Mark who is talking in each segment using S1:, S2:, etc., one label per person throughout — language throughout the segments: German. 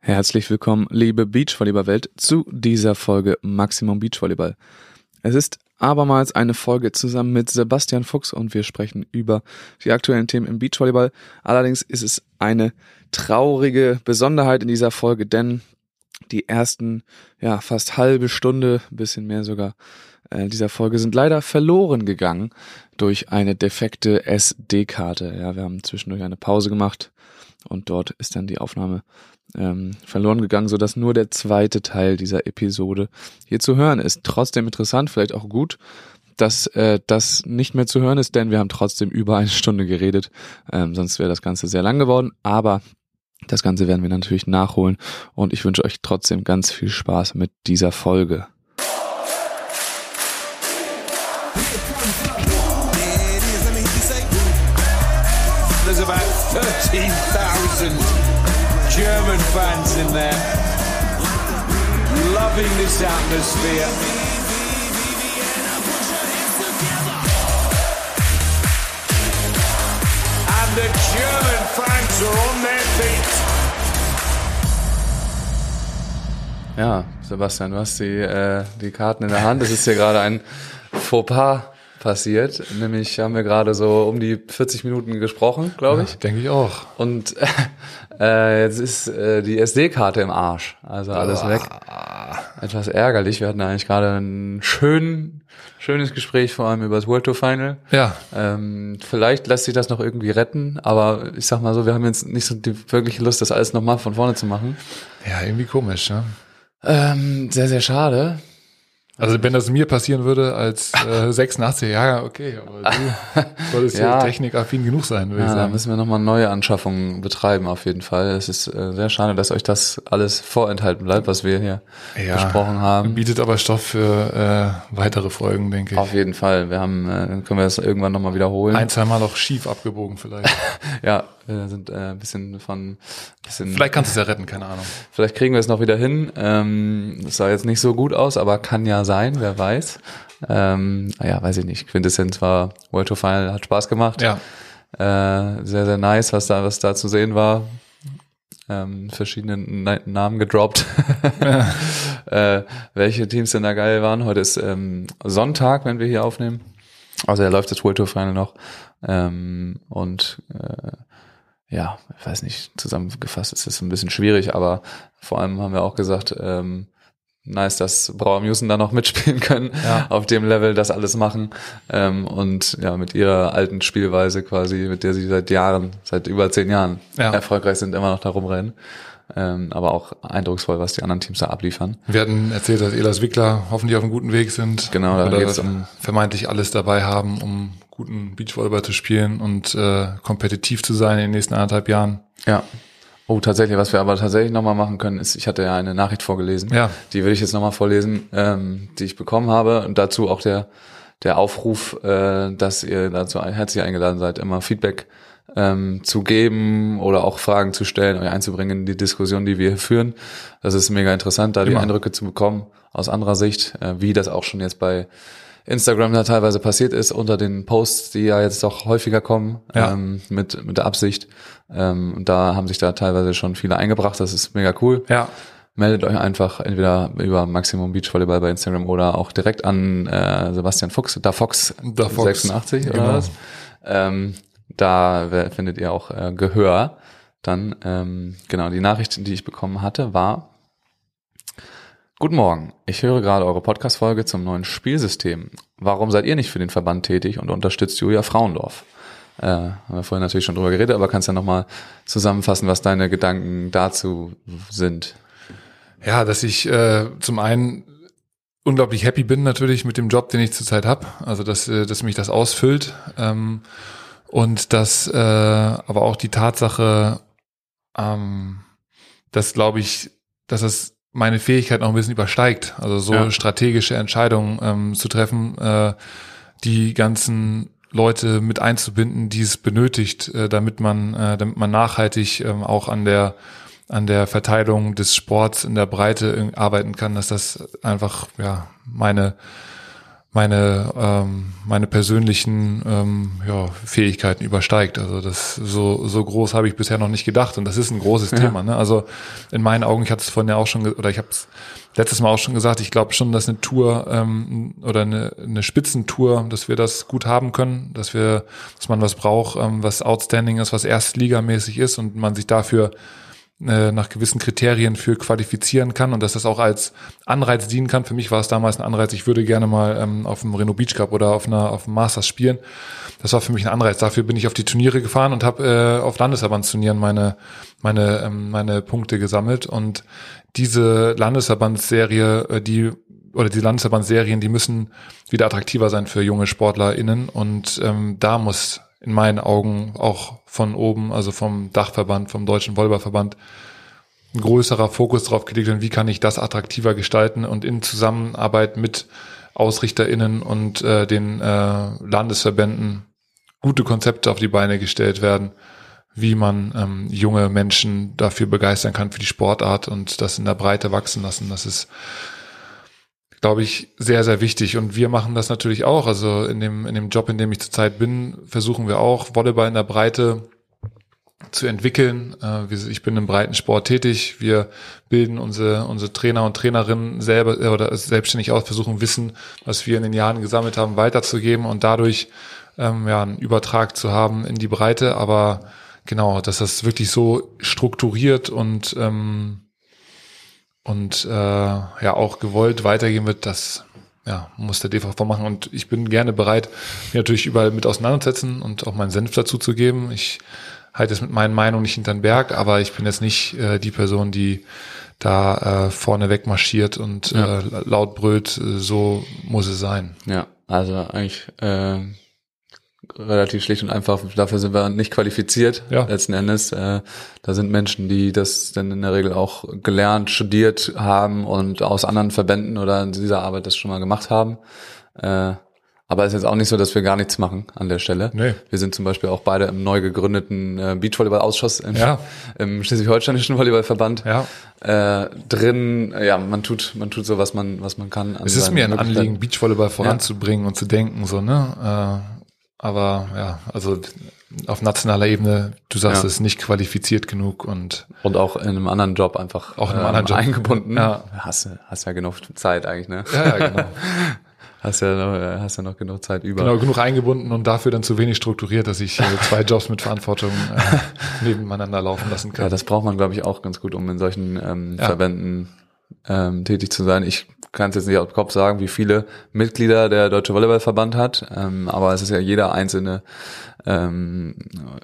S1: Herzlich willkommen, liebe Beachvolleyball-Welt, zu dieser Folge Maximum Beachvolleyball. Es ist abermals eine Folge zusammen mit Sebastian Fuchs und wir sprechen über die aktuellen Themen im Beachvolleyball. Allerdings ist es eine traurige Besonderheit in dieser Folge, denn die ersten, ja, fast halbe Stunde, bisschen mehr sogar, äh, dieser Folge sind leider verloren gegangen durch eine defekte SD-Karte. Ja, wir haben zwischendurch eine Pause gemacht und dort ist dann die Aufnahme ähm, verloren gegangen, sodass nur der zweite Teil dieser Episode hier zu hören ist. Trotzdem interessant, vielleicht auch gut, dass äh, das nicht mehr zu hören ist, denn wir haben trotzdem über eine Stunde geredet. Ähm, sonst wäre das Ganze sehr lang geworden, aber das Ganze werden wir natürlich nachholen und ich wünsche euch trotzdem ganz viel Spaß mit dieser Folge.
S2: There it is. Let me hear you say. There's about 13,000 German fans in there, loving this atmosphere. And the German fans are on their feet.
S1: Ja, Sebastian, du hast die, äh, die Karten in der Hand. Es ist hier gerade ein Fauxpas passiert. Nämlich haben wir gerade so um die 40 Minuten gesprochen, glaube ich.
S3: Denke ich auch.
S1: Und äh, jetzt ist äh, die SD-Karte im Arsch. Also alles weg. Etwas ärgerlich. Wir hatten eigentlich gerade ein schön, schönes Gespräch, vor allem über das World Tour Final.
S3: Ja.
S1: Ähm, vielleicht lässt sich das noch irgendwie retten, aber ich sag mal so, wir haben jetzt nicht so die wirkliche Lust, das alles nochmal von vorne zu machen.
S3: Ja, irgendwie komisch, ne?
S1: Ähm, sehr, sehr schade.
S3: Also wenn das mir passieren würde als äh, 86er Jahre, okay, aber du solltest
S1: Ja.
S3: ja technikaffin genug sein, würde ich
S1: Ja, da
S3: sagen.
S1: müssen wir nochmal neue Anschaffungen betreiben, auf jeden Fall. Es ist äh, sehr schade, dass euch das alles vorenthalten bleibt, was wir hier besprochen haben.
S3: Bietet aber Stoff für äh, weitere Folgen, denke ich.
S1: Auf jeden Fall. Wir haben, äh, können wir das irgendwann nochmal wiederholen.
S3: Ein, zwei Mal auch schief abgebogen vielleicht.
S1: Ja, wir sind äh, ein bisschen von, bisschen, vielleicht.
S3: vielleicht kannst du es ja retten, keine Ahnung.
S1: vielleicht kriegen wir es noch wieder hin. Ähm, das sah jetzt nicht so gut aus, aber kann ja sein, wer weiß. Ähm, ja, weiß ich nicht. Quintessenz war World Tour Final, hat Spaß gemacht.
S3: Ja,
S1: Äh, sehr, sehr nice, was da, was da zu sehen war. Ähm, verschiedene Na Namen gedroppt. äh, welche Teams denn da geil waren. Heute ist ähm, Sonntag, wenn wir hier aufnehmen. Also er läuft das World Tour Final noch. Ähm, und äh, ja, ich weiß nicht, zusammengefasst ist es ein bisschen schwierig, aber vor allem haben wir auch gesagt, ähm, nice, dass Brauer Musen da noch mitspielen können,
S3: Ja.
S1: auf dem Level das alles machen. Ähm, und ja, mit ihrer alten Spielweise quasi, mit der sie seit Jahren, seit über zehn Jahren
S3: Ja.
S1: erfolgreich sind, immer noch da rumrennen. Ähm, aber auch eindrucksvoll, was die anderen Teams da abliefern.
S3: wir hatten erzählt, dass Elas Wickler hoffentlich auf einem guten Weg sind.
S1: Genau, da
S3: oder
S1: geht's
S3: dass wir vermeintlich alles dabei haben, um guten Beachvolleyball zu spielen und äh, kompetitiv zu sein in den nächsten anderthalb Jahren.
S1: Ja. Oh, tatsächlich, was wir aber tatsächlich nochmal machen können, ist, ich hatte ja eine Nachricht vorgelesen.
S3: Ja.
S1: Die will ich jetzt nochmal vorlesen, ähm, die ich bekommen habe. Und dazu auch der, der Aufruf, äh, dass ihr dazu ein- herzlich eingeladen seid, immer Feedback ähm, zu geben oder auch Fragen zu stellen, euch einzubringen in die Diskussion, die wir hier führen. Das ist mega interessant, da die
S3: Immer.
S1: Eindrücke zu bekommen aus anderer Sicht, äh, wie das auch schon jetzt bei Instagram da teilweise passiert ist, unter den Posts, die ja jetzt auch häufiger kommen,
S3: Ja.
S1: ähm, mit, mit der Absicht. Ähm, und da haben sich da teilweise schon viele eingebracht. Das ist mega cool.
S3: Ja,
S1: Meldet euch einfach entweder über Maximum Beach Volleyball bei Instagram oder auch direkt an äh, Sebastian Fuchs, da Fox,
S3: Da Fox,
S1: 86
S3: genau.
S1: oder was. Ähm, da wer- findet ihr auch äh, Gehör. Dann, ähm, genau, die Nachricht, die ich bekommen hatte, war Guten Morgen. Ich höre gerade eure Podcast-Folge zum neuen Spielsystem. Warum seid ihr nicht für den Verband tätig und unterstützt Julia Frauendorf? Äh, haben wir vorhin natürlich schon drüber geredet, aber kannst ja nochmal zusammenfassen, was deine Gedanken dazu sind.
S3: Ja, dass ich äh, zum einen unglaublich happy bin natürlich mit dem Job, den ich zurzeit habe. Also dass, äh, dass mich das ausfüllt. Ähm, und dass äh, aber auch die Tatsache, ähm, dass glaube ich, dass es meine Fähigkeit noch ein bisschen übersteigt. Also so
S1: Ja.
S3: strategische Entscheidungen ähm, zu treffen, äh, die ganzen Leute mit einzubinden, die es benötigt, äh, damit man, äh, damit man nachhaltig ähm, auch an der an der Verteilung des Sports in der Breite in- arbeiten kann, dass das einfach ja meine meine, ähm, meine persönlichen ähm, ja, Fähigkeiten übersteigt. Also das so, so groß habe ich bisher noch nicht gedacht und das ist ein großes
S1: Ja.
S3: Thema. Ne? Also in meinen Augen, ich hatte es vorhin ja auch schon, ge- oder ich habe es letztes Mal auch schon gesagt, ich glaube schon, dass eine Tour ähm, oder eine, eine Spitzentour, dass wir das gut haben können, dass wir, dass man was braucht, ähm, was outstanding ist, was erstligamäßig ist und man sich dafür äh, nach gewissen Kriterien für qualifizieren kann und dass das auch als Anreiz dienen kann. Für mich war es damals ein Anreiz, ich würde gerne mal ähm, auf dem Renault Beach Cup oder auf, einer, auf dem Masters spielen. Das war für mich ein Anreiz. Dafür bin ich auf die Turniere gefahren und habe äh, auf Landesverbandsturnieren meine, meine, ähm, meine Punkte gesammelt. Und diese Landesverbandsserie, äh, die oder die Landesverbandsserien, die müssen wieder attraktiver sein für junge SportlerInnen und ähm, da muss in meinen Augen auch von oben, also vom Dachverband, vom Deutschen Volleyballverband, ein größerer Fokus drauf gelegt werden, wie kann ich das attraktiver gestalten und in Zusammenarbeit mit AusrichterInnen und äh, den äh, Landesverbänden gute Konzepte auf die Beine gestellt werden, wie man ähm, junge Menschen dafür begeistern kann für die Sportart und das in der Breite wachsen lassen. Das ist glaube ich, sehr, sehr wichtig. Und wir machen das natürlich auch. Also in dem, in dem Job, in dem ich zurzeit bin, versuchen wir auch, Volleyball in der Breite zu entwickeln. Äh, wir- Ich bin im Breitensport tätig. Wir bilden unsere, unsere Trainer und Trainerinnen selber äh, oder selbstständig aus, versuchen Wissen, was wir in den Jahren gesammelt haben, weiterzugeben und dadurch ähm, ja, einen Übertrag zu haben in die Breite. Aber genau, dass das wirklich so strukturiert und ähm, und äh, ja auch gewollt weitergehen wird, das ja, muss der DVV machen. Und ich bin gerne bereit, mich natürlich überall mit auseinanderzusetzen und auch meinen Senf dazu zu geben. Ich halte es mit meinen Meinungen nicht hinter den Berg, aber ich bin jetzt nicht äh, die Person, die da äh, vorne wegmarschiert und
S1: Ja.
S3: äh, laut brüllt, äh, so muss es sein.
S1: Ja, also eigentlich äh, relativ schlicht und einfach. Dafür sind wir nicht qualifiziert
S3: Ja.
S1: letzten Endes. Äh, da sind Menschen, die das dann in der Regel auch gelernt, studiert haben und aus anderen Verbänden oder in dieser Arbeit das schon mal gemacht haben. Äh, aber es ist jetzt auch nicht so, dass wir gar nichts machen an der Stelle.
S3: Nee.
S1: Wir sind zum Beispiel auch beide im neu gegründeten äh, Beachvolleyball-Ausschuss im,
S3: Ja.
S1: im schleswig-holsteinischen Volleyballverband
S3: Ja.
S1: äh, drin. Ja, man tut, man tut so, was man, was man kann. an
S3: Es ist
S1: seinen
S3: mir ein
S1: Möglichkeiten.
S3: Anliegen, Beachvolleyball voranzubringen und zu denken, so, ne? Äh, aber ja, also auf nationaler Ebene, du sagst
S1: Ja.
S3: es ist nicht qualifiziert genug und
S1: Und auch in einem anderen Job einfach ähm,
S3: Auch in einem anderen Job.
S1: eingebunden.
S3: Ja.
S1: Hast, du- hast ja genug Zeit eigentlich, ne?
S3: ja, ja, genau.
S1: Hast ja noch, äh, hast ja noch genug Zeit über.
S3: genau genug eingebunden und dafür dann zu wenig strukturiert, dass ich äh, zwei Jobs mit Verantwortung äh, nebeneinander laufen lassen
S1: Ja,
S3: kann.
S1: das braucht man, glaube ich, auch ganz gut, um in solchen ähm,
S3: Ja.
S1: Verbänden ähm, tätig zu sein. Ich kann es jetzt nicht auf den Kopf sagen, wie viele Mitglieder der Deutsche Volleyballverband hat, ähm, aber es ist ja jeder einzelne, ähm,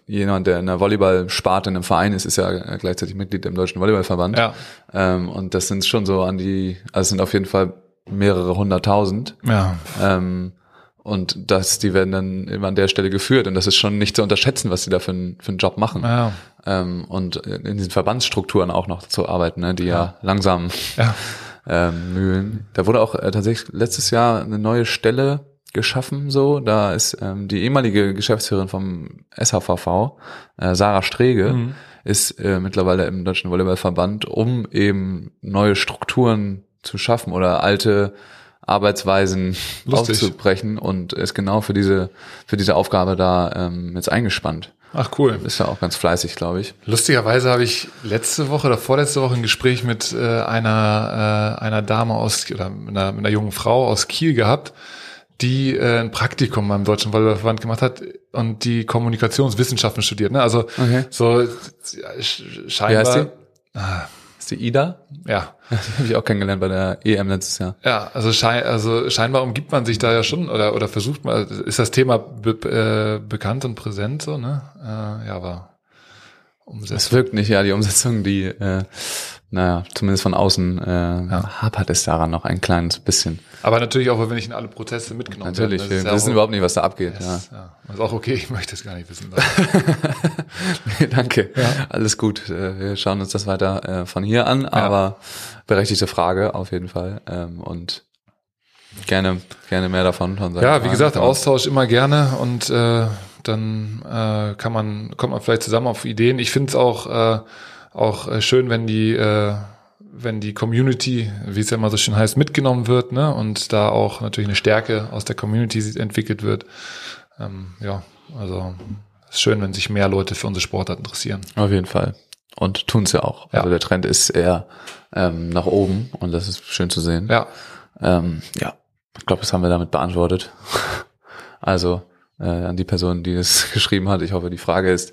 S1: jemand, der in der Volleyballsparte in einem Verein ist, ist ja gleichzeitig Mitglied im Deutschen Volleyballverband.
S3: Ja.
S1: Ähm, und das sind schon so an die, also es sind auf jeden Fall mehrere hunderttausend.
S3: ja.
S1: Ähm, und das, die werden dann immer an der Stelle geführt. Und das ist schon nicht zu unterschätzen, was die da für, einen- für einen Job machen.
S3: Ja.
S1: Ähm, und in diesen Verbandsstrukturen auch noch zu arbeiten, ne, die ja, langsam
S3: Ja.
S1: ähm, mühlen. Da wurde auch äh, tatsächlich letztes Jahr eine neue Stelle geschaffen, so. Da ist ähm, die ehemalige Geschäftsführerin vom SHVV, äh, Sarah Strege,
S3: Mhm.
S1: ist äh, mittlerweile im Deutschen Volleyballverband, um eben neue Strukturen zu schaffen oder alte Arbeitsweisen
S3: Lustig.
S1: aufzubrechen und ist genau für diese, für diese Aufgabe da ähm, jetzt eingespannt.
S3: Ach cool.
S1: Ist ja auch ganz fleißig, glaube ich.
S3: Lustigerweise habe ich letzte Woche oder vorletzte Woche ein Gespräch mit äh, einer, äh, einer Dame aus oder mit einer, mit einer jungen Frau aus Kiel gehabt, die äh, ein Praktikum beim Deutschen Volleyballverband gemacht hat und die Kommunikationswissenschaften studiert. Ne? Also
S1: Okay.
S3: so ja, sch- scheinbar.
S1: heißt Ist die Ida?
S3: Ja.
S1: Die habe ich auch kennengelernt bei der EM letztes Jahr.
S3: Ja, also, schein, also scheinbar umgibt man sich da ja schon oder, oder versucht mal, ist das Thema be, äh, bekannt und präsent so, ne? Äh, ja, aber umsetzen.
S1: Es wirkt nicht, ja, die Umsetzung, die, äh, naja, zumindest von außen äh, hapert es daran noch ein kleines bisschen.
S3: Aber natürlich auch, weil wir nicht in alle Prozesse mitgenommen
S1: Natürlich,
S3: werden.
S1: wir
S3: Das ist ja
S1: wissen
S3: auch-
S1: überhaupt nicht, was da abgeht.
S3: Das, ja. Das ist auch okay, ich möchte es gar nicht wissen.
S1: Ja. Danke, alles gut. Äh, Wir schauen uns das weiter äh, von hier an, aber berechtigte Frage auf jeden Fall. Ähm, und gerne, gerne mehr davon. Von solchen
S3: ja, wie
S1: Fragen.
S3: gesagt, Austausch immer gerne und äh, dann äh, kann man, kommt man vielleicht zusammen auf Ideen. Ich finde es auch, äh, auch äh, schön, wenn die äh, wenn die Community, wie es ja immer so schön heißt, mitgenommen wird, ne, und da auch natürlich eine Stärke aus der Community entwickelt wird. Ähm, ja, also ist schön, wenn sich mehr Leute für unsere Sportart interessieren.
S1: Auf jeden Fall. Und tun es ja auch.
S3: Ja.
S1: Also der Trend ist eher ähm, nach oben und das ist schön zu sehen.
S3: Ja,
S1: Ähm, ja, ich glaube, das haben wir damit beantwortet. Also äh, an die Person, die das geschrieben hat, ich hoffe, die Frage ist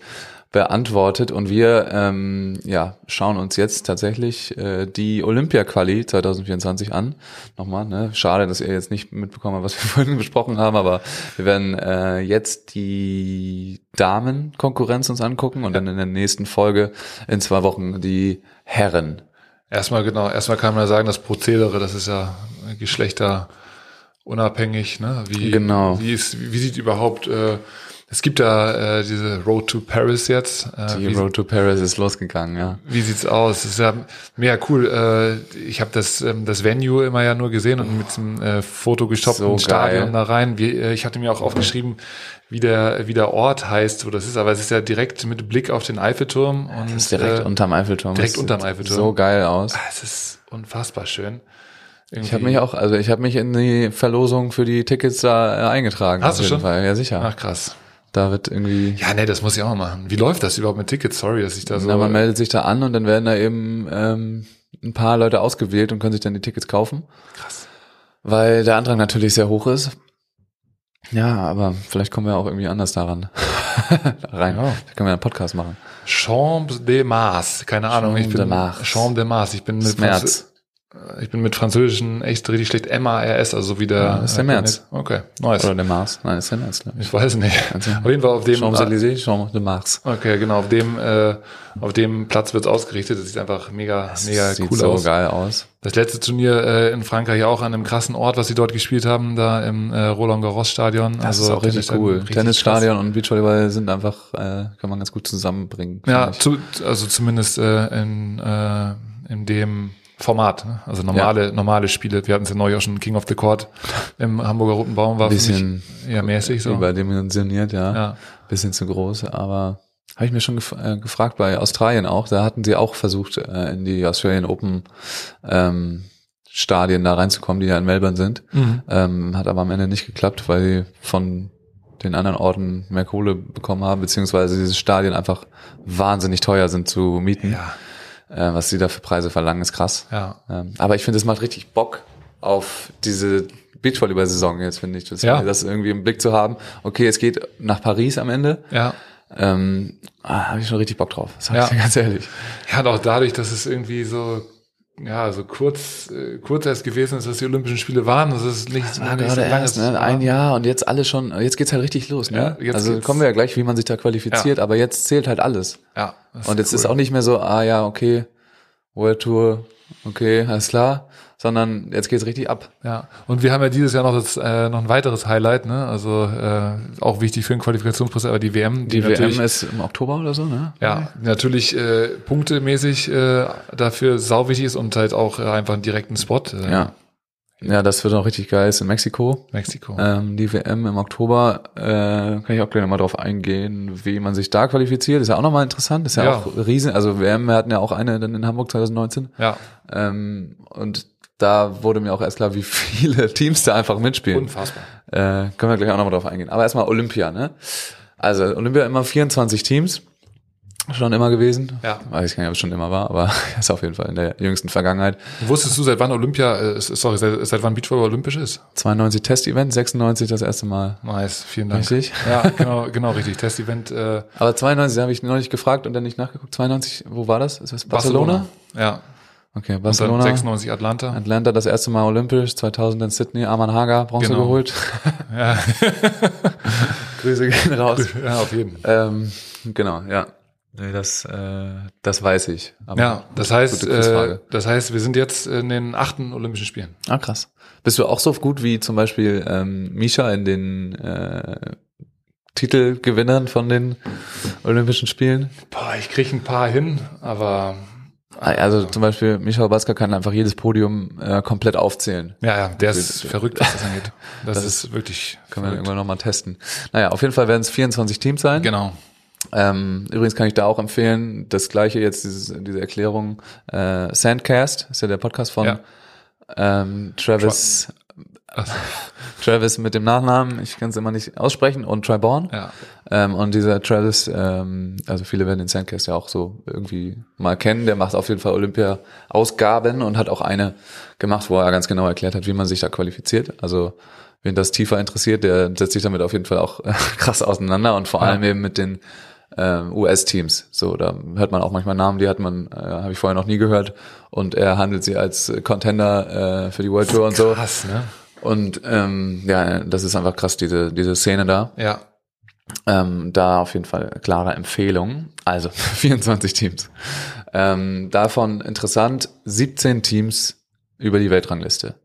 S1: beantwortet. Und wir ähm, ja, schauen uns jetzt tatsächlich äh, die Olympia-Quali 2024 an. Nochmal, ne? schade, dass ihr jetzt nicht mitbekommen habt, was wir vorhin besprochen haben, aber wir werden äh, jetzt die Damen-Konkurrenz uns angucken und dann in der nächsten Folge in zwei Wochen die Herren.
S3: Erstmal genau, erstmal kann man ja sagen, das Prozedere, das ist ja geschlechterunabhängig, ne? Wie,
S1: Genau.
S3: wie ist, wie sieht überhaupt, äh, es gibt ja äh, diese Road to Paris jetzt. Äh,
S1: Die
S3: wie,
S1: Road to Paris ist losgegangen, ja.
S3: wie sieht's aus? Das ist ja mega cool. Äh, ich habe das, ähm, das Venue immer ja nur gesehen und mit dem äh, Foto
S1: So geil.
S3: gestoppten Stadion da rein. Wie, äh, ich hatte mir auch aufgeschrieben, wie der, wie der Ort heißt, wo das ist, aber es ist ja direkt mit Blick auf den Eiffelturm und
S1: Das ist direkt
S3: äh,
S1: unterm Eiffelturm. Das
S3: direkt
S1: sieht
S3: unterm Eiffelturm.
S1: So geil aus.
S3: es ist unfassbar schön.
S1: Ich habe mich auch, also ich habe mich in die Verlosung für die Tickets da äh, eingetragen.
S3: Hast du schon?
S1: Fall. Ja, sicher.
S3: Ach Ah, krass.
S1: Da wird irgendwie.
S3: Ja, nee, das muss ich auch mal machen. Wie läuft das überhaupt mit Tickets? Sorry, dass ich da so. äh,
S1: na, man meldet sich da an und dann werden da eben ähm, ein paar Leute ausgewählt und können sich dann die Tickets kaufen.
S3: Krass.
S1: Weil der Antrag natürlich sehr hoch ist. Ja, aber vielleicht kommen wir auch irgendwie anders daran rein.
S3: Ja.
S1: Da können wir einen Podcast machen.
S3: Chambre de Mars. Keine Ahnung. ich
S1: Chambre
S3: bin,
S1: de Mars.
S3: Chambre de Mars. Ich bin mit, Franz
S1: März.
S3: ich bin mit Französischen echt richtig schlecht. M-A-R-S, also wie der.
S1: Ja, ist der März.
S3: Okay, nice.
S1: Oder der Mars. Nein, ist der März, glaube ich.
S3: Ich weiß nicht. Auf jeden Fall auf dem.
S1: Champs-Élysées, Champs de Mars.
S3: Okay, genau. Auf dem, äh, auf dem Platz wird's ausgerichtet. Das sieht einfach mega, mega
S1: Sieht
S3: cool
S1: so
S3: aus.
S1: geil aus.
S3: Das letzte Turnier äh, in Frankreich auch an einem krassen Ort, was sie dort gespielt haben, da im äh, Also Roland Garros Stadion.
S1: Das ist auch richtig cool.
S3: krass.
S1: Tennisstadion und Beachvolleyball sind einfach, äh, kann man ganz gut zusammenbringen. finde
S3: Ja,
S1: ich.
S3: zu, also zumindest äh, in, äh, in dem Format. Ne? Also normale, normale Spiele. Wir hatten es ja neulich auch schon King of the Court im Hamburger Roten Baum war für
S1: bisschen
S3: mich eher mäßig so.
S1: überdimensioniert, ja.
S3: Ja.
S1: Bisschen zu groß, aber habe ich mir schon gef äh, gefragt bei Australien auch. Da hatten sie auch versucht, äh, in die Australian Open ähm, Stadien da reinzukommen, die ja in Melbourne sind.
S3: Mhm.
S1: Ähm, hat aber am Ende nicht geklappt, weil sie von den anderen Orten mehr Kohle bekommen haben, beziehungsweise diese Stadien einfach wahnsinnig teuer sind zu mieten.
S3: Ja,
S1: Äh, was sie da für Preise verlangen, ist krass.
S3: ja.
S1: Ähm, aber ich finde, es macht richtig Bock auf diese Beachvolleyball-Saison jetzt, finde ich. Das,
S3: Ja.
S1: das irgendwie im Blick zu haben. Okay, es geht nach Paris am Ende.
S3: Ja.
S1: Ähm, ah, habe ich schon richtig Bock drauf. Sag ich
S3: Ja.
S1: dir ganz ehrlich.
S3: Ja, und auch dadurch, dass es irgendwie so, ja, so kurz, äh, kurz erst gewesen ist, dass die Olympischen Spiele waren. Das ist nicht,
S1: Ah,
S3: nicht
S1: gerade
S3: lange,
S1: erst,
S3: es
S1: ne?
S3: war.
S1: Ein Jahr und jetzt alle schon, jetzt geht's halt richtig los. Ne?
S3: Ja, jetzt
S1: also
S3: geht's-
S1: kommen wir ja gleich, wie man sich da qualifiziert, aber jetzt zählt halt alles.
S3: Ja, das
S1: Und jetzt ist
S3: cool.
S1: auch nicht mehr so, ah ja, okay, World Tour, okay, alles klar, sondern jetzt geht's richtig ab.
S3: Ja, und wir haben ja dieses Jahr noch, das, äh, noch ein weiteres Highlight, ne? Also äh, auch wichtig für den Qualifikationsprozess, aber die WM,
S1: Die
S3: natürlich,
S1: WM ist im Oktober oder so, ne?
S3: ja, natürlich äh, punktemäßig äh, dafür sau wichtig ist und halt auch äh, einfach einen direkten Spot. Äh,
S1: Ja. Ja, das wird auch richtig geil. Ist in Mexiko.
S3: Mexiko.
S1: Ähm, die WM im Oktober, äh, kann ich auch gleich nochmal drauf eingehen, wie man sich da qualifiziert. Ist ja auch nochmal interessant. Ist ja,
S3: Ja.
S1: auch riesen. Also WM, wir hatten ja auch eine dann in Hamburg 2019.
S3: Ja,
S1: Ähm, und da wurde mir auch erst klar, wie viele Teams da einfach mitspielen.
S3: unfassbar.
S1: Äh, können wir gleich auch nochmal drauf eingehen. Aber erstmal Olympia, ne? Also Olympia immer 24 Teams. Schon immer gewesen.
S3: Ja.
S1: Weiß ich gar nicht, ob es schon immer war, aber ist auf jeden Fall in der jüngsten Vergangenheit.
S3: Wusstest du, seit wann Olympia, äh, sorry, seit, seit wann Beachvolleyball olympisch ist?
S1: 92 Test-Event, 96 das erste Mal.
S3: Nice, vielen Dank.
S1: Richtig?
S3: Ja, genau, genau richtig. Testevent äh,
S1: Aber 92, da habe ich neulich gefragt und dann nicht nachgeguckt. 92, wo war das? Ist das Barcelona?
S3: Ja,
S1: Okay,
S3: dann
S1: Barcelona.
S3: 96 Atlanta.
S1: Atlanta das erste Mal olympisch, 2000 in Sydney, Arman Hager, Bronze
S3: Genau.
S1: geholt.
S3: Ja.
S1: Grüße gehen raus.
S3: ja, auf jeden Fall.
S1: ähm, genau, ja. Nee, das, äh, das weiß ich. Aber-
S3: Ja, das heißt,
S1: Gute Quizfrage.
S3: äh, das heißt, wir sind jetzt in den achten Olympischen Spielen.
S1: Ah, krass. Bist du auch so gut wie zum Beispiel ähm, Misha in den äh, Titelgewinnern von den Olympischen Spielen?
S3: Boah, ich krieg ein paar hin, aber
S1: Also zum Beispiel Misha Obaska kann einfach jedes Podium äh, komplett aufzählen.
S3: ja, ja, der ist verrückt, was das angeht. Das, ist wirklich
S1: Können wir
S3: verrückt.
S1: irgendwann nochmal testen. Naja, auf jeden Fall werden es 24 Teams sein.
S3: Genau.
S1: Ähm, übrigens kann ich da auch empfehlen, das gleiche jetzt, dieses, diese Erklärung, äh, Sandcast, ist ja der Podcast von
S3: Ja.
S1: ähm, Travis, Travis mit dem Nachnamen, ich kann es immer nicht aussprechen, und Triborn.
S3: Ja.
S1: Ähm, und dieser Travis, ähm, also viele werden den Sandcast ja auch so irgendwie mal kennen, der macht auf jeden Fall Olympia-Ausgaben und hat auch eine gemacht, wo er ganz genau erklärt hat, wie man sich da qualifiziert. Also wen das tiefer interessiert, der setzt sich damit auf jeden Fall auch krass auseinander und vor allem eben mit den ähm, US-Teams. So, da hört man auch manchmal Namen, die hat man, äh, habe ich vorher noch nie gehört. Und er handelt sie als Contender äh, für die World Tour und so.
S3: Krass, ne?
S1: Und ähm, ja, das ist einfach krass, diese, diese Szene da.
S3: Ja.
S1: Ähm, da auf jeden Fall klare Empfehlung. Also 24 Teams. Ähm, davon interessant, 17 Teams über die Weltrangliste.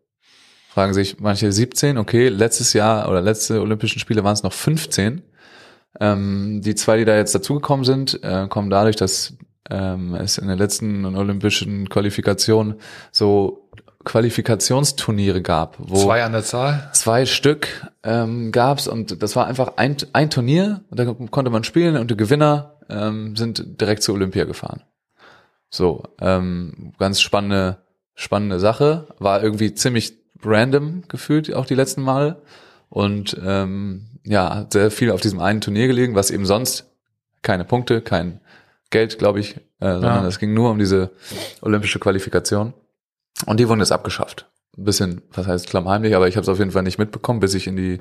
S1: Fragen sich manche 17, okay, letztes Jahr oder letzte Olympischen Spiele waren es noch 15. Ähm, die zwei, die da jetzt dazugekommen sind, äh, kommen dadurch, dass ähm, es in der letzten olympischen Qualifikation so Qualifikationsturniere gab, wo
S3: Zwei an der Zahl.
S1: zwei Stück ähm, gab's und das war einfach ein, ein Turnier und da konnte man spielen und die Gewinner ähm, sind direkt zur Olympia gefahren. So, ähm, ganz spannende, spannende Sache. War irgendwie ziemlich random gefühlt, auch die letzten Male. Und ähm, ja, hat sehr viel auf diesem einen Turnier gelegen, was eben sonst keine Punkte, kein Geld, glaube ich, äh, sondern es ging nur um diese olympische Qualifikation. Und die wurden jetzt abgeschafft. Ein bisschen, was heißt klammheimlich, aber ich habe es auf jeden Fall nicht mitbekommen, bis ich in die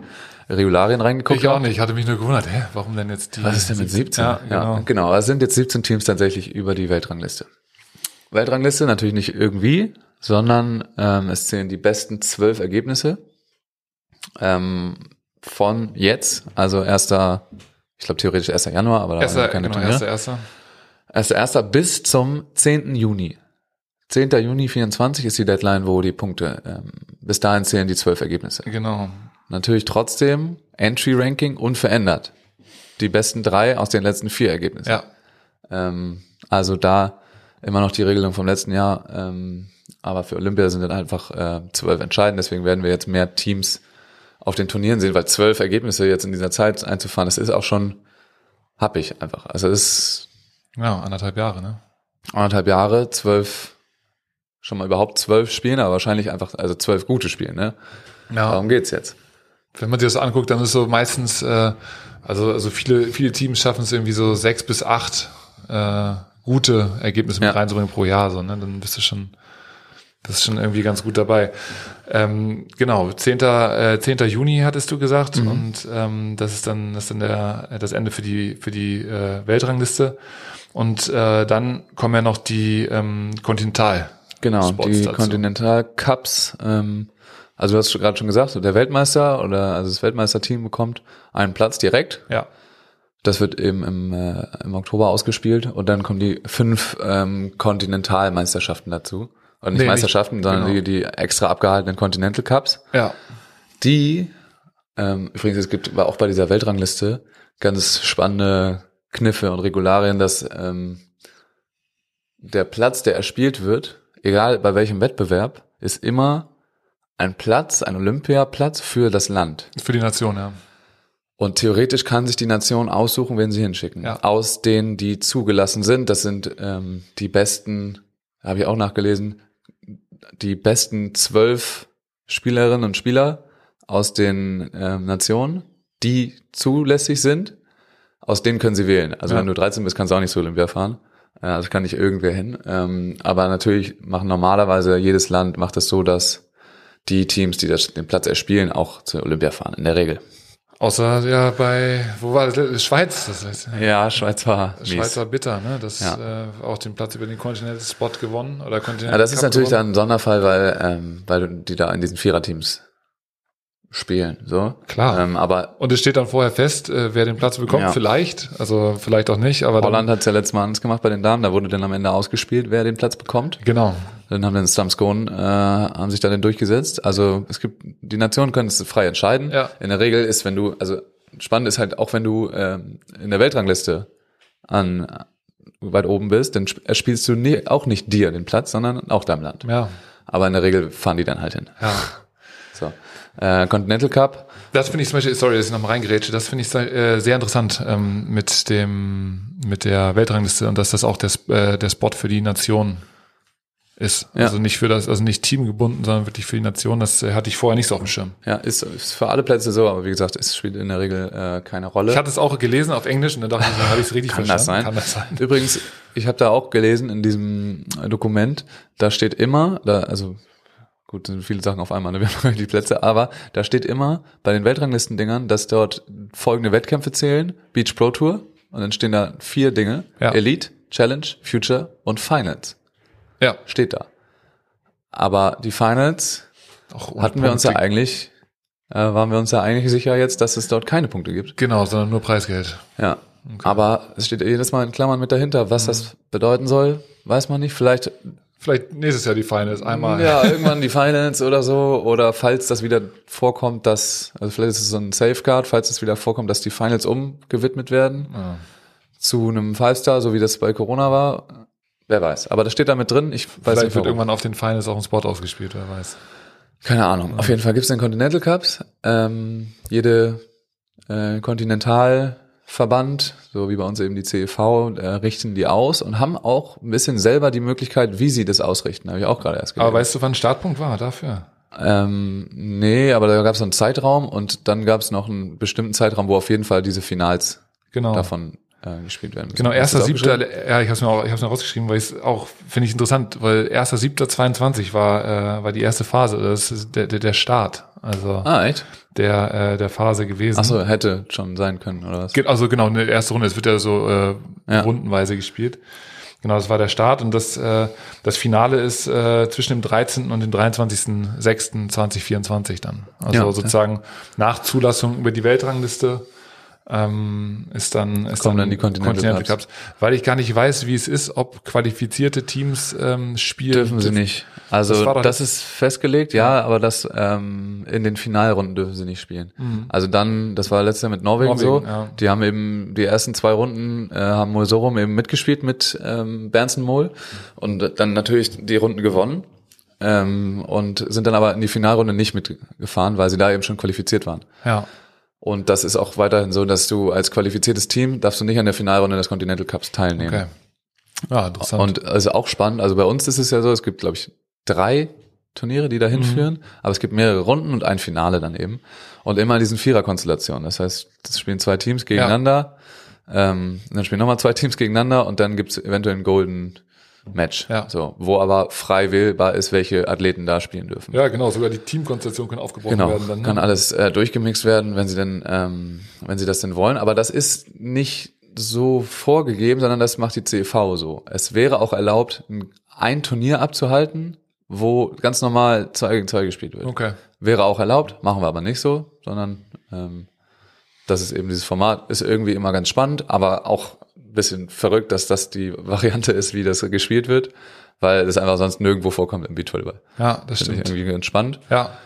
S1: Regularien reingeguckt
S3: Ich auch
S1: hab.
S3: nicht. Hatte mich nur gewundert, hä, warum denn jetzt die?
S1: Was ist denn mit 17?
S3: Ja, genau.
S1: genau. Es sind jetzt 17 Teams tatsächlich über die Weltrangliste. Weltrangliste natürlich nicht irgendwie, sondern ähm, es zählen die besten zwölf Ergebnisse ähm, von jetzt, also erster, ich glaube theoretisch 1. Januar, aber da
S3: Erster,
S1: waren keine
S3: genau,
S1: Turniere.
S3: erster, erster.
S1: Also erster bis zum 10. Juni. 10. Juni 24 ist die Deadline, wo die Punkte, ähm, bis dahin zählen die zwölf Ergebnisse.
S3: Genau.
S1: Natürlich trotzdem Entry-Ranking unverändert. Die besten drei aus den letzten vier Ergebnissen.
S3: Ja.
S1: Ähm, also da immer noch die Regelung vom letzten Jahr. Ähm, aber für Olympia sind dann einfach äh, zwölf entscheidend. Deswegen werden wir jetzt mehr Teams auf den Turnieren sehen, weil zwölf Ergebnisse jetzt in dieser Zeit einzufahren, das ist auch schon happig einfach. Also es ist
S3: Genau, anderthalb Jahre, ne?
S1: anderthalb Jahre, zwölf, schon mal überhaupt zwölf Spielen, aber wahrscheinlich einfach, also zwölf gute Spiele, ne?
S3: Ja.
S1: Darum geht's jetzt.
S3: Wenn man sich das anguckt, dann ist so meistens, äh, also, also viele, viele Teams schaffen es irgendwie so sechs bis acht äh, gute Ergebnisse
S1: Ja.
S3: mit reinzubringen pro Jahr. So, ne? Dann bist du schon, das ist schon irgendwie ganz gut dabei. Ähm, genau, 10. Äh, 10. Juni hattest du gesagt und ähm, das ist dann, das ist dann der, das Ende für die, für die äh, Weltrangliste. Und äh, dann kommen ja noch die ähm, Continental.
S1: Genau,
S3: Spots
S1: die
S3: dazu.
S1: Continental Cups, ähm, also du hast gerade schon gesagt, der Weltmeister oder also das Weltmeisterteam bekommt einen Platz direkt.
S3: Ja,
S1: Das wird eben im, äh, im Oktober ausgespielt und dann kommen die fünf ähm, Kontinentalmeisterschaften dazu. Oder nicht
S3: Nee, nicht-
S1: Meisterschaften, sondern
S3: genau.
S1: die, die extra abgehaltenen Continental Cups.
S3: ja,
S1: die, ähm, übrigens, es gibt aber auch bei dieser Weltrangliste ganz spannende Kniffe und Regularien, dass ähm, der Platz, der erspielt wird, egal bei welchem Wettbewerb, ist immer ein Platz, ein Olympiaplatz für das Land.
S3: für die Nation, ja.
S1: Und theoretisch kann sich die Nation aussuchen, wen sie hinschicken.
S3: Ja.
S1: Aus denen, die zugelassen sind, das sind ähm, die besten, habe ich auch nachgelesen, die besten zwölf Spielerinnen und Spieler aus den ähm, Nationen, die zulässig sind, aus denen können sie wählen. Also
S3: Ja.
S1: wenn du 13 bist, kannst du auch nicht zu Olympia fahren. Äh, Also kann nicht irgendwer hin. Ähm, aber natürlich machen normalerweise jedes Land macht es so, dass die Teams, die das, den Platz erspielen, auch zu Olympia fahren, in der Regel.
S3: Außer ja bei, wo war das? Schweiz, das heißt.
S1: Ja, Schweiz war mies.
S3: Schweizer Bitter, ne? Das
S1: Ja.
S3: äh, auch den Platz über den Continental Spot gewonnen oder Continental
S1: ja, das ist
S3: Cup
S1: natürlich
S3: gewonnen.
S1: dann ein Sonderfall, weil, ähm, weil die da in diesen Viererteams spielen. So.
S3: Klar.
S1: Ähm, aber
S3: Und es steht dann vorher fest, äh, wer den Platz bekommt,
S1: Ja.
S3: vielleicht, also vielleicht auch nicht, aber
S1: Holland hat es ja letztes Mal anders gemacht bei den Damen. Da wurde dann am Ende ausgespielt, wer den Platz bekommt.
S3: dann genau.
S1: Dann haben dann Stamskon, äh, haben sich da dann durchgesetzt. Also es gibt, die Nationen können es frei entscheiden.
S3: Ja.
S1: In der Regel ist, wenn du, also spannend ist halt auch, wenn du ähm, in der Weltrangliste an weit oben bist, dann sp- erspielst du nie, auch nicht dir den Platz, sondern auch deinem Land.
S3: Ja,
S1: Aber in der Regel fahren die dann halt hin.
S3: ja.
S1: So. äh, Continental Cup.
S3: Das finde ich zum Beispiel, sorry, dass ich nochmal reingerätsche, das finde ich äh, sehr interessant ähm, mit dem, mit der Weltrangliste und dass das auch der, Sp- äh, der Spot für die Nation ist.
S1: Ja.
S3: Also nicht für das, also nicht teamgebunden, sondern wirklich für die Nation. Das äh, hatte ich vorher nicht so auf dem Schirm.
S1: Ja, ist, ist für alle Plätze so, aber wie gesagt, es spielt in der Regel äh, keine Rolle.
S3: Ich hatte es auch gelesen auf Englisch und dann dachte ich, so, habe ich es richtig
S1: Kann das
S3: verstanden?
S1: sein?
S3: Kann das sein?
S1: Übrigens, ich habe da auch gelesen in diesem äh, Dokument, da steht immer, da, also gut, sind viele Sachen auf einmal, ne? wir haben die Plätze, aber da steht immer bei den Weltranglistendingern, dass dort folgende Wettkämpfe zählen, Beach Pro Tour, und dann stehen da vier Dinge,
S3: Ja.
S1: Elite, Challenge, Future und Finals,
S3: Ja.
S1: steht da. Aber die Finals
S3: Auch
S1: hatten wir uns ja eigentlich, äh, waren wir uns ja eigentlich sicher jetzt, dass es dort keine Punkte gibt.
S3: Genau, sondern nur Preisgeld.
S1: Ja. Aber es steht jedes Mal in Klammern mit dahinter.
S3: Mhm.
S1: Was das bedeuten soll, weiß man nicht. Vielleicht
S3: Vielleicht nächstes Jahr die Finals einmal.
S1: ja, irgendwann die Finance oder so. Oder falls das wieder vorkommt, dass, also vielleicht ist es so ein Safeguard, falls es wieder vorkommt, dass die Finals umgewidmet werden zu einem Five-Star, so wie das bei Corona war. Wer weiß. Aber das steht da mit drin. Ich weiß
S3: Vielleicht
S1: nicht
S3: wird
S1: warum.
S3: irgendwann auf den Finals auch ein Spot ausgespielt, wer weiß.
S1: Keine Ahnung. Auf jeden Fall gibt's den Continental Cups. Ähm, jede äh, Kontinentalverband, so wie bei uns eben die CEV, äh, richten die aus und haben auch ein bisschen selber die Möglichkeit, wie sie das ausrichten. Habe ich auch gerade erst
S3: Aber
S1: gelesen.
S3: weißt du, wann Startpunkt war dafür?
S1: Ähm, nee, aber da gab's so einen Zeitraum und dann gab's noch einen bestimmten Zeitraum, wo auf jeden Fall diese Finals
S3: Genau.
S1: davon äh, gespielt werden müssen.
S3: Genau,
S1: Hast du
S3: erster
S1: das
S3: siebter,
S1: aufgeschrieben?
S3: ja, ich habe es mir, auch- ich hab's mir rausgeschrieben, weil ich auch finde ich interessant, weil erster siebter 22 war äh, war die erste Phase, das ist der, der, der Start, also
S1: Ah, echt?
S3: der äh, der Phase gewesen.
S1: Achso, hätte schon sein können, oder was?
S3: Ge- Also genau, eine erste Runde, es wird ja so äh,
S1: Ja.
S3: rundenweise gespielt. Genau, das war der Start und das äh, das Finale ist äh, zwischen dem 13. und dem 23.06.2024 dann. Also
S1: Ja.
S3: sozusagen nach Zulassung über die Weltrangliste ähm, ist dann ist
S1: Kommen dann die Continental Cups.
S3: weil ich gar nicht weiß, wie es ist, ob qualifizierte Teams ähm, spielen
S1: Dürfen sie nicht. Also
S3: Das war doch
S1: das,
S3: jetzt-
S1: ist festgelegt, ja, aber das ähm, in den Finalrunden dürfen sie nicht spielen. Also dann, das war letztes Jahr mit Norwegen, so,
S3: Mhm. Norwegen, ja.
S1: die haben eben die ersten zwei Runden äh, haben Mulsorum eben mitgespielt mit ähm, Bernsen Mohl und dann natürlich die Runden gewonnen ähm, und sind dann aber in die Finalrunde nicht mitgefahren, weil sie da eben schon qualifiziert waren.
S3: Ja,
S1: Und das ist auch weiterhin so, dass du als qualifiziertes Team darfst du nicht an der Finalrunde des Continental Cups teilnehmen.
S3: okay. Ja, interessant.
S1: Und also auch spannend. Also bei uns ist es ja so, es gibt, glaube ich, drei Turniere, die da
S3: Mhm.
S1: hinführen, aber es gibt mehrere Runden und ein Finale dann eben. Und immer in diesen Viererkonstellationen. Das heißt, es spielen zwei Teams gegeneinander, ähm, dann spielen nochmal zwei Teams gegeneinander und dann gibt's eventuell ein Golden Match.
S3: Ja.
S1: So, wo aber frei wählbar ist, welche Athleten da spielen dürfen.
S3: ja, genau, sogar die Teamkonstellation kann aufgebrochen
S1: Genau,
S3: werden dann. ne?
S1: kann alles äh, durchgemixt werden, wenn sie denn, ähm, wenn sie das denn wollen. Aber das ist nicht so vorgegeben, sondern das macht die CV so. Es wäre auch erlaubt, ein- ein Turnier abzuhalten, wo ganz normal zwei gegen zwei gespielt wird.
S3: Okay.
S1: Wäre auch erlaubt, machen wir aber nicht so, sondern ähm, das ist eben dieses Format, ist irgendwie immer ganz spannend, aber auch ein bisschen verrückt, dass das die Variante ist, wie das gespielt wird, weil es einfach sonst nirgendwo vorkommt im Beachvolleyball.
S3: Ja, das
S1: Finde ich
S3: stimmt.
S1: irgendwie ganz spannend.
S3: Ja.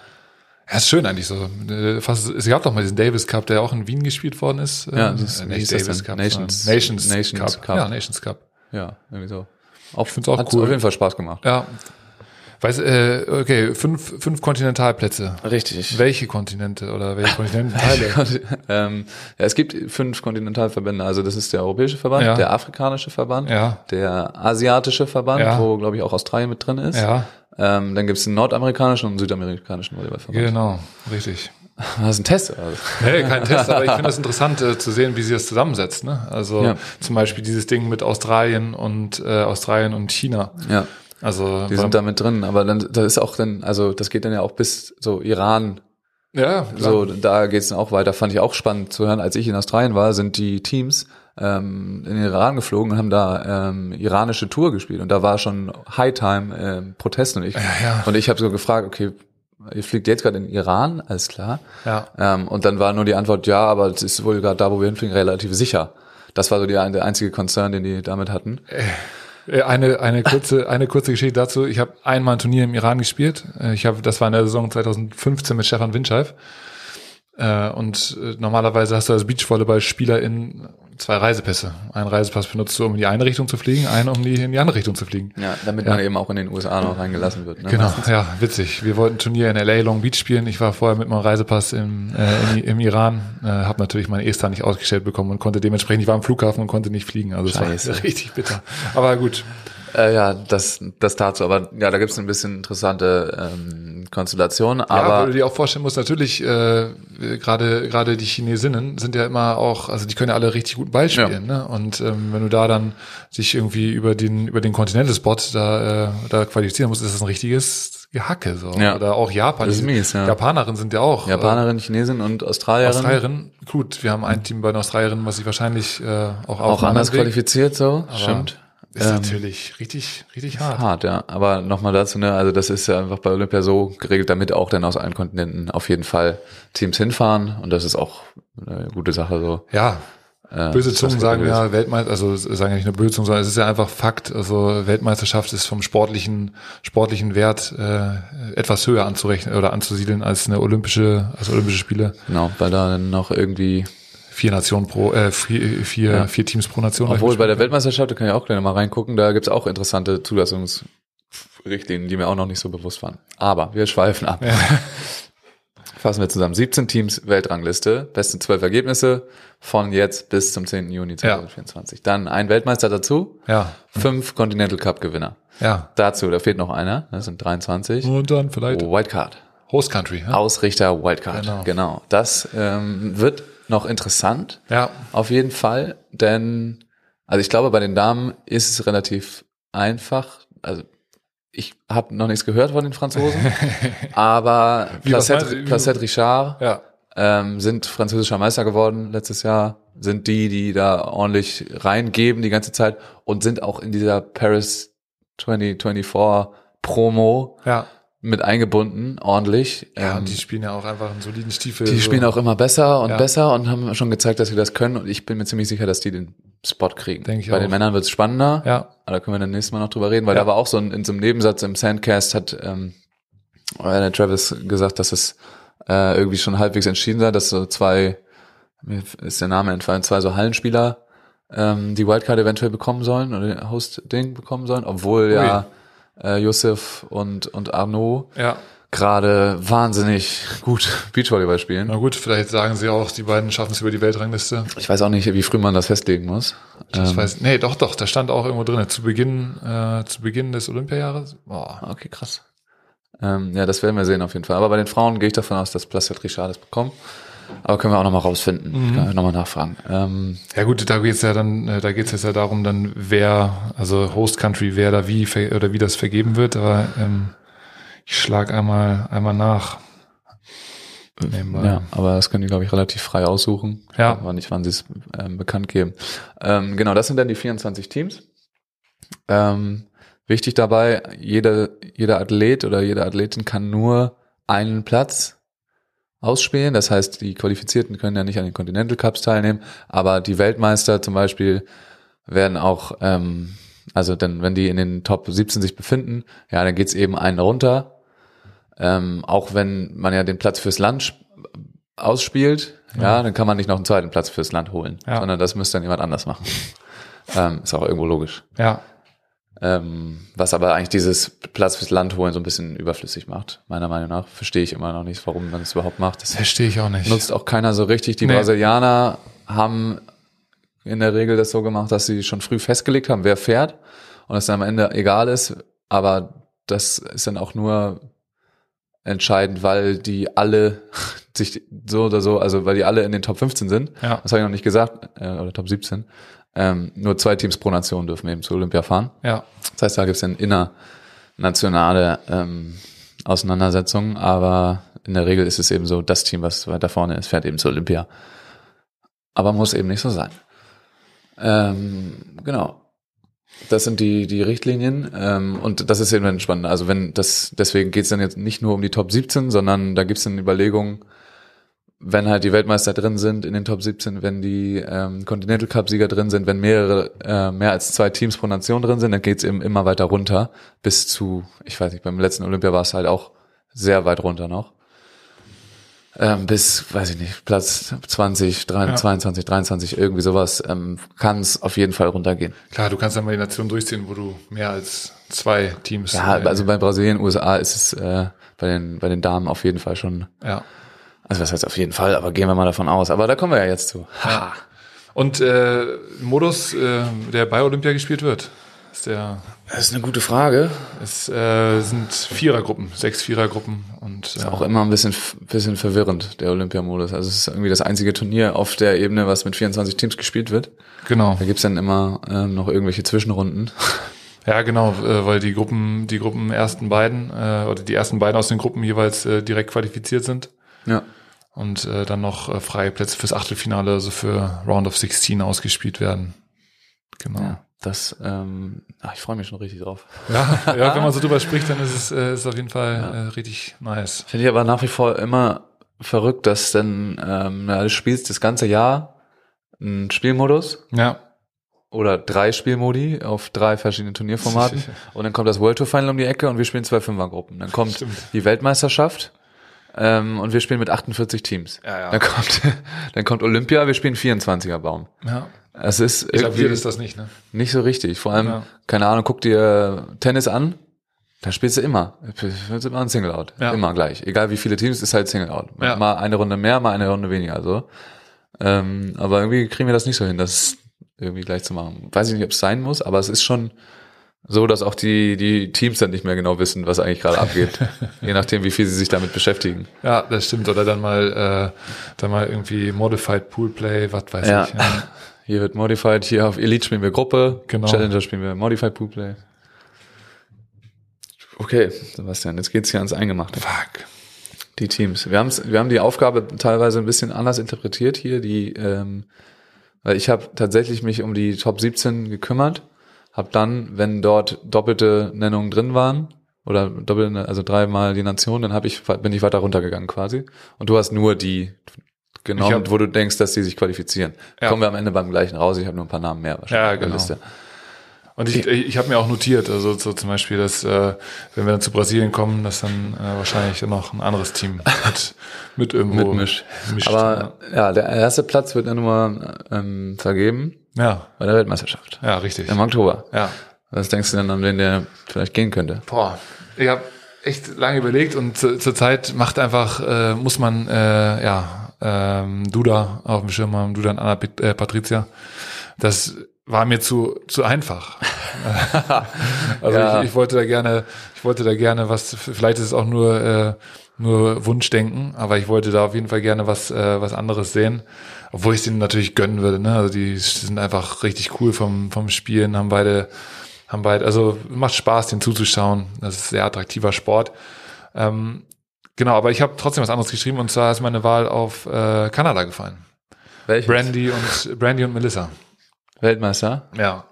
S3: Ja, ist schön eigentlich so. Äh, Fast, es gab doch mal diesen Davis Cup, der auch in Wien gespielt worden ist. Äh,
S1: Ja, das ist-
S3: äh,
S1: wie
S3: nicht
S1: hieß das
S3: Davis
S1: denn?
S3: Cup,
S1: Nations-
S3: sondern Nations,
S1: Nations
S3: Cup.
S1: Cup.
S3: Ja, Nations Cup.
S1: Ja, irgendwie so. Auch, ich
S3: find's auch cool.
S1: auf jeden Fall Spaß gemacht.
S3: Ja. Weiß, äh, okay, fünf, fünf Kontinentalplätze.
S1: Richtig.
S3: Welche Kontinente oder welche Kontinententeile?
S1: ähm, ja, es gibt fünf Kontinentalverbände. Also das ist der Europäische Verband,
S3: Ja.
S1: der Afrikanische Verband,
S3: Ja.
S1: der Asiatische Verband,
S3: Ja.
S1: wo, glaube ich, auch Australien mit drin ist.
S3: ja,
S1: Ähm, dann gibt's den nordamerikanischen und einen südamerikanischen Volleyballverband.
S3: genau, richtig.
S1: Das ist ein Test. Also.
S3: Nee, kein Test, aber ich finde das interessant äh, zu sehen, wie sie das zusammensetzt. Ne? Also
S1: Ja.
S3: zum Beispiel dieses Ding mit Australien und äh, Australien und China.
S1: Ja,
S3: Also
S1: die sind da mit drin. Aber dann, da ist auch dann, also das geht dann ja auch bis so Iran
S3: ja,
S1: So, da geht's dann auch weiter. Fand ich auch spannend zu hören. Als ich in Australien war, sind die Teams ähm, in den Iran geflogen und haben da ähm, iranische Tour gespielt. Und da war schon High-Time ähm, Protest und ich.
S3: ja.
S1: Und ich habe so gefragt, okay, ihr fliegt jetzt gerade in den Iran, alles klar.
S3: Ja.
S1: Ähm, und dann war nur die Antwort, ja, aber es ist wohl gerade da, wo wir hinfliegen, relativ sicher. Das war so die, der einzige Konzern, den die damit hatten.
S3: Äh, Eine, eine, kurze, eine kurze Geschichte dazu. Ich habe einmal ein Turnier im Iran gespielt. Äh, Ich hab, das war in der Saison 2015 mit Stefan Winscheif. Äh, und äh, normalerweise hast du als Beachvolleyballspieler in zwei Reisepässe. Einen Reisepass benutzt du, um in die eine Richtung zu fliegen, einen, um die, in die andere Richtung zu fliegen.
S1: Äh, Ja, damit man eben auch in den USA noch reingelassen wird. Ne?
S3: Genau, ja, witzig. Wir wollten ein Turnier in LA Long Beach spielen. Ich war vorher mit meinem Reisepass im, äh, im, im Iran, äh, habe natürlich meinen E-Star nicht ausgestellt bekommen und konnte dementsprechend, ich war am Flughafen und konnte nicht fliegen. Also es war
S1: Scheiße.
S3: richtig bitter. Aber gut,
S1: Äh, ja, das, das tat so. Aber ja, da gibt's ein bisschen interessante ähm, Konstellationen.
S3: ja,
S1: Aber
S3: weil du dir auch vorstellen musst, natürlich, äh, gerade gerade die Chinesinnen sind ja immer auch, also die können ja alle richtig guten Ball spielen, ne? Und ähm, wenn du da dann sich irgendwie über den über den Continental-Spot da, äh, da qualifizieren musst, ist das ein richtiges Gehacke so.
S1: Ja.
S3: Oder auch Japan.
S1: Das ist
S3: die
S1: mies, ja.
S3: Japanerinnen sind ja auch.
S1: Japanerin, Chinesin und
S3: Äh,
S1: Australierin,
S3: Australierin, gut, wir haben ein Team bei den Australierinnen, was sich wahrscheinlich äh, auch,
S1: auch anders
S3: qualifiziert.
S1: qualifiziert so. Stimmt.
S3: Ist natürlich richtig, richtig hart.
S1: Hart, ja. Aber nochmal dazu, ne, also das ist ja einfach bei Olympia so geregelt, damit auch dann aus allen Kontinenten auf jeden Fall Teams hinfahren und das ist auch eine gute Sache so.
S3: Ja.
S1: Äh,
S3: Böse
S1: das
S3: Zungen
S1: wird
S3: sagen
S1: gelöst.
S3: ja, Weltmeister, also sagen ja nicht nur böse Zungen, sondern es ist ja einfach Fakt. Also Weltmeisterschaft ist vom sportlichen, sportlichen Wert äh, etwas höher anzurechnen oder anzusiedeln als eine olympische, als olympische Spiele.
S1: Genau, weil da dann noch irgendwie,
S3: Vier Nationen pro, äh, vier, vier,
S1: Ja.
S3: vier Teams pro Nation.
S1: obwohl bei der Weltmeisterschaft, da kann ich auch gerne mal reingucken, da gibt's auch interessante Zulassungsrichtlinien, die mir auch noch nicht so bewusst waren. Aber wir schweifen ab. Fassen wir zusammen. 17 Teams Weltrangliste, besten 12 Ergebnisse von jetzt bis zum 10. Juni 2024. Dann ein Weltmeister dazu,
S3: Ja,
S1: fünf Continental Cup Gewinner.
S3: ja.
S1: Dazu, da fehlt noch einer, das sind 23.
S3: Und dann vielleicht
S1: Oh. Wildcard.
S3: Host Country. ne? Ja.
S1: Ausrichter Wildcard.
S3: Genau.
S1: Genau. Das ähm, wird noch interessant,
S3: ja.
S1: auf jeden Fall, denn, also ich glaube, bei den Damen ist es relativ einfach. Also ich habe noch nichts gehört von den Franzosen, aber
S3: Wie, was meinst
S1: Placette,
S3: du?
S1: Placette Richard
S3: Ja.
S1: ähm, sind französischer Meister geworden letztes Jahr, sind die, die da ordentlich reingeben die ganze Zeit und sind auch in dieser Paris 2024 Promo
S3: Ja.
S1: mit eingebunden, ordentlich.
S3: Ja,
S1: ähm,
S3: und die spielen ja auch einfach einen soliden Stiefel. also
S1: die
S3: so.
S1: spielen auch immer besser und
S3: Ja.
S1: besser und haben schon gezeigt, dass sie das können. Und ich bin mir ziemlich sicher, dass die den Spot kriegen.
S3: Denk ich
S1: Bei
S3: auch.
S1: den Männern wird es spannender.
S3: Ja.
S1: Aber da können wir dann nächstes Mal noch drüber reden, weil
S3: Ja.
S1: da war auch so ein, in so einem Nebensatz im Sandcast hat ähm, äh, Travis gesagt, dass es äh, irgendwie schon halbwegs entschieden sei, dass so zwei, mir ist der Name entfallen, zwei so Hallenspieler ähm, die Wildcard eventuell bekommen sollen oder den Host-Ding bekommen sollen,
S3: Oh
S1: obwohl ja äh, Josef und, und Arnaud
S3: Ja.
S1: gerade wahnsinnig gut Beachvolleyball spielen.
S3: Na gut, vielleicht sagen sie auch, die beiden schaffen es über die Weltrangliste.
S1: Ich weiß auch nicht, wie früh man das festlegen muss.
S3: Das
S1: Ähm,
S3: weiß nee, doch, doch, da stand auch irgendwo drin, zu Beginn, äh, zu Beginn des Olympiajahres. Boah.
S1: okay, krass. Ähm, ja, das werden wir sehen auf jeden Fall. Aber bei den Frauen gehe ich davon aus, dass Plastic Richard das bekommen. Aber können wir auch nochmal rausfinden.
S3: Mhm.
S1: Können wir nochmal nachfragen. Ähm,
S3: Ja gut, da geht's ja dann, äh, da geht's jetzt ja darum, dann wer, also Host Country, wer da wie ver- oder wie das vergeben wird, aber ähm, ich schlag einmal einmal nach. Nebenbei.
S1: ja, aber das können die, glaube ich, relativ frei aussuchen.
S3: Ja.
S1: Aber nicht, wann sie es ähm, bekannt geben. Ähm, genau, das sind dann die 24 Teams. Ähm, wichtig dabei, jeder, jeder Athlet oder jede Athletin kann nur einen Platz ausspielen. Das heißt, die Qualifizierten können ja nicht an den Continental Cups teilnehmen, aber die Weltmeister zum Beispiel werden auch, ähm, also dann, wenn die in den Top 17 sich befinden, ja, dann geht's eben einen runter. Ähm, auch wenn man ja den Platz fürs Land sp- ausspielt, ja, dann kann man nicht noch einen zweiten Platz fürs Land holen,
S3: Ja.
S1: sondern das müsste dann jemand anders machen. ähm, ist auch irgendwo logisch.
S3: Ja,
S1: Ähm, was aber eigentlich dieses Platz fürs Land holen so ein bisschen überflüssig macht, meiner Meinung nach. Verstehe ich immer noch nicht, warum man das überhaupt macht. Das
S3: verstehe ich auch nicht.
S1: nutzt auch keiner so richtig. Die
S3: Nee.
S1: Brasilianer haben in der Regel das so gemacht, dass sie schon früh festgelegt haben, wer fährt und es dann am Ende egal ist. Aber das ist dann auch nur entscheidend, weil die alle sich so oder so, also weil die alle in den Top 15 sind.
S3: Ja.
S1: Das habe ich noch nicht gesagt, äh, oder Top 17. Ähm, nur zwei Teams pro Nation dürfen eben zu Olympia fahren.
S3: Ja.
S1: Das heißt, da gibt es dann innernationale ähm, Auseinandersetzungen, aber in der Regel ist es eben so, das Team, was weiter vorne ist, fährt eben zur Olympia. Aber muss eben nicht so sein. Ähm, genau. Das sind die, die Richtlinien ähm, und das ist eben dann spannend. Also wenn das, deswegen geht's dann jetzt nicht nur um die Top 17, sondern da gibt's dann Überlegungen, wenn halt die Weltmeister drin sind in den Top 17, wenn die ähm, Continental Cup-Sieger drin sind, wenn mehrere, äh, mehr als zwei Teams pro Nation drin sind, dann geht's eben immer weiter runter. Bis zu, ich weiß nicht, beim letzten Olympia war es halt auch sehr weit runter noch. ähm, bis, weiß ich nicht, Platz 20, 23, 22, 23, irgendwie sowas, ähm, kann es auf jeden Fall runtergehen.
S3: Klar, du kannst dann mal die Nation durchziehen, wo du mehr als zwei Teams.
S1: Ja,
S3: äh,
S1: also bei Brasilien, USA ist es äh, bei, den, bei den Damen auf jeden Fall schon,
S3: ja.
S1: also was heißt auf jeden Fall, aber gehen wir mal davon aus. Aber da kommen wir ja jetzt zu.
S3: ja. Und äh, Modus, äh, der bei Olympia gespielt wird, ist der
S1: Das ist eine gute Frage.
S3: Es äh, sind Vierergruppen, sechs Vierergruppen und äh,
S1: Auch immer ein bisschen, bisschen verwirrend, der Olympiamodus. Also es ist irgendwie das einzige Turnier auf der Ebene, was mit 24 Teams gespielt wird.
S3: genau.
S1: Da gibt's dann immer ähm, noch irgendwelche Zwischenrunden.
S3: Ja, genau, äh, weil die Gruppen, die Gruppen ersten beiden äh, oder die ersten beiden aus den Gruppen jeweils äh, direkt qualifiziert sind
S1: Ja.
S3: und äh, dann noch äh, freie Plätze fürs Achtelfinale, also für Round of 16 ausgespielt werden. Genau. Ja,
S1: ja. Das, ähm, ach, ich freue mich schon richtig drauf.
S3: ja, wenn man so drüber spricht, dann ist es äh, ist auf jeden Fall äh, richtig nice.
S1: Finde ich aber nach wie vor immer verrückt, dass dann, ähm, na, du spielst das ganze Jahr einen Spielmodus
S3: Ja,
S1: oder drei Spielmodi auf drei verschiedenen Turnierformaten. und dann kommt das World Tour Final um die Ecke und wir spielen zwei Fünfergruppen. Dann kommt die Weltmeisterschaft ähm, und wir spielen mit 48 Teams. Dann, kommt, dann kommt Olympia, wir spielen 24er Baum.
S3: ja.
S1: Es ist
S3: Etabliert
S1: irgendwie
S3: ist das nicht, ne?
S1: nicht so richtig. Vor allem,
S3: Ja.
S1: keine Ahnung, guck dir Tennis an. Da spielst du immer. Spielst du immer ein Single Out.
S3: Ja.
S1: Immer gleich. Egal wie viele Teams, ist halt Single Out.
S3: Ja.
S1: Mal eine Runde mehr, mal eine Runde weniger. So. Ähm, aber irgendwie kriegen wir das nicht so hin, das irgendwie gleich zu machen. Weiß ich nicht, ob es sein muss, aber es ist schon so, dass auch die, die Teams dann nicht mehr genau wissen, was eigentlich gerade abgeht. Je nachdem, wie viel sie sich damit beschäftigen.
S3: Ja, das stimmt. Oder dann mal, äh, dann mal irgendwie Modified Poolplay, was weiß
S1: Ja.
S3: ich. ne? Ja.
S1: Hier wird Modified, hier auf Elite spielen wir Gruppe,
S3: Genau.
S1: Challenger spielen wir Modified Poolplay. Okay, Sebastian, jetzt geht's hier ans Eingemachte.
S3: Fuck.
S1: Die Teams. Wir, haben's, wir haben die Aufgabe teilweise ein bisschen anders interpretiert hier. Die, ähm, weil ich habe tatsächlich mich um die Top 17 gekümmert, habe dann, wenn dort doppelte Nennungen drin waren oder doppelte, also dreimal die Nation, dann hab ich, bin ich weiter runtergegangen quasi. Und du hast nur die genommen,
S3: Ich hab-
S1: wo du denkst, dass die sich qualifizieren.
S3: Ja.
S1: Kommen wir am Ende beim gleichen raus. Ich habe nur ein paar Namen mehr wahrscheinlich.
S3: Ja,
S1: auf der
S3: genau. Und ich, ich habe mir auch notiert, also so zum Beispiel, dass äh, wenn wir dann zu Brasilien kommen, dass dann äh, wahrscheinlich dann noch ein anderes Team mit, mit irgendwo
S1: Mitmischt.
S3: mischt.
S1: Aber ja, der erste Platz wird dann nur ähm, vergeben
S3: ja,
S1: bei der Weltmeisterschaft.
S3: ja, richtig.
S1: Im
S3: Ja.
S1: Oktober. Was denkst du denn an wen der vielleicht gehen könnte?
S3: Boah, ich habe echt lange überlegt und zu, zur Zeit macht einfach, äh, muss man, äh, ja, ähm, Duda auf dem Schirm haben, Duda und Anna Pet- äh, Patricia. Das war mir zu, zu einfach. also
S1: Ja.
S3: ich, ich wollte da gerne, ich wollte da gerne was, vielleicht ist es auch nur, äh, nur Wunschdenken, aber ich wollte da auf jeden Fall gerne was, äh, was anderes sehen. Obwohl ich denen natürlich gönnen würde, ne? Also die sind einfach richtig cool vom, vom Spielen, haben beide, haben beide, also macht Spaß, denen zuzuschauen. Das ist sehr attraktiver Sport. Ähm, genau, aber ich habe trotzdem was anderes geschrieben und zwar ist meine Wahl auf äh, Kanada gefallen.
S1: Welches?
S3: Brandy und Brandy und Melissa.
S1: Weltmeister.
S3: Ja.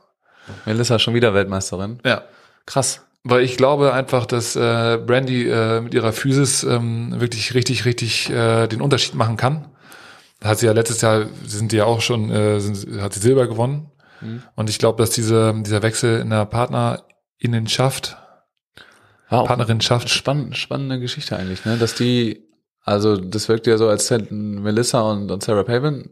S1: Melissa schon wieder Weltmeisterin.
S3: Ja.
S1: Krass.
S3: Weil ich glaube einfach, dass äh, Brandy äh, mit ihrer Physis ähm, wirklich richtig, richtig äh, den Unterschied machen kann. Hat sie ja letztes Jahr, sind die ja auch schon, äh, sind, hat sie Silber gewonnen. Und ich glaube, dass diese, dieser Wechsel in der Partnerinnenschaft,
S1: Wow.
S3: Partnerinschaft,
S1: Spann spannende Geschichte eigentlich, ne? Dass die, also das wirkt ja so, als hätten Melissa und, und Sarah Palin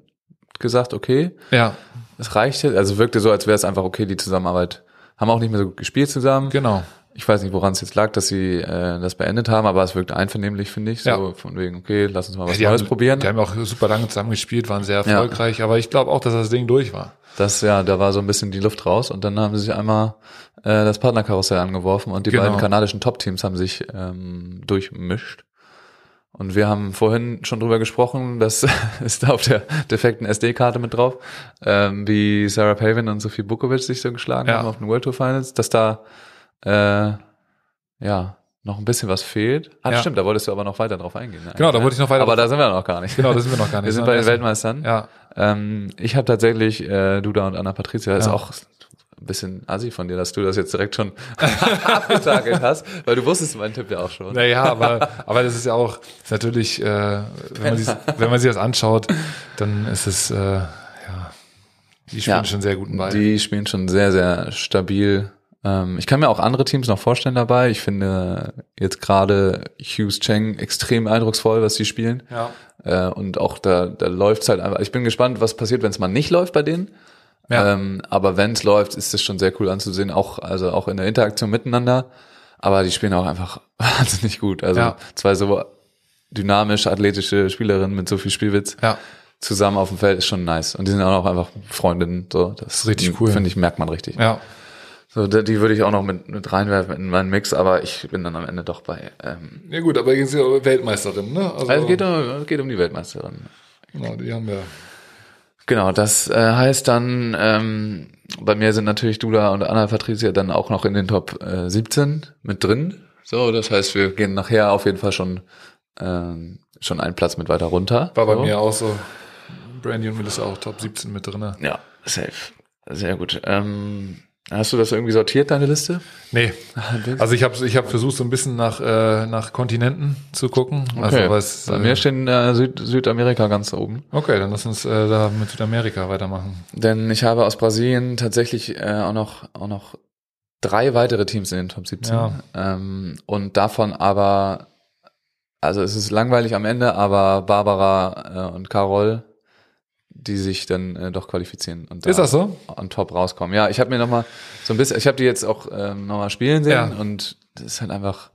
S1: gesagt, okay,
S3: ja,
S1: es reicht jetzt. Also wirkte so, als wäre es einfach okay, die Zusammenarbeit. Haben auch nicht mehr so gut gespielt zusammen.
S3: genau.
S1: Ich weiß nicht, woran es jetzt lag, dass sie äh, das beendet haben, aber es wirkt einvernehmlich, finde ich. So
S3: Ja.
S1: von wegen, okay, lass uns mal was
S3: die
S1: Neues
S3: haben,
S1: probieren.
S3: Die haben auch super lange zusammen gespielt, waren sehr erfolgreich, aber ich glaube auch, dass das Ding durch war.
S1: Das, ja, da war so ein bisschen die Luft raus und dann haben sie sich einmal äh, das Partnerkarussell angeworfen und die
S3: Genau.
S1: beiden kanadischen Top-Teams haben sich ähm, durchmischt. Und wir haben vorhin schon drüber gesprochen, das ist da auf der defekten SD-Karte mit drauf, ähm, wie Sarah Palin und Sophie Bukovic sich so geschlagen
S3: Ja.
S1: haben auf den World Tour Finals, dass da äh, ja noch ein bisschen was fehlt. Ah,
S3: Ja.
S1: stimmt, da wolltest du aber noch weiter drauf eingehen. ne?
S3: Genau, da wollte ich noch weiter
S1: Aber
S3: drauf-
S1: da sind wir noch gar nicht.
S3: Genau, das sind wir noch gar nicht.
S1: Wir sind bei
S3: sondern
S1: den Weltmeistern.
S3: erst- Ja,
S1: Ähm, ich habe tatsächlich äh, Duda und Anna Patricia. Ist
S3: Ja.
S1: auch ein bisschen assi von dir, dass du das jetzt direkt schon abgetakelt hast, weil du wusstest meinen Tipp ja auch schon.
S3: Naja, aber, aber das ist ja auch ist natürlich, äh, wenn, man sich, wenn man sich das anschaut, dann ist es, äh, ja, die spielen
S1: Ja.
S3: schon sehr guten Ball.
S1: Die spielen schon sehr, sehr stabil Ähm, ich kann mir auch andere Teams noch vorstellen dabei. Ich finde jetzt gerade Hughes Cheng extrem eindrucksvoll, was sie spielen.
S3: Ja.
S1: Äh, und auch da, da läuft's halt einfach. Ich bin gespannt, was passiert, wenn es mal nicht läuft bei denen.
S3: Ja.
S1: Ähm, aber wenn es läuft, ist es schon sehr cool anzusehen, auch, also auch in der Interaktion miteinander. Aber die spielen auch einfach wahnsinnig gut. Also
S3: Ja.
S1: zwei so dynamisch athletische Spielerinnen mit so viel Spielwitz
S3: Ja.
S1: zusammen auf dem Feld ist schon nice. Und die sind auch noch einfach Freundinnen. So. Das
S3: ist richtig cool.
S1: Finde ich, merkt man richtig.
S3: Ja.
S1: So, da- die würde ich auch noch mit, mit reinwerfen in meinen Mix, aber ich bin dann am Ende doch bei. Ähm,
S3: Ja gut, aber gegen sie auch Weltmeisterin, ne?
S1: also es geht, um, es geht um die Weltmeisterin.
S3: genau, die haben wir.
S1: Genau, das äh, heißt dann, ähm, bei mir sind natürlich Dula und Anna Patricia dann auch noch in den Top äh, 17 mit drin. So, das heißt, wir gehen nachher auf jeden Fall schon, ähm, schon einen Platz mit weiter runter.
S3: War bei
S1: so.
S3: mir auch so. Brandy und Melissa auch Top 17 mit drinne.
S1: Ja, safe. Sehr gut. Ähm, hast du das irgendwie sortiert, deine Liste?
S3: Nee. Also ich habe ich hab versucht, so ein bisschen nach, äh, nach Kontinenten zu gucken. Also was,
S1: bei mir
S3: äh,
S1: stehen äh, Süd Südamerika ganz oben.
S3: okay, dann lass uns äh, da mit Südamerika weitermachen.
S1: Denn ich habe aus Brasilien tatsächlich äh, auch noch auch noch drei weitere Teams in den Top 17.
S3: Ja.
S1: Ähm, und davon aber, also es ist langweilig am Ende, aber Barbara äh, und Carol, die sich dann äh, doch qualifizieren und da
S3: Ist das so?
S1: on top rauskommen. Ja, ich habe mir nochmal so ein bisschen, ich habe die jetzt auch ähm, nochmal spielen sehen
S3: Ja.
S1: und das ist halt einfach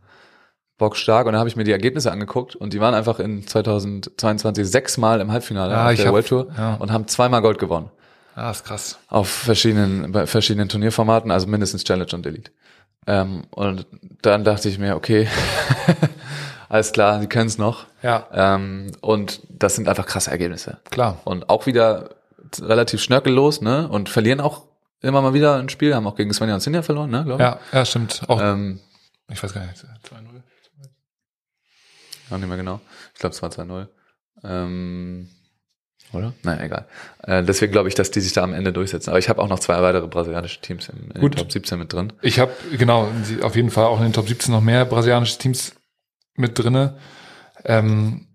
S1: bockstark. Und dann habe ich mir die Ergebnisse angeguckt und die waren einfach in 2022 sechsmal im Halbfinale
S3: Ah,
S1: auf
S3: ich
S1: der
S3: hab-
S1: World Tour
S3: ja.
S1: und haben zweimal Gold gewonnen
S3: Ah, ist krass.
S1: auf verschiedenen, bei verschiedenen Turnierformaten, also mindestens Challenge und Elite. Ähm, und dann dachte ich mir, okay, alles klar, die können es noch.
S3: Ja,
S1: Ähm, und das sind einfach krasse Ergebnisse.
S3: klar.
S1: Und auch wieder relativ schnörkellos, ne? Und verlieren auch immer mal wieder ein Spiel, haben auch gegen Svenja und Sinja verloren, ne? Glaub ich.
S3: Ja, ja, stimmt. Auch,
S1: Ähm,
S3: ich weiß gar nicht. 2-0.
S1: auch nicht mehr genau. Ich glaube, es war 2-0. Ähm, oder? Naja, egal. Äh, deswegen glaube ich, dass die sich da am Ende durchsetzen. Aber ich habe auch noch zwei weitere brasilianische Teams in, in den
S3: Gut.
S1: Top 17 mit drin.
S3: Ich habe genau die- auf jeden Fall auch in den Top 17 noch mehr brasilianische Teams mit drinne. Ähm,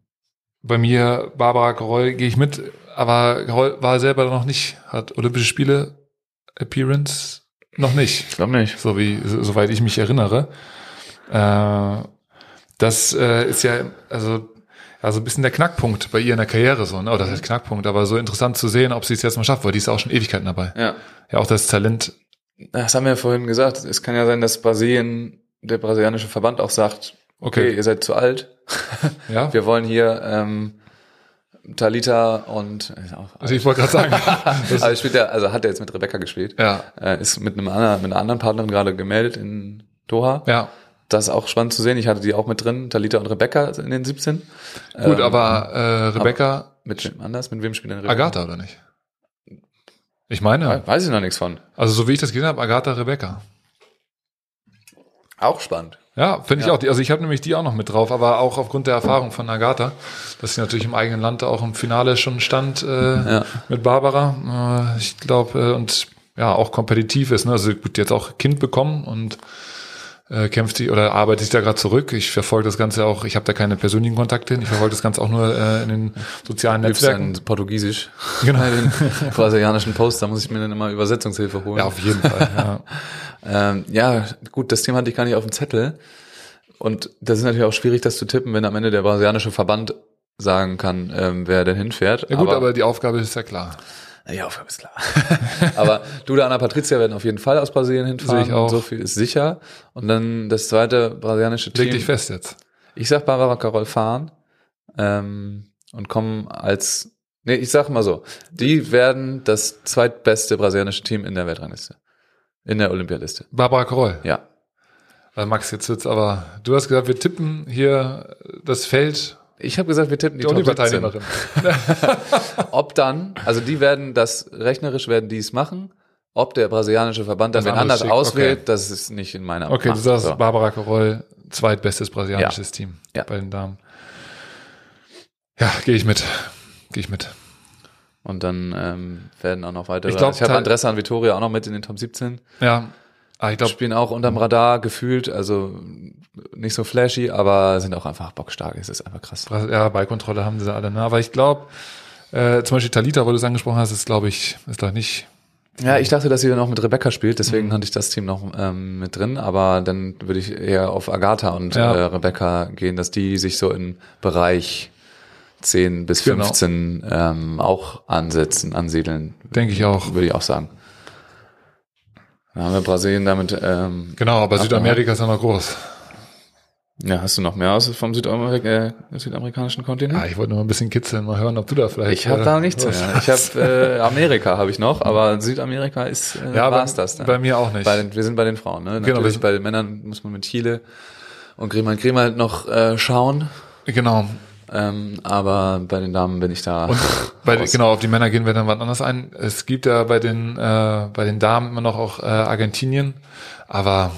S3: bei mir Barbara Geroll gehe ich mit, aber Geroll war selber noch nicht, hat Olympische Spiele Appearance noch nicht
S1: Ich glaube nicht.
S3: so wie so, soweit ich mich erinnere. Äh, das äh, ist ja also also ein bisschen der Knackpunkt bei ihr in der Karriere so, ne? Oder das heißt Knackpunkt, aber so interessant zu sehen, ob sie es jetzt mal schafft, weil die ist ja auch schon Ewigkeiten dabei.
S1: Ja.
S3: Ja, auch das Talent.
S1: Das haben wir ja vorhin gesagt. Es kann ja sein, dass Brasilien, der brasilianische Verband auch sagt, okay,
S3: Okay,
S1: ihr seid zu alt.
S3: ja.
S1: Wir wollen hier ähm, Talita und äh, auch,
S3: Also ich wollte gerade sagen,
S1: also spielt er, also hat er jetzt mit Rebecca gespielt.
S3: ja,
S1: Äh, ist mit einem anderen, mit einer anderen Partnerin gerade gemeldet in Doha.
S3: ja.
S1: Das ist auch spannend zu sehen. Ich hatte die auch mit drin, Talita und Rebecca in den 17.
S3: Gut,
S1: Ähm,
S3: aber äh, Rebecca
S1: mit wem anders? Mit wem spielt denn Rebecca?
S3: Agatha oder nicht? Ich meine,
S1: Weiß ich noch nichts von.
S3: also so wie ich das gesehen habe, Agatha Rebecca.
S1: Auch spannend.
S3: Ja, finde ich
S1: Ja.
S3: auch. Die, also ich habe nämlich die auch noch mit drauf, aber auch aufgrund der Erfahrung von Agatha, dass sie natürlich im eigenen Land auch im Finale schon stand äh,
S1: Ja.
S3: mit Barbara. Äh, ich glaube, äh, und ja, auch kompetitiv ist. Ne? Also gut, jetzt auch Kind bekommen und äh, kämpft sich oder arbeitet sich da gerade zurück. Ich verfolge das Ganze auch, ich habe da keine persönlichen Kontakte hin, ich verfolge das Ganze auch nur äh, in den sozialen
S1: Gibt es
S3: Netzwerken.
S1: dann Portugiesisch?
S3: Genau.
S1: Den brasilianischen Post, da muss ich mir dann immer Übersetzungshilfe holen.
S3: Ja, auf jeden Fall. Ja.
S1: Ähm, ja, gut, das Thema hatte ich gar nicht auf dem Zettel. Und das ist natürlich auch schwierig, das zu tippen, wenn am Ende der brasilianische Verband sagen kann, ähm, wer denn hinfährt.
S3: Ja gut, aber, die Aufgabe ist ja klar.
S1: ja, Aufgabe ist klar. aber du, Anna Patricia werden auf jeden Fall aus Brasilien hinfahren.
S3: Sehe ich auch.
S1: So viel ist sicher. Und dann das zweite brasilianische Team.
S3: Leg dich fest jetzt.
S1: Ich sag Barbara Carol fahren ähm, und kommen als Nee, ich sag mal so, die werden das zweitbeste brasilianische Team in der Weltrangliste. In der Olympialiste.
S3: Barbara Kroll.
S1: Ja.
S3: Äh, Max, jetzt wird's aber. Du hast gesagt, wir tippen hier das Feld
S1: Ich habe gesagt, wir tippen die
S3: der
S1: Top 17.
S3: Olympiateilnehmerin.
S1: Ob dann, also die werden das, rechnerisch werden die es machen. Ob der brasilianische Verband dann
S3: Was
S1: wen
S3: anderes
S1: anders
S3: schickt,
S1: auswählt,
S3: okay.
S1: das ist nicht in meiner
S3: Okay, du
S1: Macht.
S3: sagst
S1: Ah, So.
S3: Barbara Carroll, zweitbestes brasilianisches Team
S1: Ja.
S3: bei den Damen. Ja, gehe ich mit. Gehe ich mit.
S1: Und dann ähm, werden auch noch weitere.
S3: Ich glaub,
S1: ich habe
S3: Teil-
S1: Andressa und Vittoria auch noch mit in den Top 17.
S3: Ja. Ah, ich glaube,
S1: spielen auch unterm Radar gefühlt, also nicht so flashy, aber sind auch einfach bockstark. Es ist einfach krass.
S3: ja, Ballkontrolle haben sie alle. Ne? Aber ich glaube, äh, zum Beispiel Talita, wo du es angesprochen hast, ist, glaube ich, ist da nicht
S1: Ja, ich dachte, dass sie noch mit Rebecca spielt, deswegen hatte ich das Team noch ähm, mit drin, aber dann würde ich eher auf Agatha und
S3: Ja.
S1: äh, Rebecca gehen, dass die sich so im Bereich 10 bis
S3: Genau.
S1: 15 ähm, auch ansetzen, ansiedeln,
S3: Denke ich auch.
S1: würde ich auch sagen. Dann haben wir Brasilien damit, ähm,
S3: Genau, aber
S1: Ja,
S3: Südamerika ist ja noch groß. Genau.
S1: ja, hast du noch mehr aus vom Südamerik äh, südamerikanischen Kontinent?
S3: Ja, Ah, ich wollte nur mal ein bisschen kitzeln, mal hören, ob du da
S1: Hm?
S3: vielleicht.
S1: ich habe
S3: äh,
S1: da nichts
S3: was
S1: mehr. Ich habe äh, Amerika habe ich noch, aber Südamerika ist äh,
S3: Ja,
S1: war's
S3: bei,
S1: das dann.
S3: bei mir auch nicht.
S1: Bei den, wir sind bei den Frauen, ne?
S3: Genau, wir
S1: Natürlich
S3: sind-
S1: bei den Männern muss man mit Chile und Grimal Grimal noch äh, schauen.
S3: genau.
S1: Ähm, aber bei den Damen bin ich da.
S3: Und bei,
S1: raus.
S3: genau, auf die Männer gehen wir dann wann anders ein. Es gibt ja bei den, äh, bei den Damen immer noch auch äh, Argentinien, aber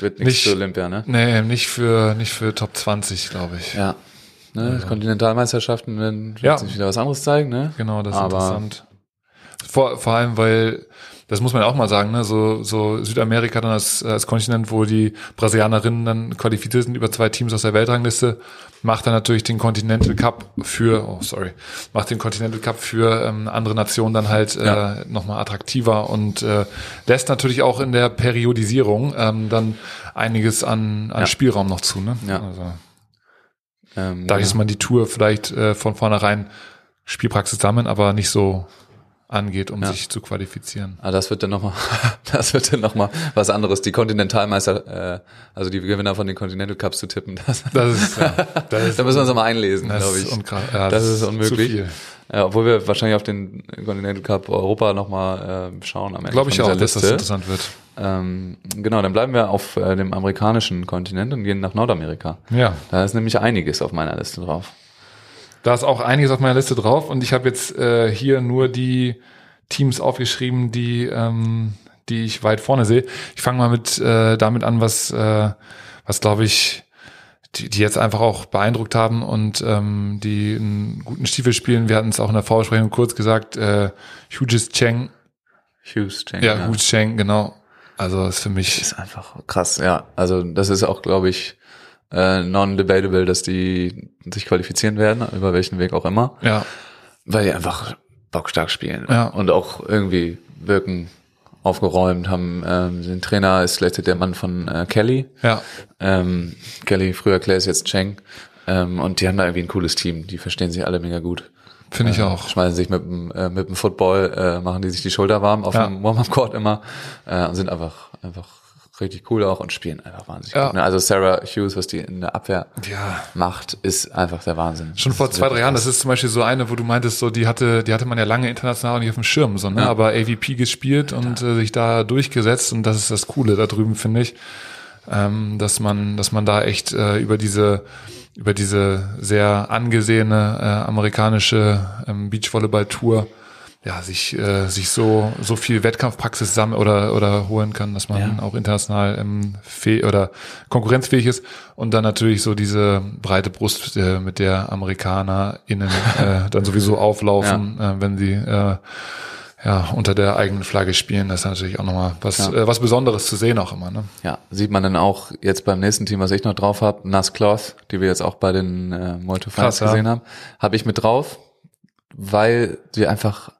S1: Wird nichts
S3: nicht-
S1: für Olympia, ne?
S3: nee, nicht für, nicht für Top 20, glaube ich.
S1: Ja. Ne, Kontinentalmeisterschaften werden
S3: Ja.
S1: wird sich wieder was anderes zeigen, ne?
S3: Genau, das ist
S1: Aber-
S3: interessant. Vor, vor allem, weil, das muss man ja auch mal sagen, ne, so, so Südamerika dann als, als Kontinent, wo die Brasilianerinnen dann qualifiziert sind über zwei Teams aus der Weltrangliste, macht dann natürlich den Continental Cup für, oh sorry, macht den Continental Cup für ähm, andere Nationen dann halt
S1: Ja.
S3: äh, nochmal attraktiver und äh, lässt natürlich auch in der Periodisierung ähm, dann einiges an, an
S1: Ja.
S3: Spielraum noch zu. Ne?
S1: Ja.
S3: Also,
S1: Ähm,
S3: Dadurch ist man die Tour vielleicht äh, von vornherein Spielpraxis sammeln, aber nicht so angeht, um
S1: Ja.
S3: sich zu qualifizieren.
S1: Ah, das wird dann nochmal, das wird dann noch mal was anderes. Die Kontinentalmeister, äh, also die Gewinner von den Continental Cups zu tippen, das,
S3: Das ist, ja, das ist,
S1: da müssen wir uns nochmal einlesen,
S3: das
S1: glaube ich.
S3: ist ungra- ja,
S1: das ist unmöglich.
S3: Zu viel.
S1: Ja, obwohl wir wahrscheinlich auf den Continental Cup Europa nochmal äh, schauen am Ende
S3: Glaube
S1: von
S3: ich auch,
S1: dieser
S3: dass
S1: Liste.
S3: das interessant wird.
S1: ähm, genau, dann bleiben wir auf äh, dem amerikanischen Kontinent und gehen nach Nordamerika.
S3: Ja,
S1: Da ist nämlich einiges auf meiner Liste drauf.
S3: da ist auch einiges auf meiner Liste drauf und ich habe jetzt äh, hier nur die Teams aufgeschrieben, die, ähm, die ich weit vorne sehe. Ich fange mal mit äh, damit an, was, äh, was glaube ich, die, die jetzt einfach auch beeindruckt haben und ähm, die einen guten Stiefel spielen. Wir hatten es auch in der Vorbesprechung kurz gesagt, äh, Hughes Cheng,
S1: Hughes, Chang,
S3: ja, Hughes Cheng, genau. Also ist für mich
S1: Ist einfach krass, ja. Also das ist auch, glaube ich, äh, non-debatable, dass die sich qualifizieren werden, über welchen Weg auch immer.
S3: ja
S1: Weil die einfach bockstark spielen
S3: Ja.
S1: und auch irgendwie wirken aufgeräumt haben. Ähm, den Trainer ist letztlich der Mann von äh, Kelly.
S3: ja
S1: Ähm, Kelly, früher Claes, jetzt Cheng. Ähm, und die haben da irgendwie ein cooles Team. Die verstehen sich alle mega gut.
S3: finde ich auch.
S1: Schmeißen sich mit dem, äh, mit dem Football, äh, machen die sich die Schulter warm auf
S3: Ja.
S1: dem Warm-Up-Court immer äh, und sind einfach, einfach richtig cool auch und spielen einfach wahnsinnig
S3: Ja.
S1: gut. Ne? Also Sarah Hughes, was die in der Abwehr
S3: Ja.
S1: macht, ist einfach der Wahnsinn.
S3: Schon vor
S1: Das ist
S3: zwei, drei
S1: wirklich
S3: Jahren, das ist zum Beispiel so eine, wo du meintest, so die hatte, die hatte man ja lange international nicht auf dem Schirm, so, ne?
S1: Ja.
S3: aber AVP gespielt und äh, sich da durchgesetzt und das ist das Coole da drüben, finde ich. Ähm, dass man, dass man da echt äh, über diese, über diese sehr angesehene äh, amerikanische ähm, Beachvolleyball-Tour ja, sich, äh, sich so, so viel Wettkampfpraxis sammeln oder, oder holen kann, dass man auch international ähm, fäh- oder konkurrenzfähig ist. Und dann natürlich so diese breite Brust, äh, mit der AmerikanerInnen äh, dann sowieso auflaufen, äh, wenn sie äh, ja, unter der eigenen Flagge spielen. Das ist natürlich auch nochmal was,
S1: Ja.
S3: äh, was Besonderes zu sehen auch immer. Ne?
S1: Ja, sieht man dann auch jetzt beim nächsten Team, was ich noch drauf habe, Nas Cloth, die wir jetzt auch bei den äh, Molto
S3: Krass,
S1: Finals
S3: ja.
S1: gesehen haben, habe ich mit drauf, weil die einfach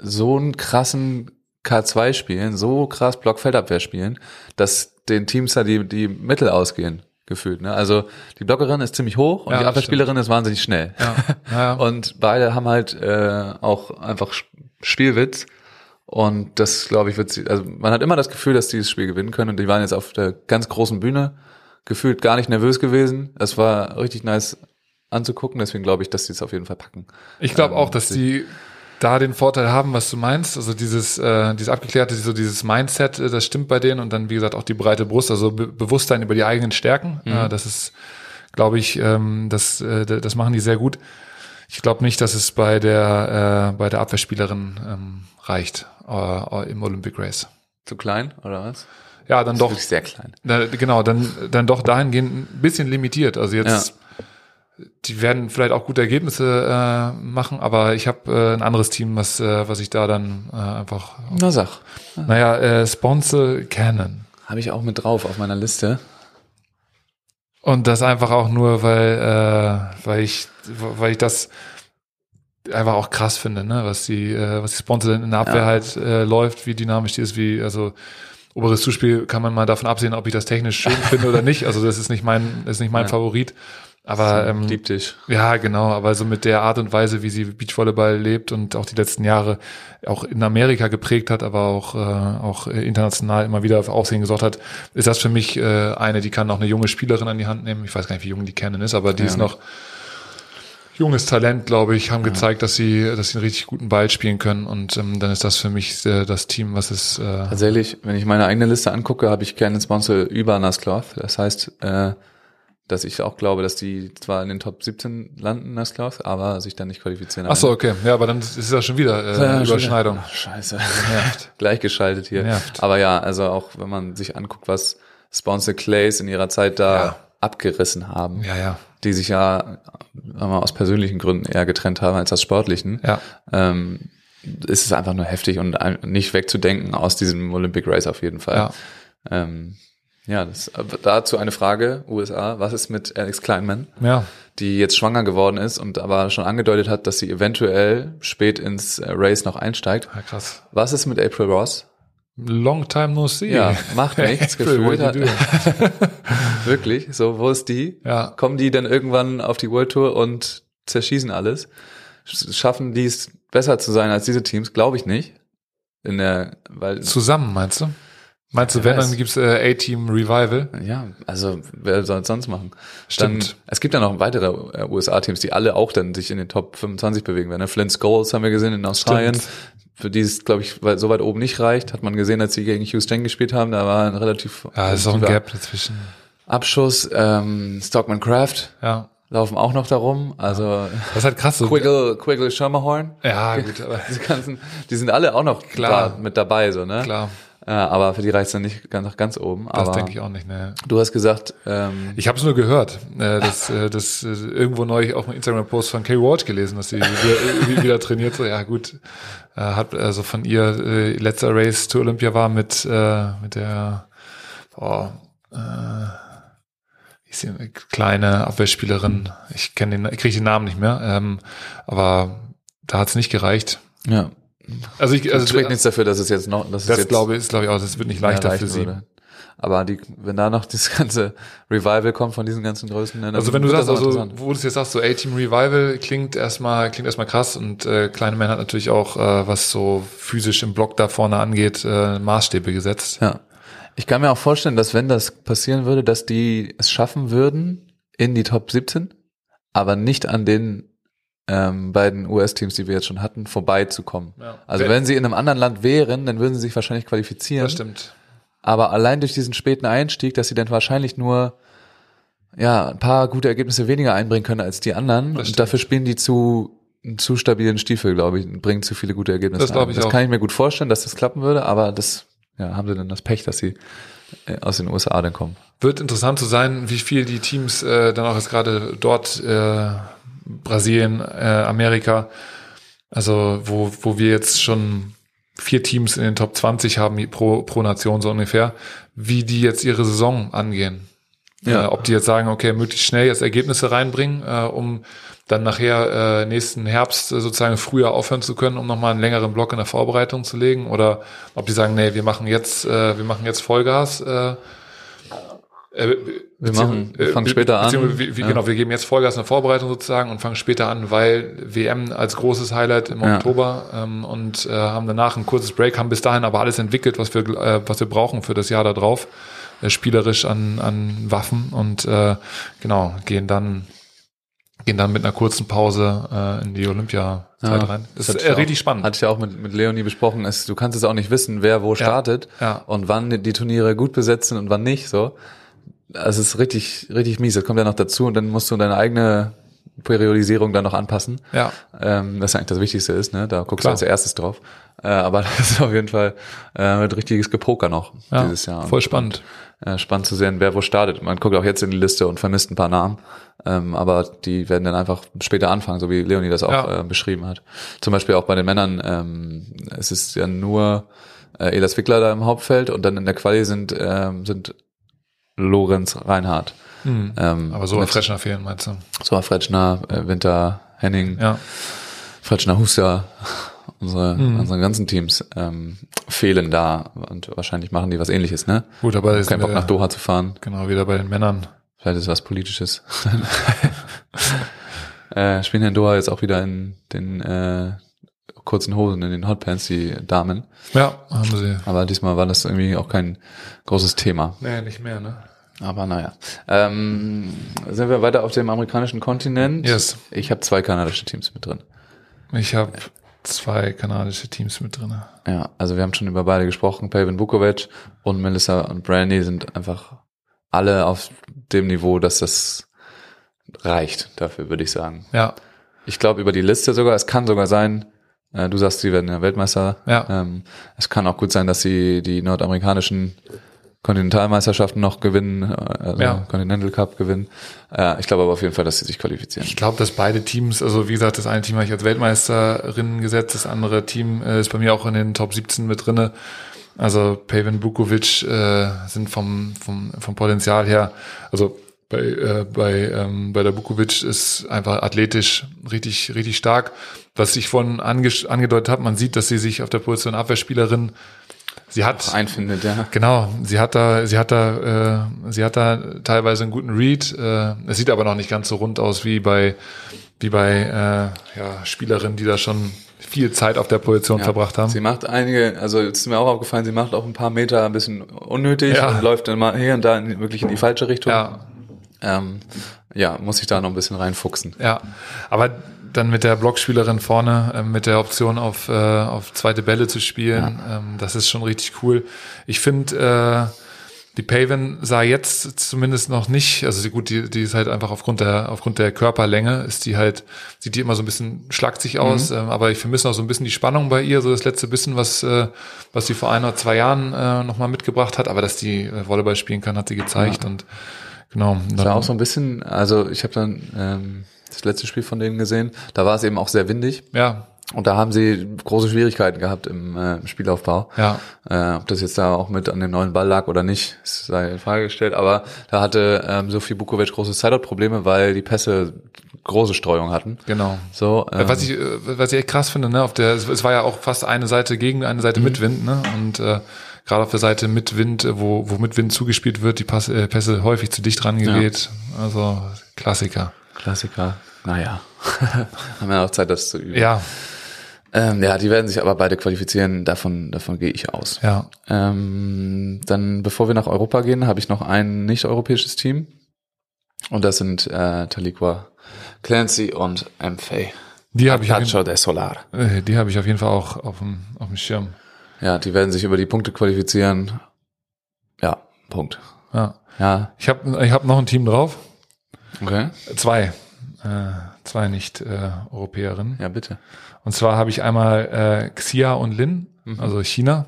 S1: so einen krassen K2 spielen, so krass Blockfeldabwehr spielen, dass den Teams da die, die Mittel ausgehen, gefühlt. Ne? Also die Blockerin ist ziemlich hoch und
S3: Ja,
S1: die
S3: das
S1: Abwehrspielerin ist wahnsinnig schnell.
S3: Ja, ja.
S1: Und beide haben halt äh, auch einfach Sch- Spielwitz. Und das, glaube ich, wird sie, also man hat immer das Gefühl, dass die das Spiel gewinnen können. Und die waren jetzt auf der ganz großen Bühne, gefühlt gar nicht nervös gewesen. Es war richtig nice anzugucken, deswegen glaube ich, dass die es auf jeden Fall packen.
S3: Ich glaube
S1: Ähm,
S3: auch, dass die da den Vorteil haben, was du meinst. Also dieses, äh, dieses abgeklärte, so dieses Mindset, äh, das stimmt bei denen. Und dann, wie gesagt, auch die breite Brust, also Be Bewusstsein über die eigenen Stärken. Äh, das ist, glaube ich, ähm, das, äh, d- das machen die sehr gut. Ich glaube nicht, dass es bei der, äh, bei der Abwehrspielerin ähm, reicht äh, im Olympic Race.
S1: Zu klein, oder was?
S3: Ja, dann
S1: Ist
S3: doch
S1: Wirklich sehr klein.
S3: da, genau, dann, dann doch dahingehend ein bisschen limitiert. Also jetzt, die werden vielleicht auch gute Ergebnisse äh, machen, aber ich habe äh, ein anderes Team, was, äh, was ich da dann äh, einfach.
S1: Na sag.
S3: Naja, äh, Sponsor Canon.
S1: Habe ich auch mit drauf auf meiner Liste.
S3: Und das einfach auch nur, weil, äh, weil ich, weil ich das einfach auch krass finde, ne? was die, äh, was die Sponsor in der Abwehr
S1: Ja.
S3: halt äh, läuft, wie dynamisch die ist, wie, also oberes Zuspiel kann man mal davon absehen, ob ich das technisch schön finde oder nicht. Also das ist nicht mein, ist nicht mein
S1: Ja.
S3: Favorit.
S1: Äh,
S3: Aber ähm,
S1: Lieb dich.
S3: ja, genau, aber so mit der Art und Weise, wie sie Beachvolleyball lebt und auch die letzten Jahre auch in Amerika geprägt hat, aber auch, äh, auch äh, international immer wieder für Aufsehen gesorgt hat, ist das für mich äh, eine, die kann auch eine junge Spielerin an die Hand nehmen. Ich weiß gar nicht, wie jung die Cannon ist, aber die
S1: Ja.
S3: ist noch junges Talent, glaube ich, haben gezeigt, dass sie, dass sie einen richtig guten Ball spielen können und ähm, dann ist das für mich äh, das Team, was es äh,
S1: Tatsächlich, wenn ich meine eigene Liste angucke, habe ich keinen Sponsor über Nascloth. Das heißt, äh, dass ich auch glaube, dass die zwar in den Top 17 landen, Nascloth, aber sich dann nicht qualifizieren.
S3: Ach so, okay. Ja, aber dann ist es ja schon wieder äh, eine Überschneidung.
S1: Ach, scheiße. Gleichgeschaltet hier.
S3: Nervt.
S1: Aber ja, also auch wenn man sich anguckt, was Sponsor Clays in ihrer Zeit da
S3: Ja.
S1: abgerissen haben,
S3: Ja, ja.
S1: die sich ja sagen wir mal, aus persönlichen Gründen eher getrennt haben als aus sportlichen,
S3: Ja.
S1: ähm, ist es einfach nur heftig und ein- nicht wegzudenken aus diesem Olympic Race auf jeden Fall.
S3: Ja.
S1: Ähm, ja, das, aber dazu eine Frage, USA. Was ist mit Alex Kleinman,
S3: Ja.
S1: die jetzt schwanger geworden ist und aber schon angedeutet hat, dass sie eventuell spät ins äh, Race noch einsteigt?
S3: ja, krass.
S1: Was ist mit April Ross?
S3: Long time no see.
S1: Ja, macht nichts.
S3: April, what
S1: gefühlt
S3: you
S1: hat,
S3: doing?
S1: wirklich. So, wo ist die?
S3: Ja.
S1: Kommen die dann irgendwann auf die World Tour und zerschießen alles? Sch- Schaffen die es besser zu sein als diese Teams? Glaube ich nicht. In der, weil
S3: Zusammen, meinst du? Meinst du,
S1: Wer
S3: wenn,
S1: weiß.
S3: dann gibt's äh, A-Team Revival?
S1: Ja, also wer soll es sonst machen?
S3: Stimmt.
S1: Dann, es gibt ja noch weitere äh, USA-Teams, die alle auch dann sich in den Top 25 bewegen werden. ne? Flint Skulls haben wir gesehen in Australien.
S3: Stimmt.
S1: Für die es, glaube ich, weit- so weit oben nicht reicht. Hat man gesehen, als sie gegen Houston gespielt haben. Da war ein relativ
S3: Ja, ist auch ein
S1: relativer
S3: Gap dazwischen.
S1: Abschuss. Ähm, Stockman Craft
S3: Ja.
S1: laufen auch noch darum. Also
S3: Das ist halt krass. So.
S1: Quiggle, Quiggle Schirmerhorn.
S3: Ja, gut, aber
S1: Diese ganzen, die sind alle auch noch
S3: Klar.
S1: da mit dabei, so, ne?
S3: klar.
S1: Äh, aber für die reicht's dann nicht ganz, nach ganz oben.
S3: Das
S1: aber
S3: denke ich auch nicht, ne.
S1: du hast gesagt, ähm,
S3: Ich habe es nur gehört, äh, dass äh, das äh, irgendwo neulich auch einen Instagram-Post von Kay Ward gelesen, dass sie wieder, wie- wieder trainiert. So ja gut, äh, hat also von ihr äh, letzter Race to Olympia war mit äh, mit der boah, äh, wie ist die, eine kleine Abwehrspielerin. Ich kenne den, ich kriege den Namen nicht mehr, ähm, aber da hat es nicht gereicht.
S1: ja,
S3: Also ich,
S1: Also
S3: also
S1: spricht nichts dafür, dass es jetzt noch, dass es
S3: das
S1: jetzt
S3: glaube ich, ist glaube ich auch, das wird nicht
S1: mehr
S3: leichter
S1: reichen
S3: für sie.
S1: würde. Aber die, wenn da noch dieses ganze Revival kommt von diesen ganzen Größen, ne, dann
S3: Also wenn du
S1: wird
S3: sagst,
S1: auch
S3: also
S1: interessant.
S3: wo du es jetzt sagst, so A-Team Revival klingt erstmal klingt erstmal krass und äh, kleine Man hat natürlich auch äh, was so physisch im Block da vorne angeht äh, Maßstäbe gesetzt.
S1: ja. Ich kann mir auch vorstellen, dass wenn das passieren würde, dass die es schaffen würden in die Top 17, aber nicht an den ähm, beiden US-Teams, die wir jetzt schon hatten, vorbeizukommen.
S3: Ja.
S1: Also
S3: Wer-
S1: wenn sie in einem anderen Land wären, dann würden sie sich wahrscheinlich qualifizieren.
S3: Das stimmt.
S1: Aber allein durch diesen späten Einstieg, dass sie dann wahrscheinlich nur ja, ein paar gute Ergebnisse weniger einbringen können als die anderen.
S3: Das
S1: Und
S3: stimmt.
S1: dafür spielen die zu einen zu stabilen Stiefel, glaube ich, und bringen zu viele gute Ergebnisse.
S3: Das glaube
S1: ein.
S3: ich
S1: das
S3: auch.
S1: kann ich mir gut vorstellen, dass das klappen würde, aber das ja, haben sie dann das Pech, dass sie äh, aus den USA dann kommen.
S3: Wird interessant zu sein, wie viel die Teams äh, dann auch jetzt gerade dort äh, Brasilien, äh, Amerika, also wo, wo wir jetzt schon vier Teams in den Top 20 haben pro, pro Nation so ungefähr, wie die jetzt ihre Saison angehen.
S1: Ja.
S3: Äh, ob die jetzt sagen, okay, möglichst schnell jetzt Ergebnisse reinbringen, äh, um dann nachher äh, nächsten Herbst äh, sozusagen früher aufhören zu können, um nochmal einen längeren Block in der Vorbereitung zu legen. Oder ob die sagen, nee, wir machen jetzt, äh, wir machen jetzt Vollgas. Äh, äh,
S1: Wir
S3: beziehungs-
S1: machen- wir
S3: äh,
S1: fangen
S3: be-
S1: später an.
S3: beziehungsweise Wir, wir,
S1: Ja.
S3: Genau, wir geben jetzt Vollgas in der Vorbereitung sozusagen und fangen später an, weil WM als großes Highlight im
S1: Ja.
S3: Oktober ähm, und äh, haben danach ein kurzes Break, haben bis dahin aber alles entwickelt, was wir, äh, was wir brauchen für das Jahr da drauf, äh, spielerisch an, an Waffen und äh, genau, gehen dann gehen dann mit einer kurzen Pause äh, in die Olympia-Zeit
S1: Ja.
S3: rein. Das
S1: Hatte
S3: ist
S1: ich
S3: äh,
S1: auch-
S3: richtig spannend.
S1: Hatte ich ja auch mit, mit Leonie besprochen. Es, du kannst es auch nicht wissen, wer wo startet
S3: ja.
S1: und wann die- die Turniere gut besetzt sind und wann nicht. So, Also es ist richtig, richtig mies. Das kommt ja noch dazu und dann musst du deine eigene Periodisierung dann noch anpassen.
S3: Ja.
S1: Ähm, das ist eigentlich das Wichtigste ist. Ne, da guckst du
S3: Klar.
S1: als erstes drauf. Äh, aber das ist auf jeden Fall äh, mit richtiges Gepoker noch
S3: ja,
S1: dieses Jahr.
S3: Voll spannend.
S1: Äh, spannend zu sehen, wer wo startet. Man guckt auch jetzt in die Liste und vermisst ein paar Namen. Ähm, aber die werden dann einfach später anfangen, so wie Leonie das auch
S3: Ja.
S1: äh, beschrieben hat. Zum Beispiel auch bei den Männern, ähm, es ist ja nur äh, Elas Wickler da im Hauptfeld und dann in der Quali sind, ähm, sind Lorenz Reinhardt. Ähm,
S3: Hm. Aber so
S1: mit
S3: Freshner fehlen, meinst du?
S1: Soa Fretschner, äh, Winter Henning,
S3: Ja.
S1: Fratschner Husa, unsere,
S3: Mhm.
S1: unsere ganzen Teams ähm, fehlen da und wahrscheinlich machen die was ähnliches, ne?
S3: Gut, aber ist
S1: Kein Bock
S3: mir-
S1: nach Doha zu fahren.
S3: Genau, wieder bei den Männern.
S1: Vielleicht ist was Politisches. äh, spielen in Doha jetzt auch wieder in den äh, kurzen Hosen, in den Hotpants, die Damen.
S3: Ja, haben sie.
S1: Aber diesmal war das irgendwie auch kein großes Thema.
S3: Nee, nicht mehr, ne?
S1: Aber naja. Ähm, sind wir weiter auf dem amerikanischen Kontinent?
S3: Yes.
S1: Ich habe zwei kanadische Teams mit drin.
S3: Ich habe zwei kanadische Teams mit drinne.
S1: Ja, also wir haben schon über beide gesprochen. Pavin Vukovic und Melissa und Brandy sind einfach alle auf dem Niveau, dass das reicht, dafür würde ich sagen.
S3: Ja,
S1: Ich glaube über die Liste sogar, es kann sogar sein, äh, du sagst, sie werden ja Weltmeister.
S3: Ja.
S1: Ähm, es kann auch gut sein, dass sie die nordamerikanischen Kontinentalmeisterschaften noch gewinnen, äh, also
S3: Ja.
S1: Continental Cup gewinnen. Äh, ich glaube aber auf jeden Fall, dass sie sich qualifizieren.
S3: ich glaube, dass beide Teams, also wie gesagt, das eine Team habe ich als Weltmeisterinnen gesetzt, das andere Team äh, ist bei mir auch in den Top 17 mit drinne. Also Paven Bukovic äh, sind vom, vom, vom Potenzial her, also bei, äh, bei, ähm, bei der Bukovic ist einfach athletisch richtig, richtig stark. Was ich vorhin ange- angedeutet habe, man sieht, dass sie sich auf der Position Abwehrspielerin, sie hat
S1: Einfindet, ja.
S3: Genau, sie hat da, sie hat da, äh, sie hat da teilweise einen guten Read. Äh, es sieht aber noch nicht ganz so rund aus wie bei wie bei äh, ja, Spielerinnen, die da schon viel Zeit auf der Position verbracht haben.
S1: Sie macht einige, also es ist mir auch aufgefallen, sie macht auch ein paar Meter ein bisschen unnötig
S3: Ja.
S1: und läuft dann mal hier und da in, wirklich in die falsche Richtung.
S3: Ja,
S1: Ähm, ja, muss ich da noch ein bisschen reinfuchsen.
S3: ja. Aber dann mit der Blockspielerin vorne, ähm, mit der Option auf äh, auf zweite Bälle zu spielen, ähm, das ist schon richtig cool. Ich finde äh, Die Paven sah jetzt zumindest noch nicht, also sie- gut, die, die ist halt einfach aufgrund der, aufgrund der Körperlänge, ist die halt, sieht die immer so ein bisschen schlagzig aus,
S1: Mhm.
S3: ähm, aber ich vermisse noch so ein bisschen die Spannung bei ihr, so das letzte bisschen, was, äh, was sie vor ein oder zwei Jahren äh, nochmal mitgebracht hat, aber dass die äh, Volleyball spielen kann, hat sie gezeigt und genau.
S1: Das war auch
S3: Dann,
S1: so ein bisschen, also ich habe dann ähm, das letzte Spiel von denen gesehen, da war es eben auch sehr windig
S3: ja,
S1: und da haben sie große Schwierigkeiten gehabt im, äh, im Spielaufbau.
S3: ja,
S1: Äh, ob das jetzt da auch mit an dem neuen Ball lag oder nicht, ist sei in Frage gestellt. Aber da hatte ähm, Sophie Bukovic große Sideout-Probleme, weil die Pässe große Streuung hatten.
S3: genau.
S1: So, ähm,
S3: Was ich, äh, was ich echt krass finde, ne, auf der, es- es war ja auch fast eine Seite gegen, eine Seite mit Wind, ne, und äh, gerade auf der Seite mit Wind, äh, wo, wo mit Wind zugespielt wird, die Pass, äh, Pässe häufig zu dicht rangeht. Also Klassiker.
S1: Klassiker. Naja, haben wir noch Zeit, das zu üben.
S3: Ja,
S1: ähm, ja die werden sich aber beide qualifizieren. Davon, davon gehe ich aus.
S3: ja.
S1: Ähm, dann, bevor wir nach Europa gehen, habe ich noch ein nicht-europäisches Team. Und das sind äh, Taliqua Clancy und
S3: genau.
S1: Mfei.
S3: Die habe ich, auf jeden-
S1: Pacho de Solar.
S3: äh, die habe ich auf jeden Fall auch auf dem, auf dem Schirm.
S1: Ja, die werden sich über die Punkte qualifizieren. Ja, Punkt.
S3: Ja.
S1: Ja,
S3: Ich habe ich hab noch ein Team drauf.
S1: okay.
S3: Zwei. Äh, zwei Nicht-Europäerinnen.
S1: Ja, bitte.
S3: Und zwar habe ich einmal äh, Xia und Lin, also China,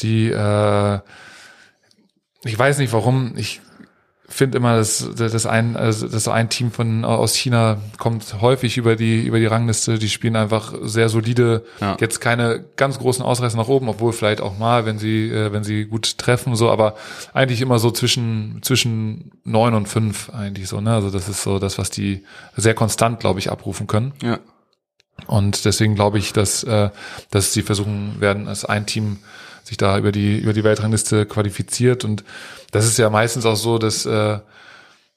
S3: die äh, ich weiß nicht warum, ich finde immer, dass, dass ein also dass so ein Team von aus China kommt häufig über die über die Rangliste, die spielen einfach sehr solide,
S1: Ja.
S3: jetzt keine ganz großen Ausreißer nach oben, obwohl vielleicht auch mal, wenn sie äh, wenn sie gut treffen so, aber eigentlich immer so zwischen zwischen neun und fünf eigentlich so, ne? Also das ist so das, was die sehr konstant, glaube ich, abrufen können.
S1: Ja.
S3: Und deswegen glaube ich, dass, äh, dass sie versuchen werden, als ein Team sich da über die, über die Weltrangliste qualifiziert. Und das ist ja meistens auch so, dass, äh,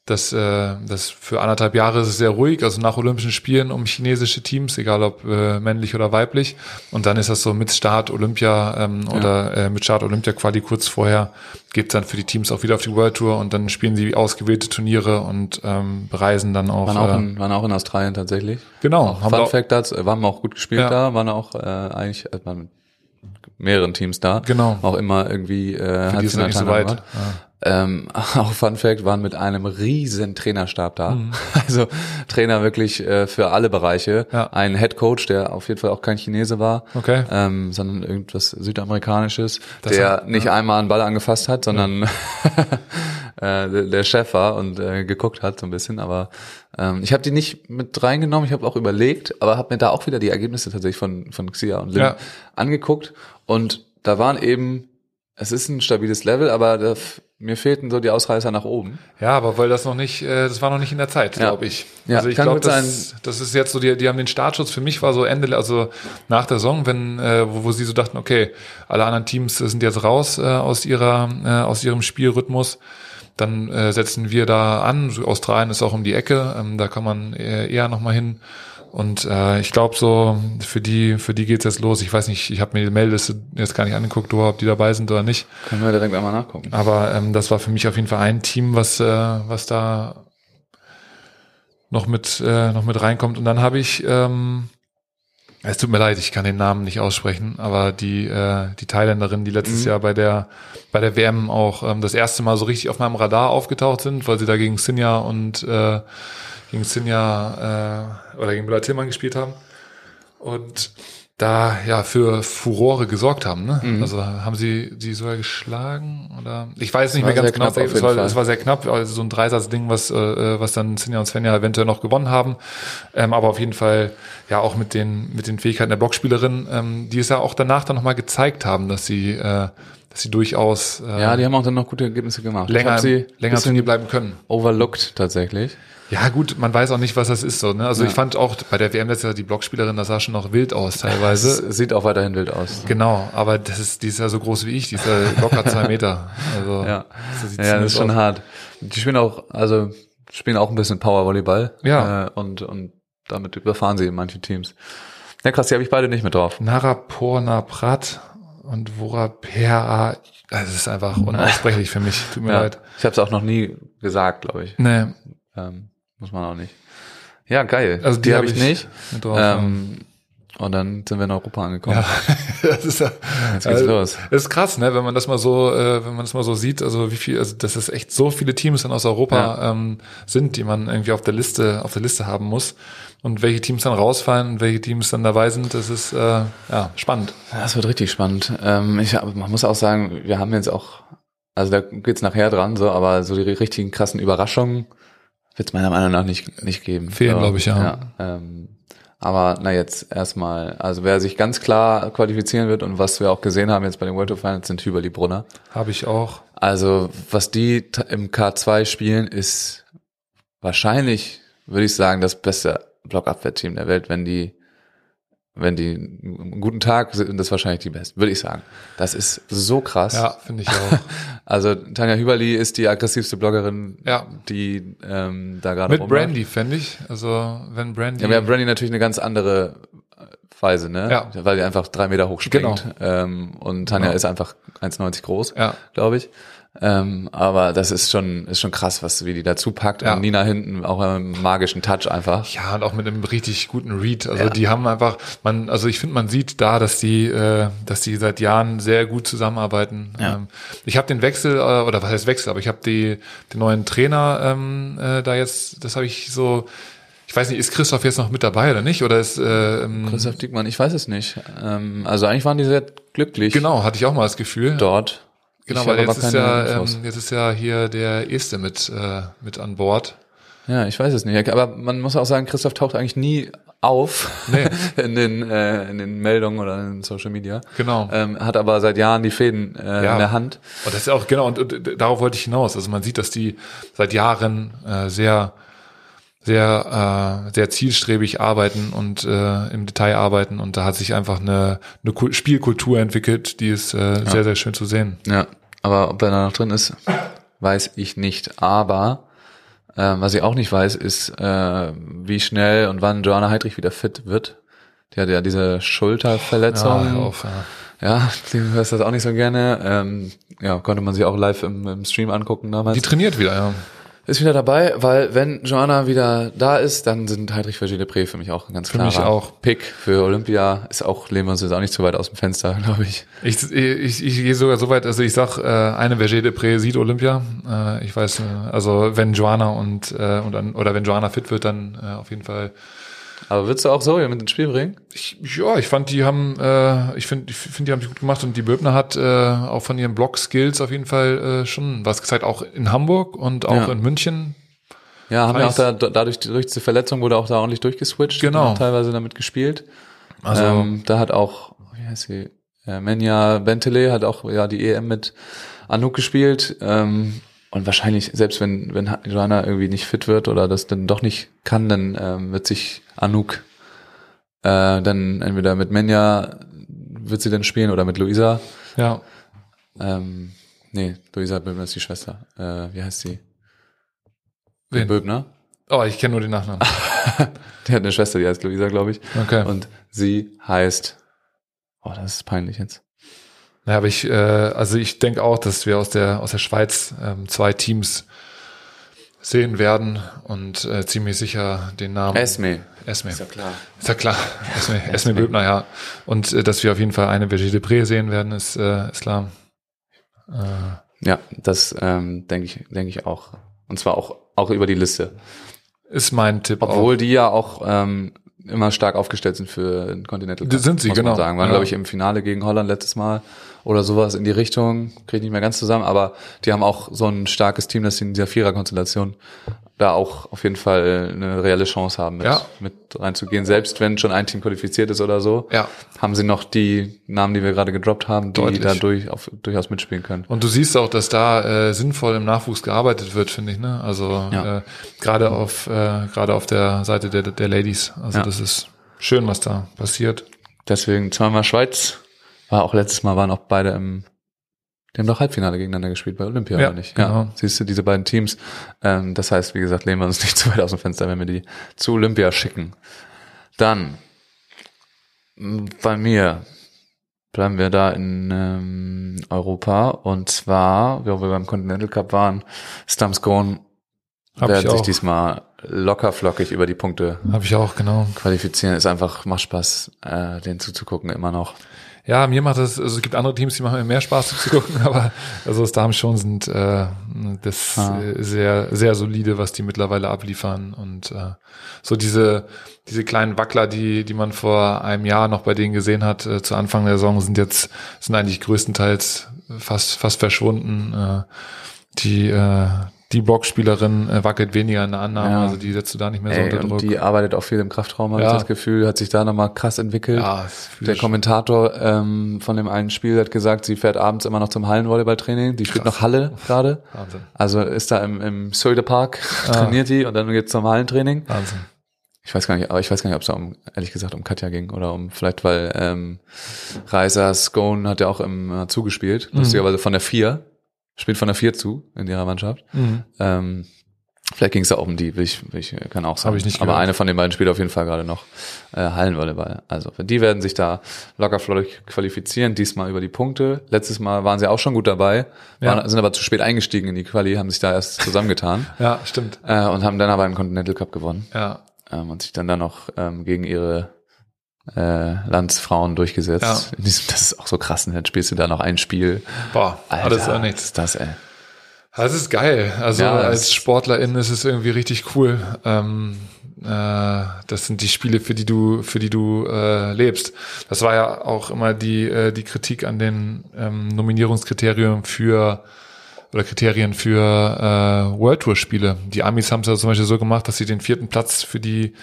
S3: dass, äh, dass für anderthalb Jahre ist es sehr ruhig, also nach Olympischen Spielen um chinesische Teams, egal ob äh, männlich oder weiblich. Und dann ist das so mit Start Olympia ähm, oder äh, mit Start Olympia Quali kurz vorher geht's dann für die Teams auch wieder auf die World Tour und dann spielen sie ausgewählte Turniere und ähm, bereisen dann auch.
S1: Waren auch,
S3: äh,
S1: in, waren auch in Australien tatsächlich.
S3: genau, haben wir
S1: Fun
S3: auch-
S1: Fact dazu, äh, waren wir auch gut gespielt
S3: Ja.
S1: da, waren auch äh, eigentlich also waren mit mehreren Teams da.
S3: Genau.
S1: Auch immer irgendwie äh,
S3: die ist noch nicht
S1: Halbfinalteilnahme
S3: so weit. äh,
S1: gemacht. Ähm, auch Fun Fact, waren mit einem riesen Trainerstab da.
S3: Mhm.
S1: Also Trainer wirklich äh, für alle Bereiche.
S3: Ja.
S1: Ein Head Coach, der auf jeden Fall auch kein Chinese war,
S3: Okay.
S1: ähm, sondern irgendwas Südamerikanisches,
S3: Das
S1: der
S3: hat-
S1: nicht einmal einen Ball angefasst hat, sondern äh, der- der Chef war und äh, geguckt hat so ein bisschen, aber ähm, ich habe die nicht mit reingenommen, ich habe auch überlegt, aber habe mir da auch wieder die Ergebnisse tatsächlich von, von Xia und Lin
S3: Ja.
S1: angeguckt und da waren eben es ist ein stabiles Level, aber da, f- mir fehlten so die Ausreißer nach oben.
S3: Ja, aber weil das noch nicht, äh, das war noch nicht in der Zeit,
S1: Ja.
S3: glaube ich.
S1: Ja,
S3: also ich
S1: kann
S3: glaube,
S1: gut
S3: das, das ist jetzt so, die, die haben den Startschuss. Für mich war so Ende, also nach der Saison, wenn, äh, wo, wo sie so dachten, okay, alle anderen Teams sind jetzt raus äh, aus ihrer, äh, aus ihrem Spielrhythmus. Dann äh, setzen wir da an. Australien ist auch um die Ecke, ähm, da kann man äh, eher nochmal hin. Und äh, ich glaube so, für die, für die geht's jetzt los. Ich weiß nicht, ich habe mir die Meldeliste jetzt gar nicht angeguckt, ob die dabei sind oder nicht.
S1: Können wir direkt einmal nachgucken.
S3: Aber ähm, das war für mich auf jeden Fall ein Team, was, äh, was da noch mit, äh, noch mit reinkommt. Und dann habe ich, ähm, es tut mir leid, ich kann den Namen nicht aussprechen, aber die, äh, die Thailänderin, die letztes
S1: Mhm.
S3: Jahr bei der, bei der WM auch ähm, das erste Mal so richtig auf meinem Radar aufgetaucht sind, weil sie da gegen Sinja und äh, gegen Sinja äh, oder gegen Müller Tillmann gespielt haben. Und da ja für Furore gesorgt haben. Ne?
S1: Mhm.
S3: Also haben sie die sogar geschlagen oder ich weiß nicht
S1: War
S3: mehr ganz
S1: sehr
S3: genau.
S1: knapp auf
S3: Es
S1: jeden
S3: war,
S1: Fall.
S3: es war sehr knapp, also so ein Dreisatz-Ding, was, äh, was dann Sinja und Svenja eventuell noch gewonnen haben. Ähm, aber auf jeden Fall ja auch mit den mit den Fähigkeiten der Boxspielerin, ähm, die es ja auch danach dann nochmal gezeigt haben, dass sie äh, dass sie durchaus äh,
S1: Ja, die haben auch dann noch gute Ergebnisse gemacht. ich
S3: länger
S1: hab sie
S3: länger
S1: bisschen
S3: drin bleiben können.
S1: overlooked tatsächlich.
S3: Ja, gut, man weiß auch nicht, was das ist so. Ne? Also ich fand auch bei der WM letztes Jahr die Blockspielerin, das sah schon noch wild aus
S1: Es
S3: teilweise.
S1: sieht auch weiterhin wild aus.
S3: genau, aber das ist, die ist ja so groß wie ich, die ist ja locker zwei Meter. Also
S1: Ja,
S3: so sieht's
S1: ja das
S3: nicht
S1: ist schon
S3: aus.
S1: hart. Die spielen auch, also spielen auch ein bisschen Power-Volleyball.
S3: Ja.
S1: Äh, und, und damit überfahren sie manche Teams. Ja, krass, die habe ich beide nicht mit drauf.
S3: Naraporna Prat und Vora Pera. also, Das ist einfach unaussprechlich für mich. Tut mir
S1: Ja.
S3: leid.
S1: Ich habe es auch noch nie gesagt, glaube ich.
S3: Nee,
S1: Ähm, muss man auch nicht. Ja, geil.
S3: also die,
S1: hab
S3: habe ich nicht. Mit drauf,
S1: Ähm, und dann sind wir in Europa angekommen.
S3: Ja, also, das ist ja,
S1: Jetzt geht's los.
S3: Das ist krass, ne, wenn man das mal so, äh, wenn man das mal so sieht, also wie viel, also dass es echt so viele Teams dann aus Europa ähm, sind, die man irgendwie auf der Liste, auf der Liste haben muss. Und welche Teams dann rausfallen und welche Teams dann dabei sind, das ist äh, ja spannend.
S1: Ja, Das wird richtig spannend. Ähm, ich, hab- man muss auch sagen, wir haben jetzt auch, also da geht's nachher dran, so, aber so die richtigen krassen Überraschungen wird's meiner Meinung nach nicht, nicht geben.
S3: Fehlen,
S1: so,
S3: glaub ich, ja.
S1: ähm, aber na jetzt erstmal, also wer sich ganz klar qualifizieren wird und was wir auch gesehen haben jetzt bei den World Tour Finals sind Hüberli Brunner.
S3: Habe ich auch.
S1: Also was die t- im K2 spielen, ist wahrscheinlich, würde ich sagen, das beste Blockabwehrteam der Welt, wenn die wenn die einen guten Tag sind, sind das wahrscheinlich die besten, würde ich sagen. Das ist so krass.
S3: Ja, finde ich auch.
S1: Also Tanja Hüberli ist die aggressivste Bloggerin,
S3: Ja.
S1: die ähm, da gerade
S3: Mit
S1: rumläuft.
S3: Brandy fände ich. Also wenn Brandy.
S1: Ja, wir haben Brandy natürlich eine ganz andere Weise, ne?
S3: Ja.
S1: Weil die einfach drei Meter hoch springt.
S3: Genau.
S1: Ähm, und Tanja
S3: Genau.
S1: ist einfach 1,90 groß,
S3: Ja.
S1: glaube ich. Ähm, aber das ist schon, ist schon krass, was wie die dazu packt.
S3: Ja.
S1: Und Nina hinten auch einen magischen Touch einfach.
S3: Ja, und auch mit einem richtig guten Read. Also die haben einfach, man, also ich finde, man sieht da, dass die, äh, dass die seit Jahren sehr gut zusammenarbeiten. Ähm, ich habe den Wechsel, äh, oder was heißt Wechsel, aber ich habe die den neuen Trainer ähm, äh, da jetzt, das habe ich so, ich weiß nicht, ist Christoph jetzt noch mit dabei oder nicht? Oder ist äh, ähm,
S1: Christoph Diekmann, ich weiß es nicht. Ähm, also eigentlich waren die sehr glücklich
S3: genau, hatte ich auch mal das Gefühl.
S1: dort.
S3: Genau,
S1: Ich
S3: weil
S1: habe
S3: jetzt
S1: aber
S3: ist
S1: keine
S3: ja
S1: Infos.
S3: ähm, jetzt ist ja hier der Este mit äh, mit an Bord.
S1: Ja, ich weiß es nicht. Aber man muss auch sagen, Christoph taucht eigentlich nie auf
S3: Nee.
S1: in, den, äh, in den Meldungen oder in Social Media.
S3: Genau.
S1: Ähm, hat aber seit Jahren die Fäden äh,
S3: Ja.
S1: in der Hand.
S3: Und das ist auch, genau, und, und darauf wollte ich hinaus. Also man sieht, dass die seit Jahren äh, sehr, sehr, äh, sehr zielstrebig arbeiten und äh, im Detail arbeiten. Und da hat sich einfach eine, eine Kul- Spielkultur entwickelt, die ist äh, sehr, sehr schön zu sehen.
S1: Ja, aber ob er da noch drin ist, weiß ich nicht. Aber ähm, was ich auch nicht weiß, ist, äh, wie schnell und wann Joanna Heidrich wieder fit wird. Die hat ja diese
S3: Ja, Ah, hör
S1: Schulterverletzung.
S3: auf, ja.
S1: Ja, du hörst das auch nicht so gerne. Ähm, ja, konnte man sich auch live im, im Stream angucken damals.
S3: Die trainiert wieder, ja.
S1: ist wieder dabei, weil wenn Joanna wieder da ist, dann sind Heidrich Vergilepré für mich auch ein ganz
S3: Für
S1: klarer
S3: mich auch.
S1: Pick für Olympia. Ist auch, lehnen wir uns jetzt auch nicht zu weit aus dem Fenster, glaube ich.
S3: Ich, ich, ich gehe sogar so weit, also ich sag, äh, eine Vergé de Pré sieht Olympia. Äh, ich weiß, äh, also wenn Joanna und, äh, und dann, oder wenn Joanna fit wird, dann äh, auf jeden Fall
S1: Aber würdest du auch so mit ins Spiel bringen?
S3: Ich, ja, ich fand, die haben, äh, ich finde, ich find, die haben sich gut gemacht und die Böbner hat äh, auch von ihren Blog-Skills auf jeden Fall äh, schon was gezeigt, auch in Hamburg und auch
S1: Ja.
S3: in München.
S1: Ja, haben ja auch
S3: Weiß.
S1: da, dadurch, durch die Verletzung wurde auch da ordentlich durchgeswitcht.
S3: Genau.
S1: Und teilweise damit gespielt.
S3: Also
S1: ähm, da hat auch, wie heißt sie, Ja, Menja Bentele hat auch ja die EM mit Anouk gespielt. Ähm, und wahrscheinlich, selbst wenn, wenn Johanna irgendwie nicht fit wird oder das dann doch nicht kann, dann ähm, wird sich Anouk äh, dann entweder mit Menja wird sie dann spielen oder mit Luisa.
S3: Ja.
S1: Ähm, nee, Luisa Böbner ist die Schwester. Äh, wie heißt sie?
S3: Wen?
S1: Böbner.
S3: Oh, ich kenne nur den Nachnamen.
S1: Der hat eine Schwester, die heißt Luisa, glaube ich.
S3: Okay.
S1: Und sie heißt. Oh, das ist peinlich jetzt.
S3: Ja, aber ich, äh, also ich denke auch, dass wir aus der, aus der Schweiz ähm, zwei Teams sehen werden und äh, ziemlich sicher den Namen
S1: Esme.
S3: Esme. Ist ja,
S1: klar.
S3: klar. Esme, Esme Böbner, ja. Und äh, dass wir auf jeden Fall eine Brigitte Depré sehen werden, ist, äh, ist klar.
S1: Ja, das ähm, denke ich, denke ich auch. Und zwar auch, auch über die Liste.
S3: Ist mein Tipp.
S1: Obwohl die ja auch ähm, immer stark aufgestellt sind für den Continental
S3: Das sind sie,
S1: muss
S3: genau.
S1: Man sagen. Waren,
S3: Ja.
S1: glaube ich, im Finale gegen Holland letztes Mal oder sowas in die Richtung. Kriege ich nicht mehr ganz zusammen, aber die haben auch so ein starkes Team, dass sie in dieser Vierer-Konstellation da auch auf jeden Fall eine reelle Chance haben, mit,
S3: Ja.
S1: mit reinzugehen. Selbst wenn schon ein Team qualifiziert ist oder so,
S3: Ja.
S1: haben sie noch die Namen, die wir gerade gedroppt haben, die
S3: Deutlich.
S1: da durch, auf, durchaus mitspielen können.
S3: Und du siehst auch, dass da äh, sinnvoll im Nachwuchs gearbeitet wird, finde ich. Ne? Also
S1: Ja.
S3: äh, gerade auf äh, gerade auf der Seite der, der Ladies. Also
S1: Ja.
S3: das ist schön, was da passiert.
S1: Deswegen zweimal Schweiz. War auch letztes Mal waren auch beide im, die haben doch Halbfinale gegeneinander gespielt bei Olympia,
S3: Ja,
S1: oder nicht?
S3: genau.
S1: Ja. Siehst du, diese beiden Teams. Ähm, das heißt, wie gesagt, lehnen wir uns nicht zu weit aus dem Fenster, wenn wir die zu Olympia schicken. Dann, m, bei mir, bleiben wir da in ähm, Europa. Und zwar, wo wir beim Continental Cup waren, Stumps Gone
S3: Hab
S1: werden
S3: ich
S1: sich
S3: auch.
S1: diesmal locker flockig über die Punkte
S3: Habe ich auch, genau.
S1: qualifizieren. Ist einfach, macht Spaß, äh, denen zuzugucken immer noch.
S3: Ja, mir macht das, also es gibt andere Teams, die machen mir mehr Spaß zuzugucken, aber also das Darm schon sind äh, das
S1: Ah.
S3: äh, sehr, sehr solide, was die mittlerweile abliefern. Und äh, so diese, diese kleinen Wackler, die, die man vor einem Jahr noch bei denen gesehen hat, äh, zu Anfang der Saison sind jetzt, sind eigentlich größtenteils fast, fast verschwunden. Äh, die, äh, die Boxspielerin äh, wackelt weniger in der Annahme,
S1: Ja.
S3: also die setzt du da nicht mehr so
S1: Ey,
S3: unter Druck.
S1: und die arbeitet auch viel im Kraftraum, habe
S3: Ja.
S1: ich das Gefühl, hat sich da nochmal krass entwickelt.
S3: ist
S1: Der
S3: physisch.
S1: Kommentator ähm, von dem einen Spiel hat gesagt, sie fährt abends immer noch zum Hallenvolleyballtraining. Die spielt noch Halle gerade.
S3: Wahnsinn.
S1: Also ist da im, im Söderpark,
S3: Ah.
S1: trainiert die und dann geht's zum Hallentraining.
S3: Wahnsinn.
S1: Ich weiß gar nicht, aber ich weiß gar nicht, ob es da um, ehrlich gesagt, um Katja ging oder um vielleicht, weil ähm, Reiser Scone hat ja auch im äh, zugespielt,
S3: Mhm.
S1: lustigerweise von der vier spielt von der vier zu in ihrer Mannschaft.
S3: Mhm.
S1: Ähm, vielleicht ging es da auch um die, will ich, will ich äh, kann auch sagen.
S3: ich nicht
S1: aber
S3: gehört.
S1: eine von den beiden spielt auf jeden Fall gerade noch äh, Hallenvolleyball. Also die werden sich da locker flockig qualifizieren, diesmal über die Punkte. Letztes Mal waren sie auch schon gut dabei,
S3: Ja.
S1: waren, sind aber zu spät eingestiegen in die Quali, haben sich da erst zusammengetan
S3: Ja, stimmt.
S1: äh, und haben dann aber im Continental Cup gewonnen
S3: Ja,
S1: ähm, und sich dann dann noch ähm, gegen ihre äh, Landsfrauen durchgesetzt.
S3: Ja.
S1: In diesem, das ist auch so krass, ne? dann spielst du da noch ein Spiel.
S3: boah, alles oder
S1: was
S3: nichts.
S1: ist das, ey.
S3: Das ist geil. Also
S1: Ja, das-
S3: als Sportlerin ist es irgendwie richtig cool. Ähm, äh, das sind die Spiele, für die du, für die du äh, lebst. Das war ja auch immer die äh, die Kritik an den ähm, Nominierungskriterien für oder Kriterien für äh, World Tour Spiele. Die Amis haben es ja zum Beispiel so gemacht, dass sie den vierten Platz für die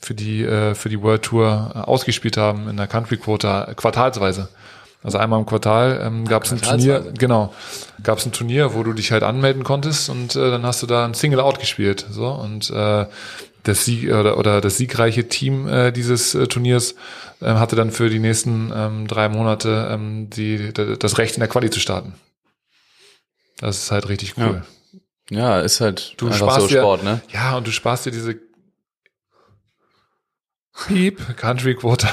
S3: für die äh, für die World Tour äh, ausgespielt haben in der Country Quota äh, quartalsweise. Also einmal im Quartal ähm, gab es ein Turnier,
S1: quartalsweise.
S3: genau, gab es ein Turnier, wo du dich halt anmelden konntest und äh, dann hast du da ein Single Out gespielt, so und äh, das Sieg oder, oder das siegreiche Team äh, dieses äh, Turniers äh, hatte dann für die nächsten ähm, drei Monate ähm, die, d- das Recht in der Quali zu starten. Das ist halt richtig cool.
S1: Ja, ist halt
S3: Du
S1: einfach
S3: sparst
S1: so
S3: dir-
S1: Sport, ne?
S3: Ja, und du sparst dir diese Piep, Country Quarter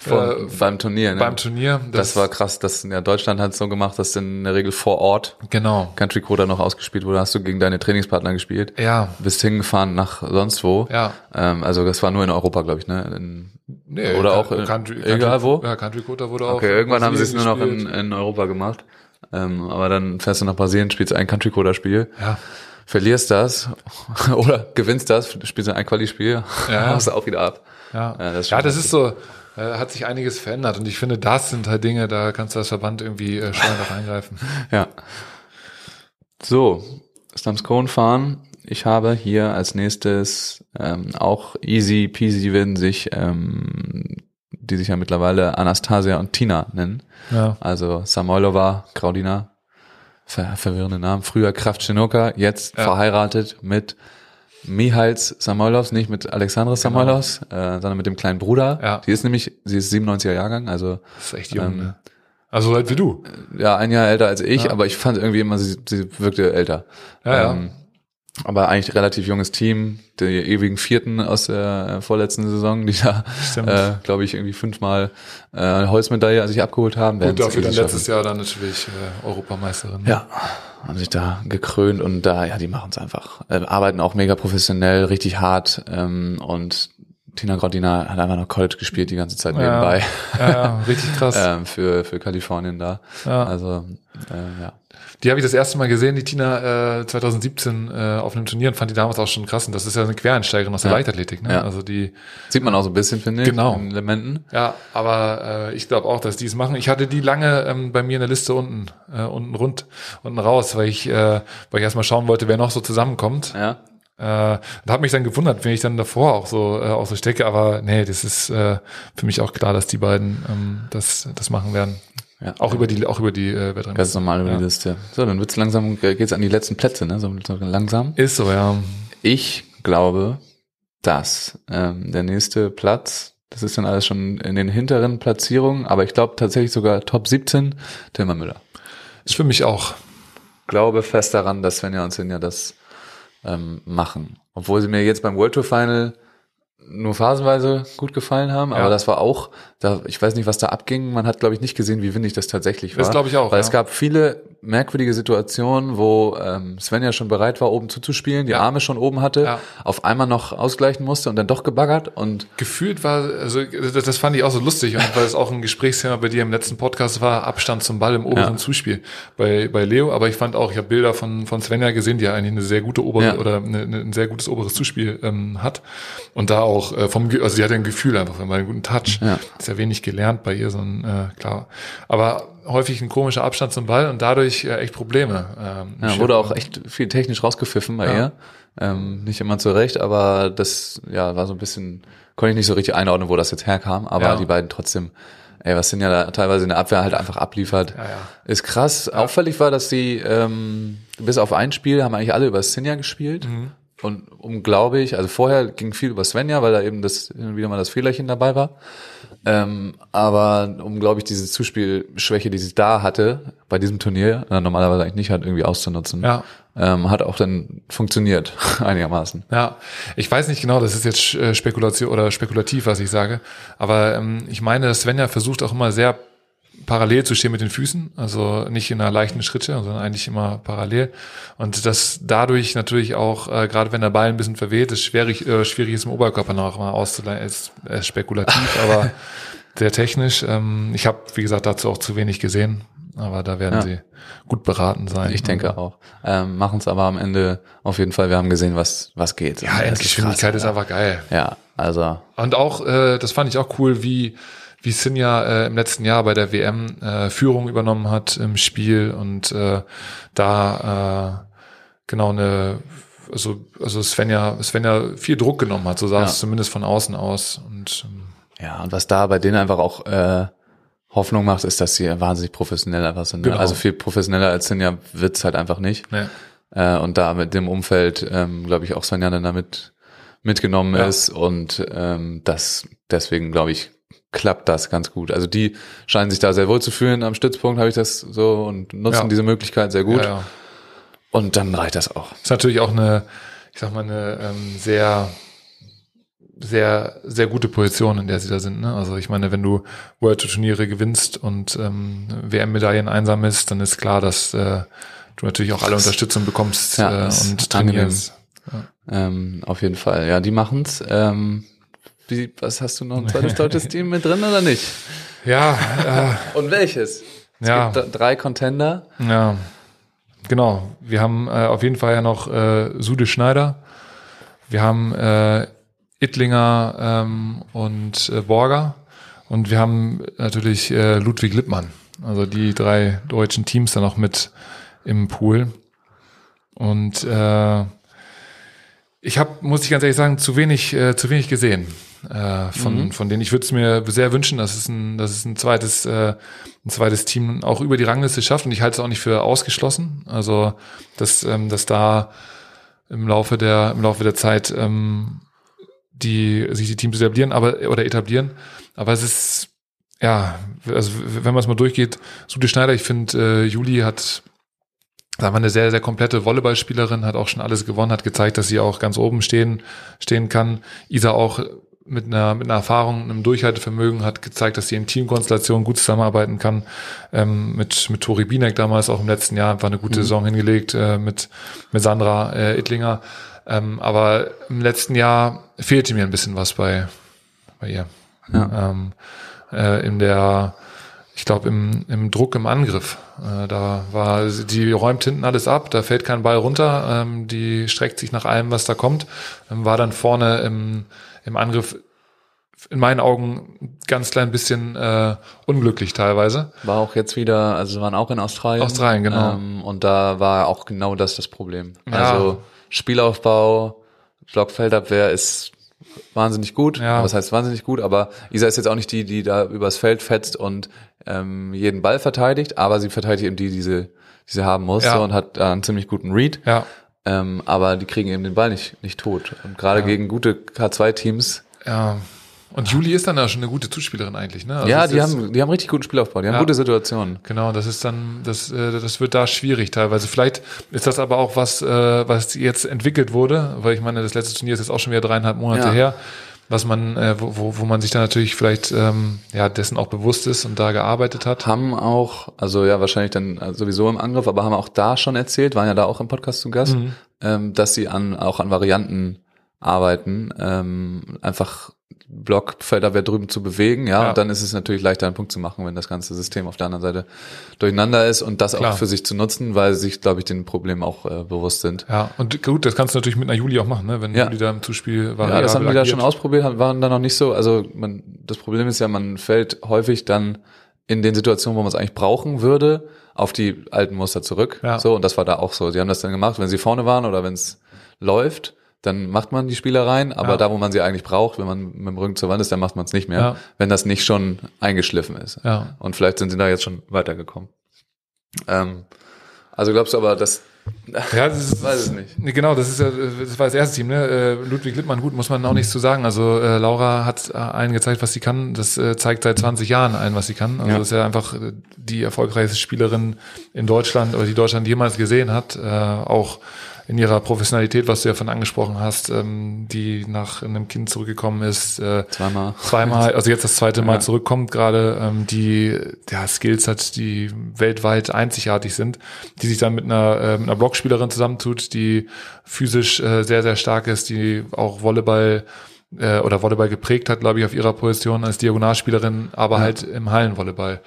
S1: Vor,
S3: äh,
S1: beim Turnier, ne?
S3: beim Turnier.
S1: das, war krass, das ja Deutschland hat es so gemacht, dass in der Regel vor Ort
S3: genau.
S1: Country Quota noch ausgespielt wurde, hast du gegen deine Trainingspartner gespielt,
S3: Ja,
S1: bist hingefahren nach sonst wo.
S3: ja.
S1: Ähm, also das war nur in Europa, glaube ich, ne? In,
S3: Nee,
S1: Oder
S3: Ka-
S1: auch in- egal wo?
S3: Ja, Country Quarter wurde auch.
S1: Okay, irgendwann haben sie es nur noch in,
S3: gespielt.
S1: in Europa gemacht. Ähm, aber dann fährst du nach Brasilien, spielst ein Country Coder Spiel,
S3: Ja.
S1: verlierst das oder gewinnst das, spielst ein Quali-Spiel,
S3: Ja.
S1: hast du auch wieder ab.
S3: Ja,
S1: Ja, das ist
S3: ja
S1: schon
S3: das ist so, äh, hat sich einiges verändert und ich finde, das sind halt Dinge, da kannst du als Verband irgendwie äh, schon noch eingreifen.
S1: Ja. So, Stumps Cone fahren. Ich habe hier als nächstes ähm, auch easy peasy win sich ähm, die sich ja mittlerweile Anastasia und Tina nennen.
S3: Ja.
S1: Also Samoylova, Graudina, ver verwirrende Namen. Früher Kraftschenoka, jetzt
S3: Ja.
S1: verheiratet mit Mihals Samoylovs, nicht mit Alexandros Samoylovs, äh, sondern mit dem kleinen Bruder.
S3: Genau. Ja.
S1: Die ist nämlich, sie ist 97er Jahrgang, also
S3: Das ist echt jung,
S1: Ähm,
S3: ne? Also so alt wie du.
S1: ja, ein Jahr älter als ich, aber ich fand irgendwie immer, sie, sie wirkte älter.
S3: Ja,
S1: Ähm, aber eigentlich relativ junges Team, der ewigen Vierten aus der äh, vorletzten Saison, die da,
S3: Stimmt.
S1: äh, glaube ich, irgendwie fünfmal äh, Holzmedaille sich abgeholt haben.
S3: ja. Gut,
S1: werden's
S3: dafür dann
S1: irgendwie
S3: letztes Jahr dann natürlich äh, Europameisterin.
S1: ja, haben sich da gekrönt und da, ja, die machen es einfach. Äh, arbeiten auch mega professionell, richtig hart ähm, und Tina Grodina hat einfach noch College gespielt die ganze Zeit nebenbei
S3: Ja, ja, richtig krass.
S1: ähm, für, für Kalifornien da.
S3: Ja.
S1: Also, äh, ja.
S3: Die habe ich das erste Mal gesehen, die Tina äh, 2017 äh, auf einem Turnier und fand die damals auch schon krass. Und das ist ja eine Quereinsteigerin aus der
S1: Ja.
S3: Leichtathletik. Ne?
S1: Ja.
S3: Also die,
S1: Sieht man auch so ein bisschen, finde ich,
S3: Genau.
S1: in Elementen.
S3: ja, aber äh, ich glaube auch, dass die es machen. Ich hatte die lange ähm, bei mir in der Liste unten, äh, unten rund, unten raus, weil ich, äh, weil ich erstmal schauen wollte, wer noch so zusammenkommt.
S1: Ja.
S3: Äh, und habe mich dann gewundert, wenn ich dann davor auch so, äh, auch so stecke. Aber nee, das ist äh, für mich auch klar, dass die beiden ähm, das, das machen werden.
S1: Ja.
S3: Auch über die, auch über die äh, Wettrennen.
S1: Ganz normal über
S3: Ja.
S1: die Liste. So, dann wird's langsam, äh, geht's an die letzten Plätze, ne? So, so langsam.
S3: Ist so, ja.
S1: Ich glaube, dass ähm, der nächste Platz, das ist dann alles schon in den hinteren Platzierungen, aber ich glaube tatsächlich sogar Top 17, Tilman Müller.
S3: Ist für mich auch.
S1: Glaube fest daran, dass Svenja und Sinja das ähm, machen. Obwohl sie mir jetzt beim World Tour Final nur phasenweise gut gefallen haben,
S3: Ja.
S1: aber das war auch, da, ich weiß nicht, was da abging. Man hat, glaube ich, nicht gesehen, wie windig das tatsächlich war.
S3: Das glaube ich auch,
S1: Weil
S3: ja.
S1: es gab viele merkwürdige Situationen, wo ähm, Svenja schon bereit war, oben zuzuspielen, die
S3: Ja.
S1: Arme schon oben hatte,
S3: Ja.
S1: auf einmal noch ausgleichen musste und dann doch gebaggert und
S3: gefühlt war, also das, das fand ich auch so lustig und weil es auch ein Gesprächsthema bei dir im letzten Podcast war, Abstand zum Ball im oberen
S1: Ja.
S3: Zuspiel bei, bei Leo, aber ich fand auch, ich habe Bilder von, von Svenja gesehen, die ja eigentlich eine sehr gute obere
S1: Ja.
S3: oder eine, eine, ein sehr gutes oberes Zuspiel ähm, hat und da auch äh, vom, Ge- also sie hat ja ein Gefühl einfach, immer einen guten Touch,
S1: Ja.
S3: ist ja wenig gelernt bei ihr, so ein, äh, klar, aber häufig ein komischer Abstand zum Ball und dadurch äh, echt Probleme. Ähm,
S1: Ja, wurde auch echt viel technisch rausgepfiffen bei
S3: Ja.
S1: ihr. Ähm, nicht immer zurecht, aber das ja war so ein bisschen, konnte ich nicht so richtig einordnen, wo das jetzt herkam, aber
S3: Ja.
S1: die beiden trotzdem, ey, was sind ja da teilweise in der Abwehr halt einfach abliefert.
S3: ja.
S1: Ist krass. Auffällig war, dass die ähm, bis auf ein Spiel haben eigentlich alle über Sinja gespielt.
S3: Mhm.
S1: Und um, glaube ich, also vorher ging viel über Svenja, weil da eben das hin und wieder mal das Fehlerchen dabei war. Ähm, aber um, glaube ich, diese Zuspielschwäche, die sie da hatte, bei diesem Turnier, äh, normalerweise eigentlich nicht hat, irgendwie auszunutzen,
S3: Ja.
S1: ähm, hat auch dann funktioniert, einigermaßen.
S3: Ja, ich weiß nicht genau, das ist jetzt äh, Spekulation oder spekulativ, was ich sage, aber ähm, ich meine, dass Svenja versucht auch immer sehr parallel zu stehen mit den Füßen, also nicht in einer leichten Schritte, sondern eigentlich immer parallel und dass dadurch natürlich auch, äh, gerade wenn der Ball ein bisschen verweht, es schwierig, äh, schwierig ist, im Oberkörper noch mal auszuleihen, ist, ist spekulativ, aber sehr technisch. Ähm, ich habe, wie gesagt, dazu auch zu wenig gesehen, aber da werden
S1: Ja.
S3: sie gut beraten sein.
S1: Ich denke auch. Ähm, Machen es aber am Ende auf jeden Fall. Wir haben gesehen, was, was geht.
S3: Ja, Endgeschwindigkeit ist
S1: einfach.
S3: einfach geil.
S1: Ja, also
S3: Und auch, äh, das fand ich auch cool, wie, wie Sinja äh, im letzten Jahr bei der WM äh, Führung übernommen hat im Spiel und äh, da äh, genau eine, also, also Svenja, Svenja viel Druck genommen hat, so sah
S1: Ja.
S3: es zumindest von außen aus. Und ähm,
S1: Ja, und was da bei denen einfach auch äh, Hoffnung macht, ist, dass sie wahnsinnig professionell einfach sind. Ne?
S3: Genau.
S1: Also viel professioneller als Sinja wird's halt einfach nicht.
S3: ne,
S1: Äh, und da mit dem Umfeld, ähm, glaube ich, auch Svenja dann damit mitgenommen
S3: Ja.
S1: ist. Und ähm, das deswegen, glaube ich, klappt das ganz gut. Also die scheinen sich da sehr wohl zu fühlen am Stützpunkt, habe ich das so, und nutzen
S3: Ja.
S1: diese Möglichkeit sehr gut.
S3: Ja, ja.
S1: Und dann reicht das auch.
S3: Ist natürlich auch eine, ich sag mal, eine ähm, sehr, sehr, sehr gute Position, in der sie da sind. Ne? Also ich meine, wenn du World Tour Turniere gewinnst und ähm, WM-Medaillen einsammelst, dann ist klar, dass äh, du natürlich auch alle Unterstützung bekommst
S1: Ja,
S3: äh,
S1: das ist
S3: und
S1: angenehm.
S3: trainierst.
S1: Ähm, auf jeden Fall. Ja, die machen's. Ähm, wie, was hast du noch ein zweites deutsches Team mit drin oder nicht?
S3: Ja,
S1: Und welches? Es
S3: Ja.
S1: gibt d- drei Contender.
S3: äh, ja, genau. Wir haben äh, auf jeden Fall ja noch äh, Sude Schneider. Wir haben äh, Ittlinger ähm, und äh, Borger. Und wir haben natürlich äh, Ludwig Lippmann. Also die drei deutschen Teams dann noch mit im Pool. Und äh, Ich habe, muss ich ganz ehrlich sagen, zu wenig, äh, zu wenig gesehen äh, von, von denen. Ich würde es mir sehr wünschen, dass es ein, dass es ein zweites, äh, ein zweites Team auch über die Rangliste schafft. Und ich halte es auch nicht für ausgeschlossen. Also dass, ähm, dass da im Laufe der, im Laufe der Zeit ähm, die sich die Teams etablieren, aber oder etablieren. Aber es ist ja, also w- wenn man es mal durchgeht, Sute Schneider, ich finde, äh, Juli hat sagen wir, eine sehr, sehr komplette Volleyballspielerin, hat auch schon alles gewonnen, hat gezeigt, dass sie auch ganz oben stehen, stehen kann. Isa auch mit einer, mit einer Erfahrung, einem Durchhaltevermögen hat gezeigt, dass sie in Teamkonstellationen gut zusammenarbeiten kann. Ähm, mit, mit Tori Binek damals auch im letzten Jahr einfach eine gute Saison hingelegt, äh, mit, mit Sandra äh, Ittlinger. Ähm, aber im letzten Jahr fehlte mir ein bisschen was bei, bei ihr.
S4: Ja.
S3: Ähm, äh, in der, ich glaube, im, im Druck im Angriff. Äh, da war, die räumt hinten alles ab, da fällt kein Ball runter, ähm, die streckt sich nach allem, was da kommt, ähm, war dann vorne im, im Angriff in meinen Augen ein ganz klein bisschen äh, unglücklich teilweise.
S1: War auch jetzt wieder, also sie waren auch in Australien.
S3: Australien, genau.
S1: Ähm, und da war auch genau das das Problem.
S3: Ja.
S1: Also Spielaufbau, Blockfeldabwehr ist wahnsinnig gut.
S3: Ja.
S1: Was heißt wahnsinnig gut? Aber Isa ist jetzt auch nicht die, die da übers Feld fetzt und ähm, jeden Ball verteidigt, aber sie verteidigt eben die, die sie, die sie haben muss
S3: Ja.
S1: so, und hat da einen ziemlich guten Read.
S3: Ja.
S1: Ähm, aber die kriegen eben den Ball nicht, nicht tot. Und gerade gegen gute K2-Teams
S3: ja. Und Juli ist dann ja schon eine gute Zuspielerin eigentlich, ne? Also
S1: ja,
S3: es
S1: die
S3: ist-
S1: haben, die haben richtig guten Spielaufbau, die haben
S3: Ja.
S1: gute Situationen.
S3: Genau, das ist dann, das, äh, das wird da schwierig teilweise. Vielleicht ist das aber auch was, äh, was jetzt entwickelt wurde, weil ich meine, das letzte Turnier ist jetzt auch schon wieder dreieinhalb Monate
S1: Ja.
S3: her, was man, äh, wo, wo, wo man sich da natürlich vielleicht ähm, ja, dessen auch bewusst ist und da gearbeitet hat.
S1: Haben auch, also ja, wahrscheinlich dann äh, sowieso im Angriff, aber haben auch da schon erzählt, waren ja da auch im Podcast zu
S3: Mhm.
S1: Gast, ähm, dass sie an, auch an Varianten arbeiten, ähm, einfach Blockfelder wer drüben zu bewegen, ja,
S3: Ja.
S1: und dann ist es natürlich leichter, einen Punkt zu machen, wenn das ganze System auf der anderen Seite durcheinander ist und das
S3: Klar.
S1: auch für sich zu nutzen, weil sie sich, glaube ich, den Problemen auch äh, bewusst sind.
S3: Ja, und gut, das kannst du natürlich mit einer Juli auch machen, ne? wenn
S1: Ja.
S3: Juli da im Zuspiel war.
S1: Ja, das haben die da schon ausprobiert, haben- waren da noch nicht so. Also man, das Problem ist ja, man fällt häufig dann in den Situationen, wo man es eigentlich brauchen würde, auf die alten Muster zurück.
S3: Ja.
S1: So, und das war da auch so. Sie haben das dann gemacht, wenn sie vorne waren oder wenn es läuft, dann macht man die Spieler rein, aber
S3: Ja.
S1: da, wo man sie eigentlich braucht, wenn man mit dem Rücken zur Wand ist, dann macht man es nicht mehr,
S3: Ja.
S1: wenn das nicht schon eingeschliffen ist.
S3: Ja.
S1: Und vielleicht sind sie da jetzt schon weitergekommen. Ähm, also glaubst du aber, dass
S3: Ja, das ist,
S1: Weiß es nicht.
S3: Nee, Genau, das ist ja, das war das erste Team, ne? Äh, Ludwig Lippmann, gut, muss man auch nichts zu sagen. Also äh, Laura hat äh, allen gezeigt, was sie kann. Das äh, zeigt seit 20 Jahren allen, was sie kann. Also
S1: Ja.
S3: das ist ja einfach äh, die erfolgreichste Spielerin in Deutschland oder die Deutschland jemals gesehen hat. Äh, auch in ihrer Professionalität, was du ja von angesprochen hast, ähm, die nach einem Kind zurückgekommen ist, äh,
S1: zweimal
S3: zweimal, also jetzt das zweite Mal zurückkommt gerade, ähm, die ja, Skills hat, die weltweit einzigartig sind, die sich dann mit einer, äh, mit einer Blockspielerin zusammentut, die physisch äh, sehr, sehr stark ist, die auch Volleyball äh, oder Volleyball geprägt hat, glaube ich, auf ihrer Position als Diagonalspielerin, aber halt im Hallenvolleyball.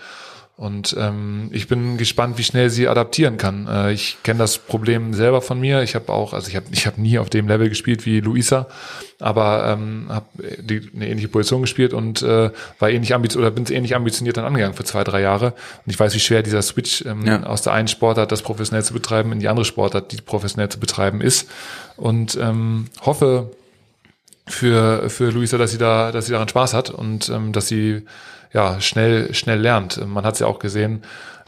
S3: Und ähm, ich bin gespannt, wie schnell sie adaptieren kann. Äh, ich kenne das Problem selber von mir. Ich habe auch, also ich habe ich hab nie auf dem Level gespielt wie Luisa, aber ähm, habe eine ähnliche Position gespielt und äh, war ähnlich ambitioniert oder bin ähnlich ambitioniert dann angegangen für zwei, drei Jahre. Und ich weiß, wie schwer dieser Switch ähm,
S1: Ja.
S3: aus der einen Sportart, das professionell zu betreiben, in die andere Sportart, die professionell zu betreiben ist. Und ähm, hoffe, für, für Luisa, dass sie da, dass sie daran Spaß hat und ähm, dass sie ja schnell, schnell lernt. Ähm, Man hat es ja auch gesehen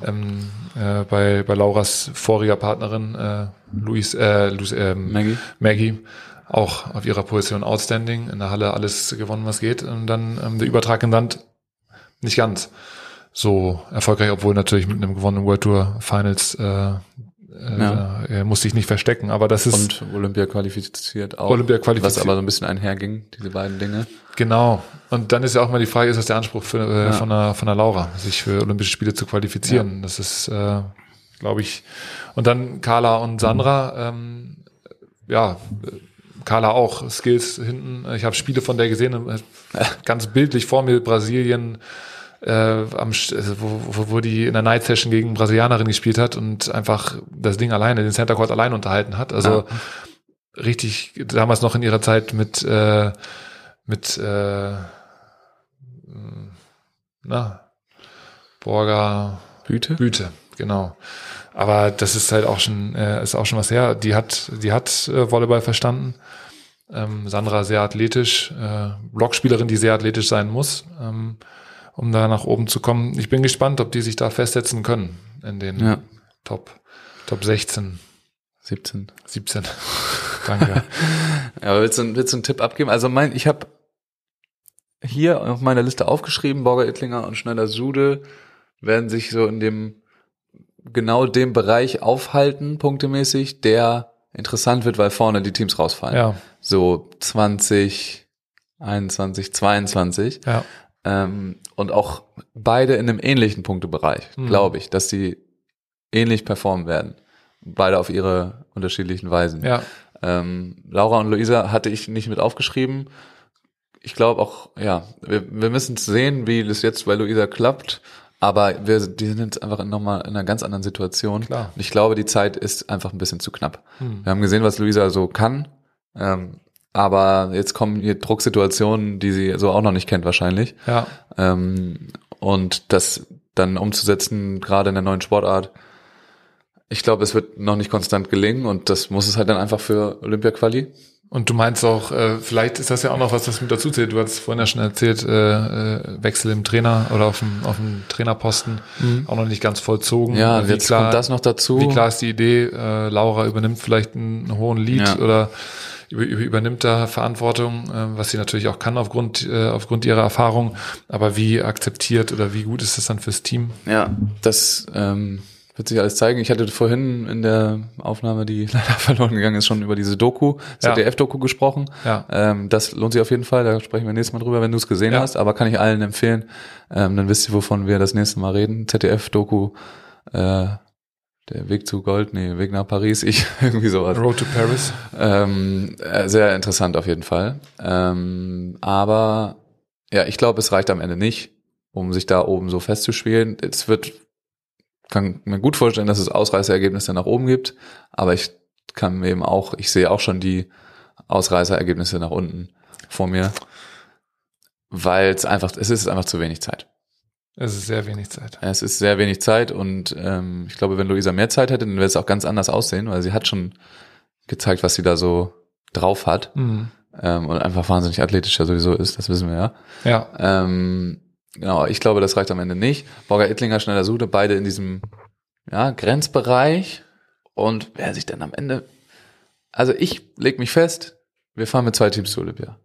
S3: ähm, äh, bei, bei Lauras voriger Partnerin äh, Luis, äh, Luis ähm,
S1: Maggie.
S3: Maggie. Auch auf ihrer Position outstanding, in der Halle alles gewonnen, was geht. Und dann ähm, der Übertrag in Land nicht ganz so erfolgreich, obwohl natürlich mit einem gewonnenen World Tour Finals äh, äh,
S1: Ja.
S3: äh, musste ich nicht verstecken. Aber das ist
S1: und Olympia qualifiziert auch.
S3: Olympia qualifiziert.
S1: Was aber so ein bisschen einherging, diese beiden Dinge.
S3: Genau. Und dann ist ja auch mal die Frage, ist das der Anspruch für, äh,
S1: Ja.
S3: von, der, von der Laura, sich für Olympische Spiele zu qualifizieren? Das ist, äh, glaube ich. Und dann Carla und Sandra, ähm, ja, äh, Carla auch, Skills hinten. Ich habe Spiele von der gesehen, äh, ganz bildlich vor mir Brasilien, äh, am, St- also wo, wo, wo die in der Night Session gegen Brasilianerin gespielt hat und einfach das Ding alleine, den Center Court allein unterhalten hat. Also richtig, damals noch in ihrer Zeit mit, äh, mit, äh, na, Borger
S1: Güte?
S3: Büte. genau. Aber das ist halt auch schon, äh, ist auch schon was her. Die hat, die hat äh, Volleyball verstanden. Ähm, Sandra sehr athletisch, äh, Blockspielerin, die sehr athletisch sein muss, ähm, um da nach oben zu kommen. Ich bin gespannt, ob die sich da festsetzen können in den
S4: Ja.
S3: Top, Top 16,
S4: 17.
S3: 17. Danke.
S1: Ja, aber willst du, willst du einen Tipp abgeben? Also mein, ich habe hier auf meiner Liste aufgeschrieben, Borger Ittlinger und Schneider Sude werden sich so in dem genau dem Bereich aufhalten, punktemäßig, der interessant wird, weil vorne die Teams rausfallen.
S3: ja,
S1: So 20, 21, 22.
S3: ja.
S1: Ähm, und auch beide in einem ähnlichen Punktebereich,
S3: Mhm.
S1: glaube ich, dass sie ähnlich performen werden. Beide auf ihre unterschiedlichen Weisen.
S3: Ja,
S1: Ähm, Laura und Luisa hatte ich nicht mit aufgeschrieben. Ich glaube auch, ja, wir, wir müssen sehen, wie das jetzt bei Luisa klappt. Aber wir, die sind jetzt einfach nochmal in einer ganz anderen Situation.
S3: Klar.
S1: Und ich glaube, die Zeit ist einfach ein bisschen zu knapp.
S3: Hm.
S1: Wir haben gesehen, was Luisa so kann. Ähm, aber jetzt kommen hier Drucksituationen, die sie so auch noch nicht kennt wahrscheinlich.
S3: ja,
S1: Ähm, und das dann umzusetzen, gerade in der neuen Sportart, ich glaube, es wird noch nicht konstant gelingen und das muss es halt dann einfach für Olympia Quali.
S3: Und du meinst auch, äh, vielleicht ist das ja auch noch was, was mit dazu zählt. Du hast vorhin ja schon erzählt, äh, äh, Wechsel im Trainer oder auf dem, auf dem Trainerposten auch noch nicht ganz vollzogen.
S1: Ja,
S3: Und
S1: und
S3: wie
S1: jetzt kommt das noch dazu.
S3: Wie klar ist die Idee, äh, Laura übernimmt vielleicht einen, einen hohen Lead
S1: Ja.
S3: oder über, über, übernimmt da Verantwortung, äh, was sie natürlich auch kann aufgrund, äh, aufgrund ihrer Erfahrung. Aber wie akzeptiert oder wie gut ist das dann fürs Team?
S1: Ja, das ähm, wird sich alles zeigen. Ich hatte vorhin in der Aufnahme, die leider verloren gegangen ist, schon über diese Doku,
S3: Ja.
S1: ZDF-Doku gesprochen.
S3: Ja.
S1: Ähm, das lohnt sich auf jeden Fall, da sprechen wir nächstes Mal drüber, wenn du es gesehen
S3: Ja.
S1: hast, aber kann ich allen empfehlen. Ähm, dann wisst ihr, wovon wir das nächste Mal reden. ZDF-Doku, äh, der Weg zu Gold, nee, Weg nach Paris, ich, irgendwie sowas.
S3: Road to Paris.
S1: Ähm, äh, sehr interessant auf jeden Fall. Ähm, aber ja, ich glaube, es reicht am Ende nicht, um sich da oben so festzuspielen. Es wird, kann mir gut vorstellen, dass es Ausreißerergebnisse nach oben gibt, aber ich kann mir eben auch, ich sehe auch schon die Ausreißerergebnisse nach unten vor mir, weil es einfach, es ist einfach zu wenig Zeit.
S3: Es ist sehr wenig Zeit.
S1: Es ist sehr wenig Zeit und ähm, ich glaube, wenn Luisa mehr Zeit hätte, dann wäre es auch ganz anders aussehen, weil sie hat schon gezeigt, was sie da so drauf hat
S3: Mhm.
S1: ähm, und einfach wahnsinnig athletisch ja sowieso ist, das wissen wir ja.
S3: Ja,
S1: Ähm, genau, ich glaube, das reicht am Ende nicht. Borger Ittlinger, Schneider Sude, beide in diesem ja, Grenzbereich und wer sich dann am Ende, also ich leg mich fest, wir fahren mit zwei Teams zu Olympia.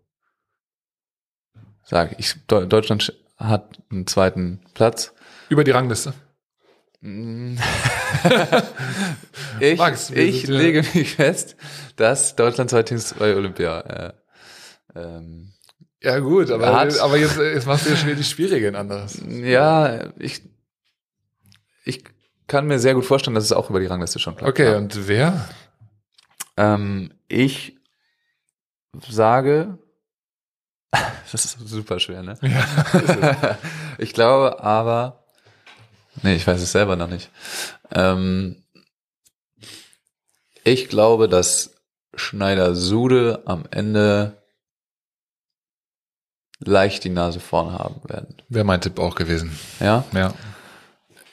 S1: Sag ich, Deu- Deutschland sch- hat einen zweiten Platz.
S3: über die Rangliste.
S1: Ich,
S3: Max, wir
S1: ich
S3: sind ja-
S1: lege mich fest, dass Deutschland zwei Teams bei Olympia. Äh, ähm,
S3: Ja gut, aber,
S1: Hart.
S3: aber jetzt, äh, jetzt machst du ja schon wieder die Schwierigen anders.
S1: ja, ich, ich kann mir sehr gut vorstellen, dass es auch über die Rangliste schon klappt.
S3: Okay,
S1: Ja.
S3: und wer?
S1: Ähm, ich sage, das ist super schwer, ne? ich glaube aber, nee, ich weiß es selber noch nicht. Ähm, ich glaube, dass Schneider Sude am Ende leicht die Nase vorn haben werden.
S3: Wäre mein Tipp auch gewesen.
S1: Ja,
S3: Ja.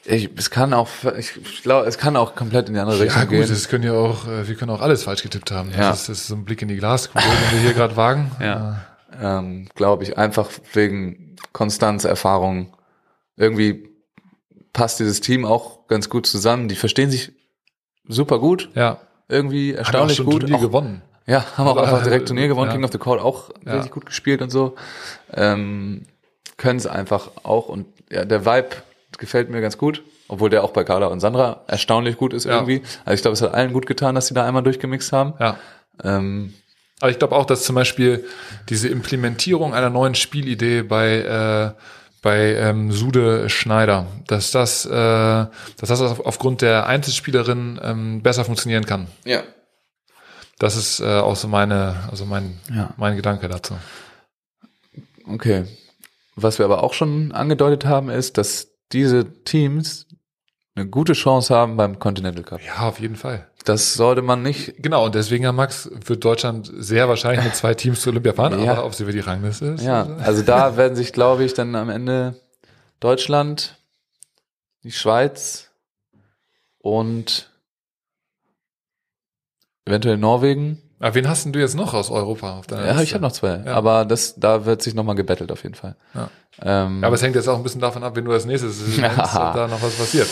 S1: ich, es kann auch, ich, ich glaube, es kann auch komplett in die andere Richtung
S3: Ja, gut,
S1: gehen.
S3: das können ja auch, äh, wir können auch alles falsch getippt haben.
S1: Ja.
S3: Das, ist, das ist so ein Blick in die Glaskugel, den wir hier gerade wagen.
S1: Ja. ähm, glaube ich, einfach wegen Konstanz, Erfahrung. Irgendwie passt dieses Team auch ganz gut zusammen. Die verstehen sich super gut,
S3: Äh, ja.
S1: irgendwie
S3: Hat auch
S1: erstaunlich
S3: schon
S1: gut.
S3: Turnier
S1: Auch-
S3: gewonnen.
S1: Ja, haben auch
S3: Aber, äh,
S1: einfach direkt Turnier gewonnen,
S3: ja.
S1: King of the Court auch
S3: Ja.
S1: richtig gut gespielt und so. Ähm, Können es einfach auch und ja, der Vibe gefällt mir ganz gut, obwohl der auch bei Carla und Sandra erstaunlich gut ist
S3: Ja.
S1: irgendwie. Also ich glaube, es hat allen gut getan, dass sie da einmal durchgemixt haben.
S3: Ja.
S1: Ähm,
S3: Aber ich glaube auch, dass zum Beispiel diese Implementierung einer neuen Spielidee bei äh, bei ähm, Sude Schneider, dass das, äh, dass das auf, aufgrund der Einzelspielerin ähm, besser funktionieren kann.
S1: ja.
S3: Das ist äh, auch so meine, also mein,
S1: Ja.
S3: mein Gedanke dazu.
S1: Okay. Was wir aber auch schon angedeutet haben, ist, dass diese Teams eine gute Chance haben beim Continental Cup.
S3: Ja, auf jeden Fall.
S1: Das sollte man nicht.
S3: Genau, und deswegen, Herr Max, wird Deutschland sehr wahrscheinlich mit zwei Teams zu Olympia fahren,
S1: Ja.
S3: aber ob sie über die Rangliste ist. äh,
S1: Ja, also da werden sich, glaube ich, dann am Ende Deutschland, die Schweiz, und eventuell Norwegen.
S3: Aber wen hast denn du jetzt noch aus Europa auf deiner
S1: Ja, ich
S3: Liste?
S1: habe noch zwei.
S3: Ja.
S1: Aber das, da wird sich nochmal gebettelt auf jeden Fall.
S3: Ja.
S1: Ähm,
S3: Ja, aber es hängt jetzt auch ein bisschen davon ab, wenn du als nächstes nennst, ob da noch was passiert.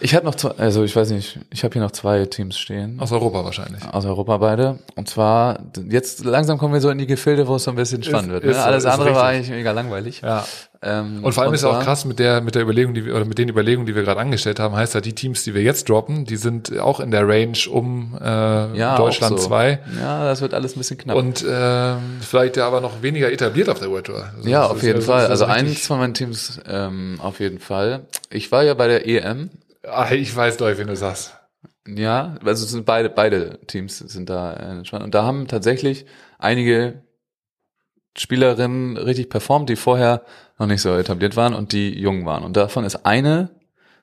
S1: ich habe noch zwei, also ich weiß nicht, ich habe hier noch zwei Teams stehen.
S3: Aus Europa wahrscheinlich.
S1: Aus Europa beide. Und zwar, jetzt langsam kommen wir so in die Gefilde, wo es so ein bisschen spannend wird. Ne?
S3: ist so,
S1: Alles
S3: ist
S1: andere war
S3: richtig.
S1: eigentlich mega langweilig.
S3: Ja.
S1: Ähm,
S3: Und vor allem ist ja auch
S1: zwar-
S3: krass mit der, mit der Überlegung, die wir, oder mit den Überlegungen, die wir gerade angestellt haben, heißt ja, die Teams, die wir jetzt droppen, die sind auch in der Range um äh,
S1: Ja, auch
S3: Deutschland
S1: so.
S3: 2.
S1: Ja, das wird alles ein bisschen knapp.
S3: Und ähm, vielleicht ja aber noch weniger etabliert auf der World Tour. Also
S1: ja,
S3: das
S1: auf
S3: ist-
S1: jeden
S3: das
S1: Fall.
S3: ist
S1: Also
S3: richtig-
S1: eins von meinen Teams ähm, auf jeden Fall. Ich war ja bei der E EM.
S3: Ah, ich weiß doch, wen du sagst.
S1: Ja, also es sind beide, beide Teams sind da äh, entspannt. Und da haben tatsächlich einige Spielerinnen richtig performt, die vorher noch nicht so etabliert waren und die jung waren. Und davon ist eine,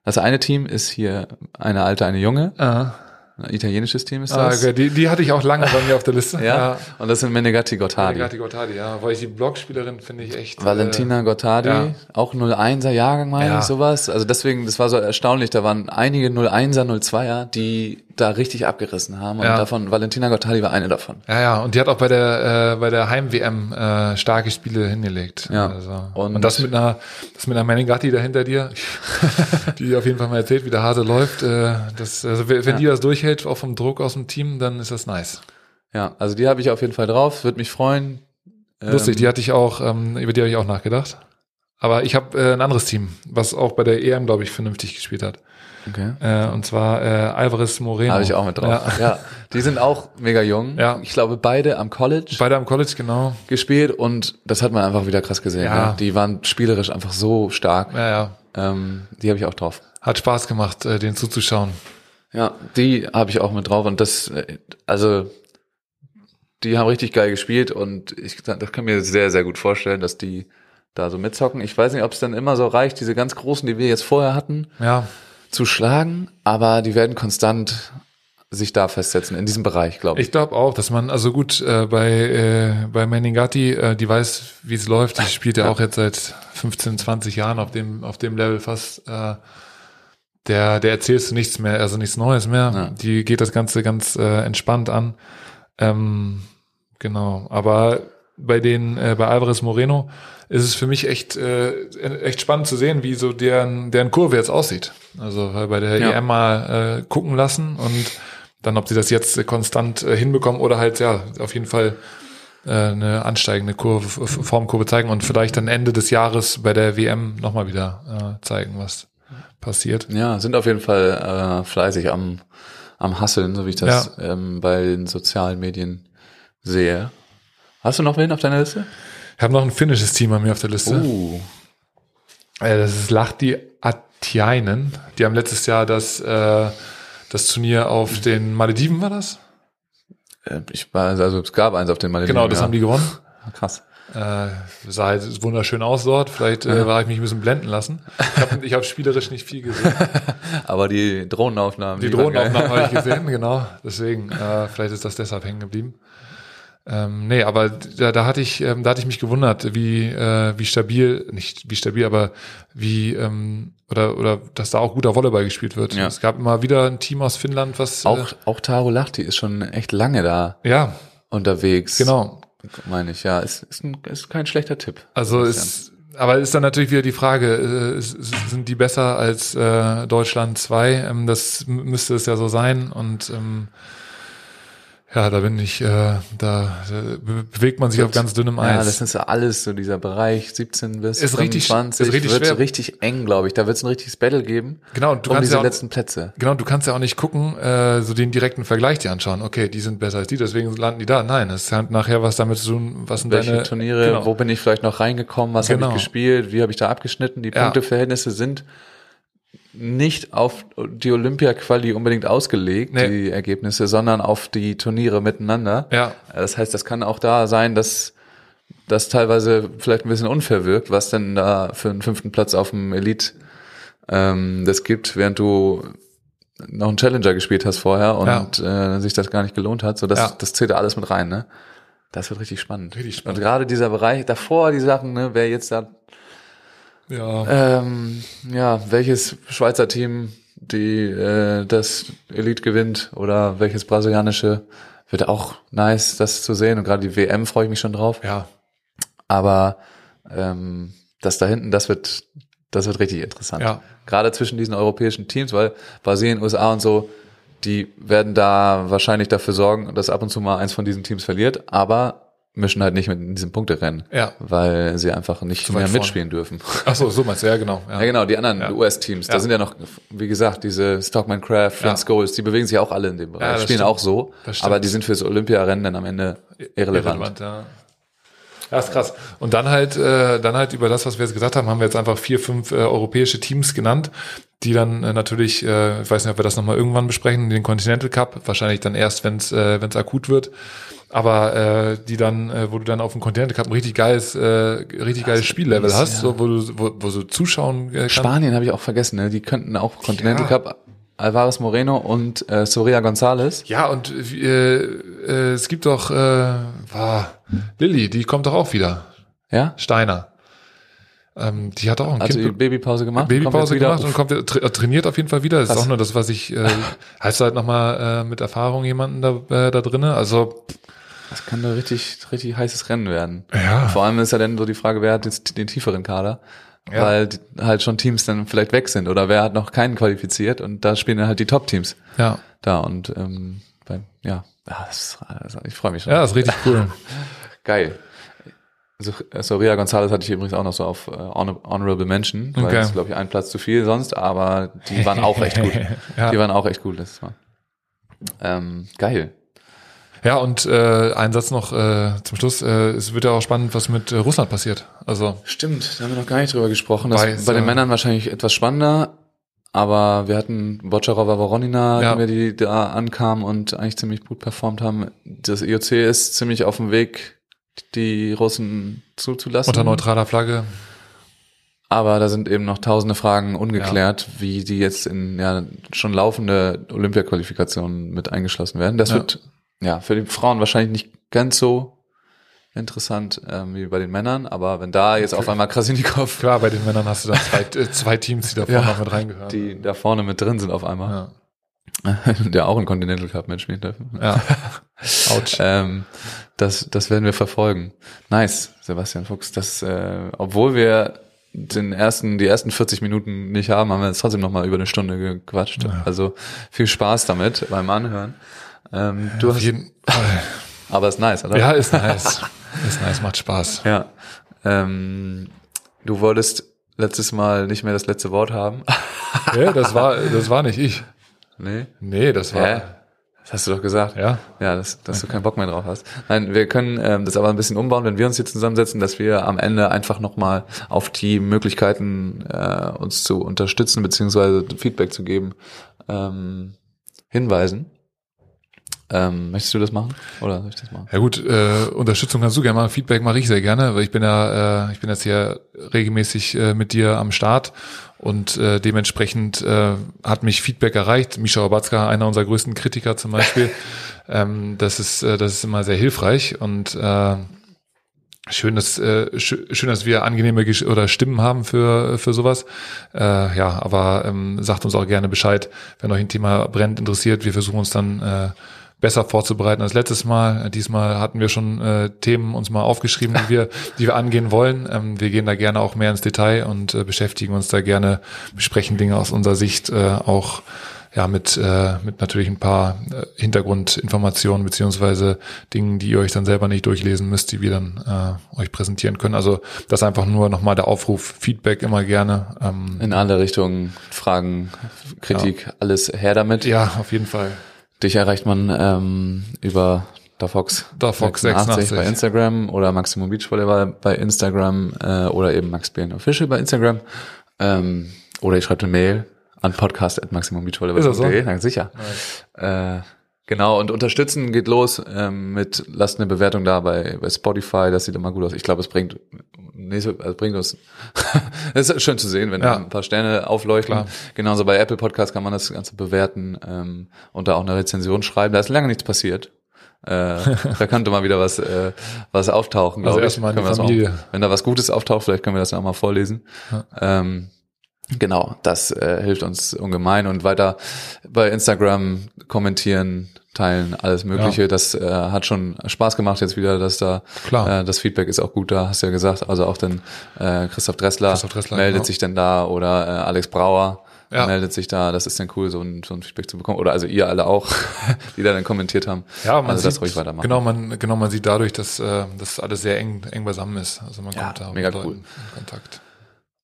S1: das eine Team ist hier eine alte, eine junge.
S3: Ah,
S1: Ein italienisches Team ist
S3: ah,
S1: das.
S3: okay. die, die hatte ich auch lange bei mir auf der Liste.
S1: ja. Und das sind Menegatti Gottardi.
S3: Renegati Gottardi, ja. Weil ich die Blogspielerin finde ich echt. äh,
S1: Valentina Gottardi,
S3: ja.
S1: auch 01er Jahrgang meine
S3: Ja.
S1: ich sowas. Also deswegen, das war so erstaunlich, da waren einige 01er, 02er, die da richtig abgerissen haben und
S3: Ja.
S1: davon Valentina Gottardi war eine davon.
S3: Äh, ja, ja. Und die hat auch bei der äh, bei der Heim-WM äh, starke Spiele hingelegt.
S1: Ja.
S3: Also. Und,
S1: Und-
S3: das mit einer das mit einer Menegatti da hinter dir, die auf jeden Fall mal erzählt, wie der Hase läuft. Äh, das, also wenn die das durchhält, auch vom Druck aus dem Team, dann ist das nice.
S1: Ja, also die habe ich auf jeden Fall drauf, würde mich freuen.
S3: Lustig, die hatte ich auch, ähm, über die habe ich auch nachgedacht. Aber ich habe äh, ein anderes Team, was auch bei der EM, glaube ich, vernünftig gespielt hat.
S1: Okay.
S3: Äh, und zwar äh, Alvarez Moreno.
S1: Habe ich auch mit drauf. Ja. die sind auch mega jung.
S3: Ja.
S1: Ich glaube, beide am College
S3: Beide am College, genau.
S1: gespielt und das hat man einfach wieder krass gesehen.
S3: Ja.
S1: Ne? Die waren spielerisch einfach so stark.
S3: Ja, ja.
S1: Ähm, die habe ich auch drauf.
S3: Hat Spaß gemacht, äh, den zuzuschauen.
S1: Ja, die habe ich auch mit drauf und das, äh, also die haben richtig geil gespielt und ich das kann mir sehr, sehr gut vorstellen, dass die da so mitzocken. Ich weiß nicht, ob es dann immer so reicht, diese ganz großen, die wir jetzt vorher hatten,
S3: Ja,
S1: zu schlagen, aber die werden konstant sich da festsetzen, in diesem Bereich, glaube ich.
S3: ich glaube auch, dass man, also gut, äh, bei, äh, bei Meningati, äh, die weiß, wie es läuft. Die spielt ja auch jetzt seit 15, 20 Jahren auf dem, auf dem Level fast. Äh, der, der erzählst du nichts mehr, also nichts Neues mehr.
S1: Ja.
S3: Die geht das Ganze ganz äh, entspannt an. Ähm, genau, aber bei den, äh, bei Alvarez Moreno ist es für mich echt, äh, echt spannend zu sehen, wie so deren, deren Kurve jetzt aussieht. Also weil bei der
S1: Ja.
S3: EM mal äh, gucken lassen und dann, ob sie das jetzt äh, konstant äh, hinbekommen oder halt, ja, auf jeden Fall äh, eine ansteigende Kurve, F- Formkurve zeigen und vielleicht dann Ende des Jahres bei der WM nochmal wieder äh, zeigen, was passiert.
S1: Ja, sind auf jeden Fall äh, fleißig am, am Hasseln, so wie ich das ähm, bei den sozialen Medien sehe. Hast du noch wen auf deiner Liste?
S3: Ich habe noch ein finnisches Team bei mir auf der Liste.
S1: Uh,
S3: Äh, Das ist Lahti Atjainen. Die haben letztes Jahr das, äh, das Turnier auf den Malediven, war das?
S1: äh, ich weiß, also es gab eins auf den Malediven.
S3: Genau, das
S1: ja.
S3: haben die gewonnen.
S1: Krass.
S3: Äh, sah halt wunderschön aus dort. Vielleicht äh, war ich mich ein bisschen blenden lassen. Ich habe ich hab spielerisch nicht viel gesehen.
S1: Aber die Drohnenaufnahmen.
S3: Die
S1: waren geil.
S3: Drohnenaufnahmen habe ich gesehen, genau. Deswegen, äh, vielleicht ist das deshalb hängen geblieben. Ähm, nee, aber da, da hatte ich, ähm, da hatte ich mich gewundert, wie, äh, wie stabil, nicht wie stabil, aber wie ähm, oder oder dass da auch guter Volleyball gespielt wird.
S1: Ja.
S3: Es gab immer wieder ein Team aus Finnland, was
S1: Auch, auch Taro Lahti ist schon echt lange da
S3: äh, ja
S1: unterwegs.
S3: genau.
S1: Meine ich, ja. Ist, ist, ein, ist kein schlechter Tipp.
S3: Also ist aber ist dann natürlich wieder die Frage, äh, ist- ist- sind die besser als äh, Deutschland 2? Ähm, das m- müsste es ja so sein und ähm, ja, da bin ich, äh, da äh, be- bewegt man sich auf ganz dünnem Eis.
S1: Ja, das ist ja alles so dieser Bereich 17 bis
S3: Ist richtig-
S1: 25.
S3: ist richtig
S1: wird
S3: schwer.
S1: richtig eng, glaube ich. Da wird es ein richtiges Battle geben.
S3: Genau, und du
S1: um
S3: kannst
S1: diese
S3: ja auch-
S1: letzten Plätze.
S3: Genau, du kannst ja auch nicht gucken, äh, so den direkten Vergleich dir anschauen. Okay, die sind besser als die, deswegen landen die da. Nein, es hat nachher was damit zu tun, was sind
S1: Welche
S3: deine
S1: Turniere,
S3: genau.
S1: wo bin ich vielleicht noch reingekommen, was
S3: Genau.
S1: habe ich gespielt, wie habe ich da abgeschnitten. Die
S3: Ja.
S1: Punkteverhältnisse sind nicht auf die Olympia-Quali unbedingt ausgelegt,
S3: Nee.
S1: die Ergebnisse, sondern auf die Turniere miteinander.
S3: Ja.
S1: Das heißt, das kann auch da sein, dass das teilweise vielleicht ein bisschen unfair wirkt, was denn da für einen fünften Platz auf dem Elite ähm, das gibt, während du noch einen Challenger gespielt hast vorher und äh, sich das gar nicht gelohnt hat. So, das,
S3: Ja.
S1: das zählt da alles mit rein, ne? Das wird richtig spannend.
S3: Richtig spannend.
S1: Und gerade dieser Bereich, davor die Sachen, ne, wer jetzt da,
S3: ja.
S1: Äh. ähm, ja, welches Schweizer Team die äh, das Elite gewinnt oder welches brasilianische wird auch nice, das zu sehen. Und gerade die WM freue ich mich schon drauf.
S3: Ja,
S1: Aber ähm, das da hinten, das wird, das wird richtig interessant.
S3: Ja.
S1: Gerade zwischen diesen europäischen Teams, weil Brasilien, USA und so, die werden da wahrscheinlich dafür sorgen, dass ab und zu mal eins von diesen Teams verliert, aber mischen halt nicht mit in diesem Punkterennen,
S3: Ja.
S1: weil sie einfach nicht
S3: Zu weit
S1: mehr
S3: vorn.
S1: mitspielen dürfen.
S3: Ach so, so meinst du, ja genau.
S1: Ja, genau, die anderen
S3: Ja.
S1: US-Teams, da
S3: Ja.
S1: sind ja noch, wie gesagt, diese Stockman Craft, Friends
S3: Ja.
S1: Goals, die bewegen sich auch alle in dem Bereich,
S3: Ja, das
S1: spielen
S3: stimmt.
S1: auch so,
S3: Das stimmt.
S1: aber die sind fürs Olympiarennen dann am Ende irrelevant.
S3: Irrelevant, ja. Ja, ist krass. Und dann halt, äh, dann halt über das, was wir jetzt gesagt haben, haben wir jetzt einfach vier, fünf äh, europäische Teams genannt, die dann äh, natürlich, äh, ich weiß nicht, ob wir das nochmal irgendwann besprechen, den Continental Cup, wahrscheinlich dann erst, wenn es äh, wenn's akut wird. Aber äh, die dann, äh, wo du dann auf dem Continental Cup ein richtig geiles, äh, richtig geiles Spiellevel
S1: mies,
S3: hast,
S1: ja.
S3: so, wo du, wo, wo du zuschauen äh, kannst.
S1: Spanien habe ich auch vergessen, ne? die könnten auch Continental
S3: Ja.
S1: Cup Alvarez Moreno und äh, Soria González.
S3: Ja, und äh, äh, es gibt doch äh, war, Lilly, die kommt doch auch wieder.
S1: Ja?
S3: Steiner. Ähm, die hat auch ein
S1: Also die
S3: Kind. be-
S1: Babypause gemacht. kommt jetzt
S3: Babypause
S1: wieder
S3: gemacht und
S1: auf-
S3: kommt, äh, tra trainiert auf jeden Fall wieder. Das
S1: Krass.
S3: ist auch nur das, was ich, äh, hast du halt nochmal äh, mit Erfahrung jemanden da, äh, da drinne. Also,
S1: Das kann doch richtig, richtig heißes Rennen werden.
S3: ja,
S1: Vor allem ist ja dann so die Frage, wer hat jetzt den tieferen Kader?
S3: Ja.
S1: Weil die- halt schon Teams dann vielleicht weg sind oder wer hat noch keinen qualifiziert und da spielen dann halt die Top-Teams
S3: ja,
S1: da und ähm, bei, ja, ja das, also ich freue mich schon.
S3: ja, ist richtig cool.
S1: Geil. So- äh, Soria Gonzalez hatte ich übrigens auch noch so auf äh, honor- Honorable Mention, weil
S3: Okay.
S1: das ist, glaube ich, ein Platz zu viel sonst, aber die waren auch echt gut.
S3: Ja.
S1: Die waren auch echt gut letztes Mal. Ähm, geil.
S3: Ja, und äh, ein Satz noch äh, zum Schluss. Äh, es wird ja auch spannend, was mit äh, Russland passiert. Also,
S1: Stimmt, da haben wir noch gar nicht drüber gesprochen. Das
S3: Weiß,
S1: bei den
S3: äh,
S1: Männern wahrscheinlich etwas spannender, aber wir hatten Bocharova Voronina,
S3: Ja.
S1: hatten wir, die da ankamen und eigentlich ziemlich gut performt haben. Das IOC ist ziemlich auf dem Weg, die Russen zuzulassen.
S3: unter neutraler Flagge.
S1: Aber da sind eben noch tausende Fragen ungeklärt, wie die jetzt in ja, schon laufende Olympia-Qualifikationen mit eingeschlossen werden. Das
S3: Ja.
S1: wird ja für die Frauen wahrscheinlich nicht ganz so interessant ähm, wie bei den Männern, aber wenn da jetzt auf einmal Krasinikow,
S3: Klar, bei den Männern hast du dann zwei, äh, zwei Teams, die da vorne
S1: Ja.
S3: noch mit reingehören.
S1: die da vorne mit drin sind auf einmal,
S3: ja.
S1: der auch einen Continental Cup mitspielen dürfen.
S3: ja. Autsch.
S1: Ähm, das, das werden wir verfolgen. Nice, Sebastian Fuchs. Das, äh, obwohl wir den ersten, die ersten 40 Minuten nicht haben, haben wir jetzt trotzdem nochmal über eine Stunde gequatscht. Also viel Spaß damit beim Anhören. Ähm, du
S3: Auf
S1: hast,
S3: jeden,
S1: aber ist nice, oder?
S3: ja, ist nice. Ist nice, macht Spaß.
S1: ja. Ähm, du wolltest letztes Mal nicht mehr das letzte Wort haben.
S3: Nee, das war, das war nicht ich.
S1: nee.
S3: Nee, das war.
S1: Hä? Das hast du doch gesagt.
S3: Ja.
S1: Ja, dass, dass du keinen Bock mehr drauf hast. Nein, wir können ähm, das aber ein bisschen umbauen, wenn wir uns hier zusammensetzen, dass wir am Ende einfach nochmal auf die Möglichkeiten, äh, uns zu unterstützen beziehungsweise Feedback zu geben, ähm, hinweisen. Ähm, möchtest du das machen? Oder soll ich das machen?
S3: Ja gut, äh, Unterstützung kannst du gerne machen, Feedback mache ich sehr gerne, weil ich bin ja, äh, ich bin jetzt hier regelmäßig äh, mit dir am Start und äh, dementsprechend äh, hat mich Feedback erreicht. Mischa Obatzka, einer unserer größten Kritiker zum Beispiel, ähm, das ist, äh, das ist immer sehr hilfreich und äh, Schön, dass, äh, schö- schön, dass wir angenehme Gesch oder Stimmen haben für, für sowas. Äh, ja, aber ähm, sagt uns auch gerne Bescheid, wenn euch ein Thema brennt, interessiert. Wir versuchen uns dann äh, besser vorzubereiten als letztes Mal. Äh, Diesmal hatten wir schon äh, Themen uns mal aufgeschrieben, die wir, die wir angehen wollen. Ähm, wir gehen da gerne auch mehr ins Detail und äh, beschäftigen uns da gerne, besprechen Dinge aus unserer Sicht äh, auch ja, mit, äh, mit natürlich ein paar äh, Hintergrundinformationen beziehungsweise Dingen, die ihr euch dann selber nicht durchlesen müsst, die wir dann äh, euch präsentieren können. Also das einfach nur nochmal der Aufruf, Feedback immer gerne. Ähm,
S1: In alle Richtungen, Fragen, Kritik, alles her damit.
S3: ja, auf jeden Fall.
S1: Dich erreicht man ähm, über dafox
S3: DaFox
S1: bei
S3: 86.
S1: Instagram oder Maximum Beachvolleyball bei Instagram äh, oder eben Max Behlen Official bei Instagram. Ähm, oder ihr schreibt eine Mail an
S3: Ist das
S1: podcast.maximumbeachvolleyball.de.
S3: so?
S1: Na, sicher. Äh, genau, und unterstützen geht los ähm, mit, lasst eine Bewertung da bei, bei Spotify, das sieht immer gut aus. Ich glaube, es bringt nee, es also bringt uns. Es ist schön zu sehen, wenn
S3: Ja.
S1: da ein paar Sterne aufleuchten.
S3: Klar.
S1: Genauso bei Apple Podcast kann man das Ganze bewerten ähm, und da auch eine Rezension schreiben. Da ist lange nichts passiert. Äh, da könnte mal wieder was, äh, was auftauchen,
S3: Also
S1: glaube ich.
S3: erstmal an die
S1: Können wir das auch-
S3: Familie.
S1: Wenn da was Gutes auftaucht, vielleicht können wir das auch mal vorlesen. Ähm, Genau, das äh, hilft uns ungemein und weiter bei Instagram kommentieren, teilen, alles Mögliche.
S3: Ja.
S1: Das äh, hat schon Spaß gemacht jetzt wieder, dass da
S3: Klar.
S1: Äh, das Feedback ist auch gut da, hast du ja gesagt. Also auch dann äh, Christoph Dressler,
S3: Christoph Dressler,
S1: meldet
S3: genau.
S1: sich dann da oder äh, Alex Brauer
S3: Ja.
S1: meldet sich da. Das ist dann cool, so ein, so ein Feedback zu bekommen. Oder also ihr alle auch, die da dann kommentiert haben.
S3: Ja, man
S1: also
S3: sieht,
S1: das ruhig weitermachen.
S3: Genau, man, genau, man sieht dadurch, dass äh, das alles sehr eng, eng beisammen ist. Also man
S1: Ja,
S3: kommt da
S1: mega
S3: mit Leuten
S1: cool.
S3: in Kontakt.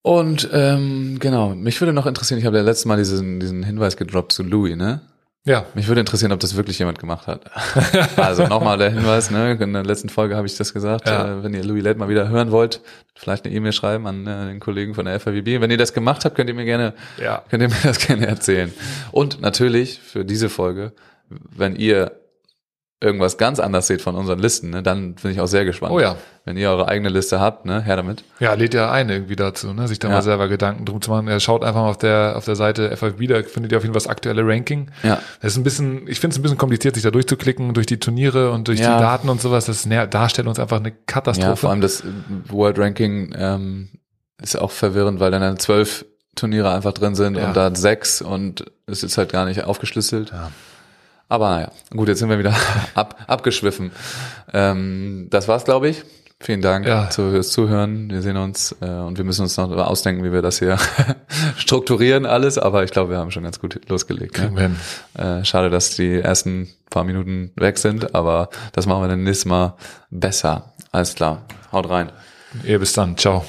S1: Und ähm, genau, mich würde noch interessieren, ich habe ja letztes Mal diesen, diesen Hinweis gedroppt zu Louis, ne?
S3: Ja,
S1: Mich würde interessieren, ob das wirklich jemand gemacht hat. Also nochmal der Hinweis, ne? in der letzten Folge habe ich das gesagt.
S3: Ja.
S1: Äh, wenn ihr Louis Lett mal wieder hören wollt, vielleicht eine E-Mail schreiben an äh, den Kollegen von der FAWB. Wenn ihr das gemacht habt, könnt ihr mir gerne,
S3: Ja.
S1: könnt ihr mir das gerne erzählen. Und natürlich für diese Folge, wenn ihr irgendwas ganz anders seht von unseren Listen, ne, dann bin ich auch sehr gespannt.
S3: Oh ja.
S1: Wenn ihr eure eigene Liste habt, ne, her damit.
S3: ja, lädt ja ein irgendwie dazu, ne? sich da
S1: Ja.
S3: mal selber Gedanken drum zu machen. Er schaut einfach mal auf der, auf der Seite FFB, da findet ihr auf jeden Fall das aktuelle Ranking.
S1: Ja.
S3: Das ist ein bisschen, ich finde es ein bisschen kompliziert, sich da durchzuklicken, durch die Turniere und durch
S1: Ja.
S3: die Daten und sowas. Das ner- darstellt uns einfach eine Katastrophe.
S1: Ja, vor allem das äh, World Ranking ähm, ist auch verwirrend, weil dann zwölf Turniere einfach drin sind
S3: Ja.
S1: und da sechs und es ist halt gar nicht aufgeschlüsselt.
S3: Ja.
S1: Aber naja, gut, jetzt sind wir wieder ab, abgeschwiffen. Ähm, das war's, glaube ich. Vielen Dank
S3: Ja.
S1: zu- fürs Zuhören. Wir sehen uns äh, und wir müssen uns noch ausdenken, wie wir das hier strukturieren alles. Aber ich glaube, wir haben schon ganz gut losgelegt. Ne?
S3: Kriegen wir hin.
S1: Äh, schade, dass die ersten paar Minuten weg sind, aber das machen wir dann nächstes Mal besser. Alles klar. Haut rein.
S3: Ihr bis dann. Ciao.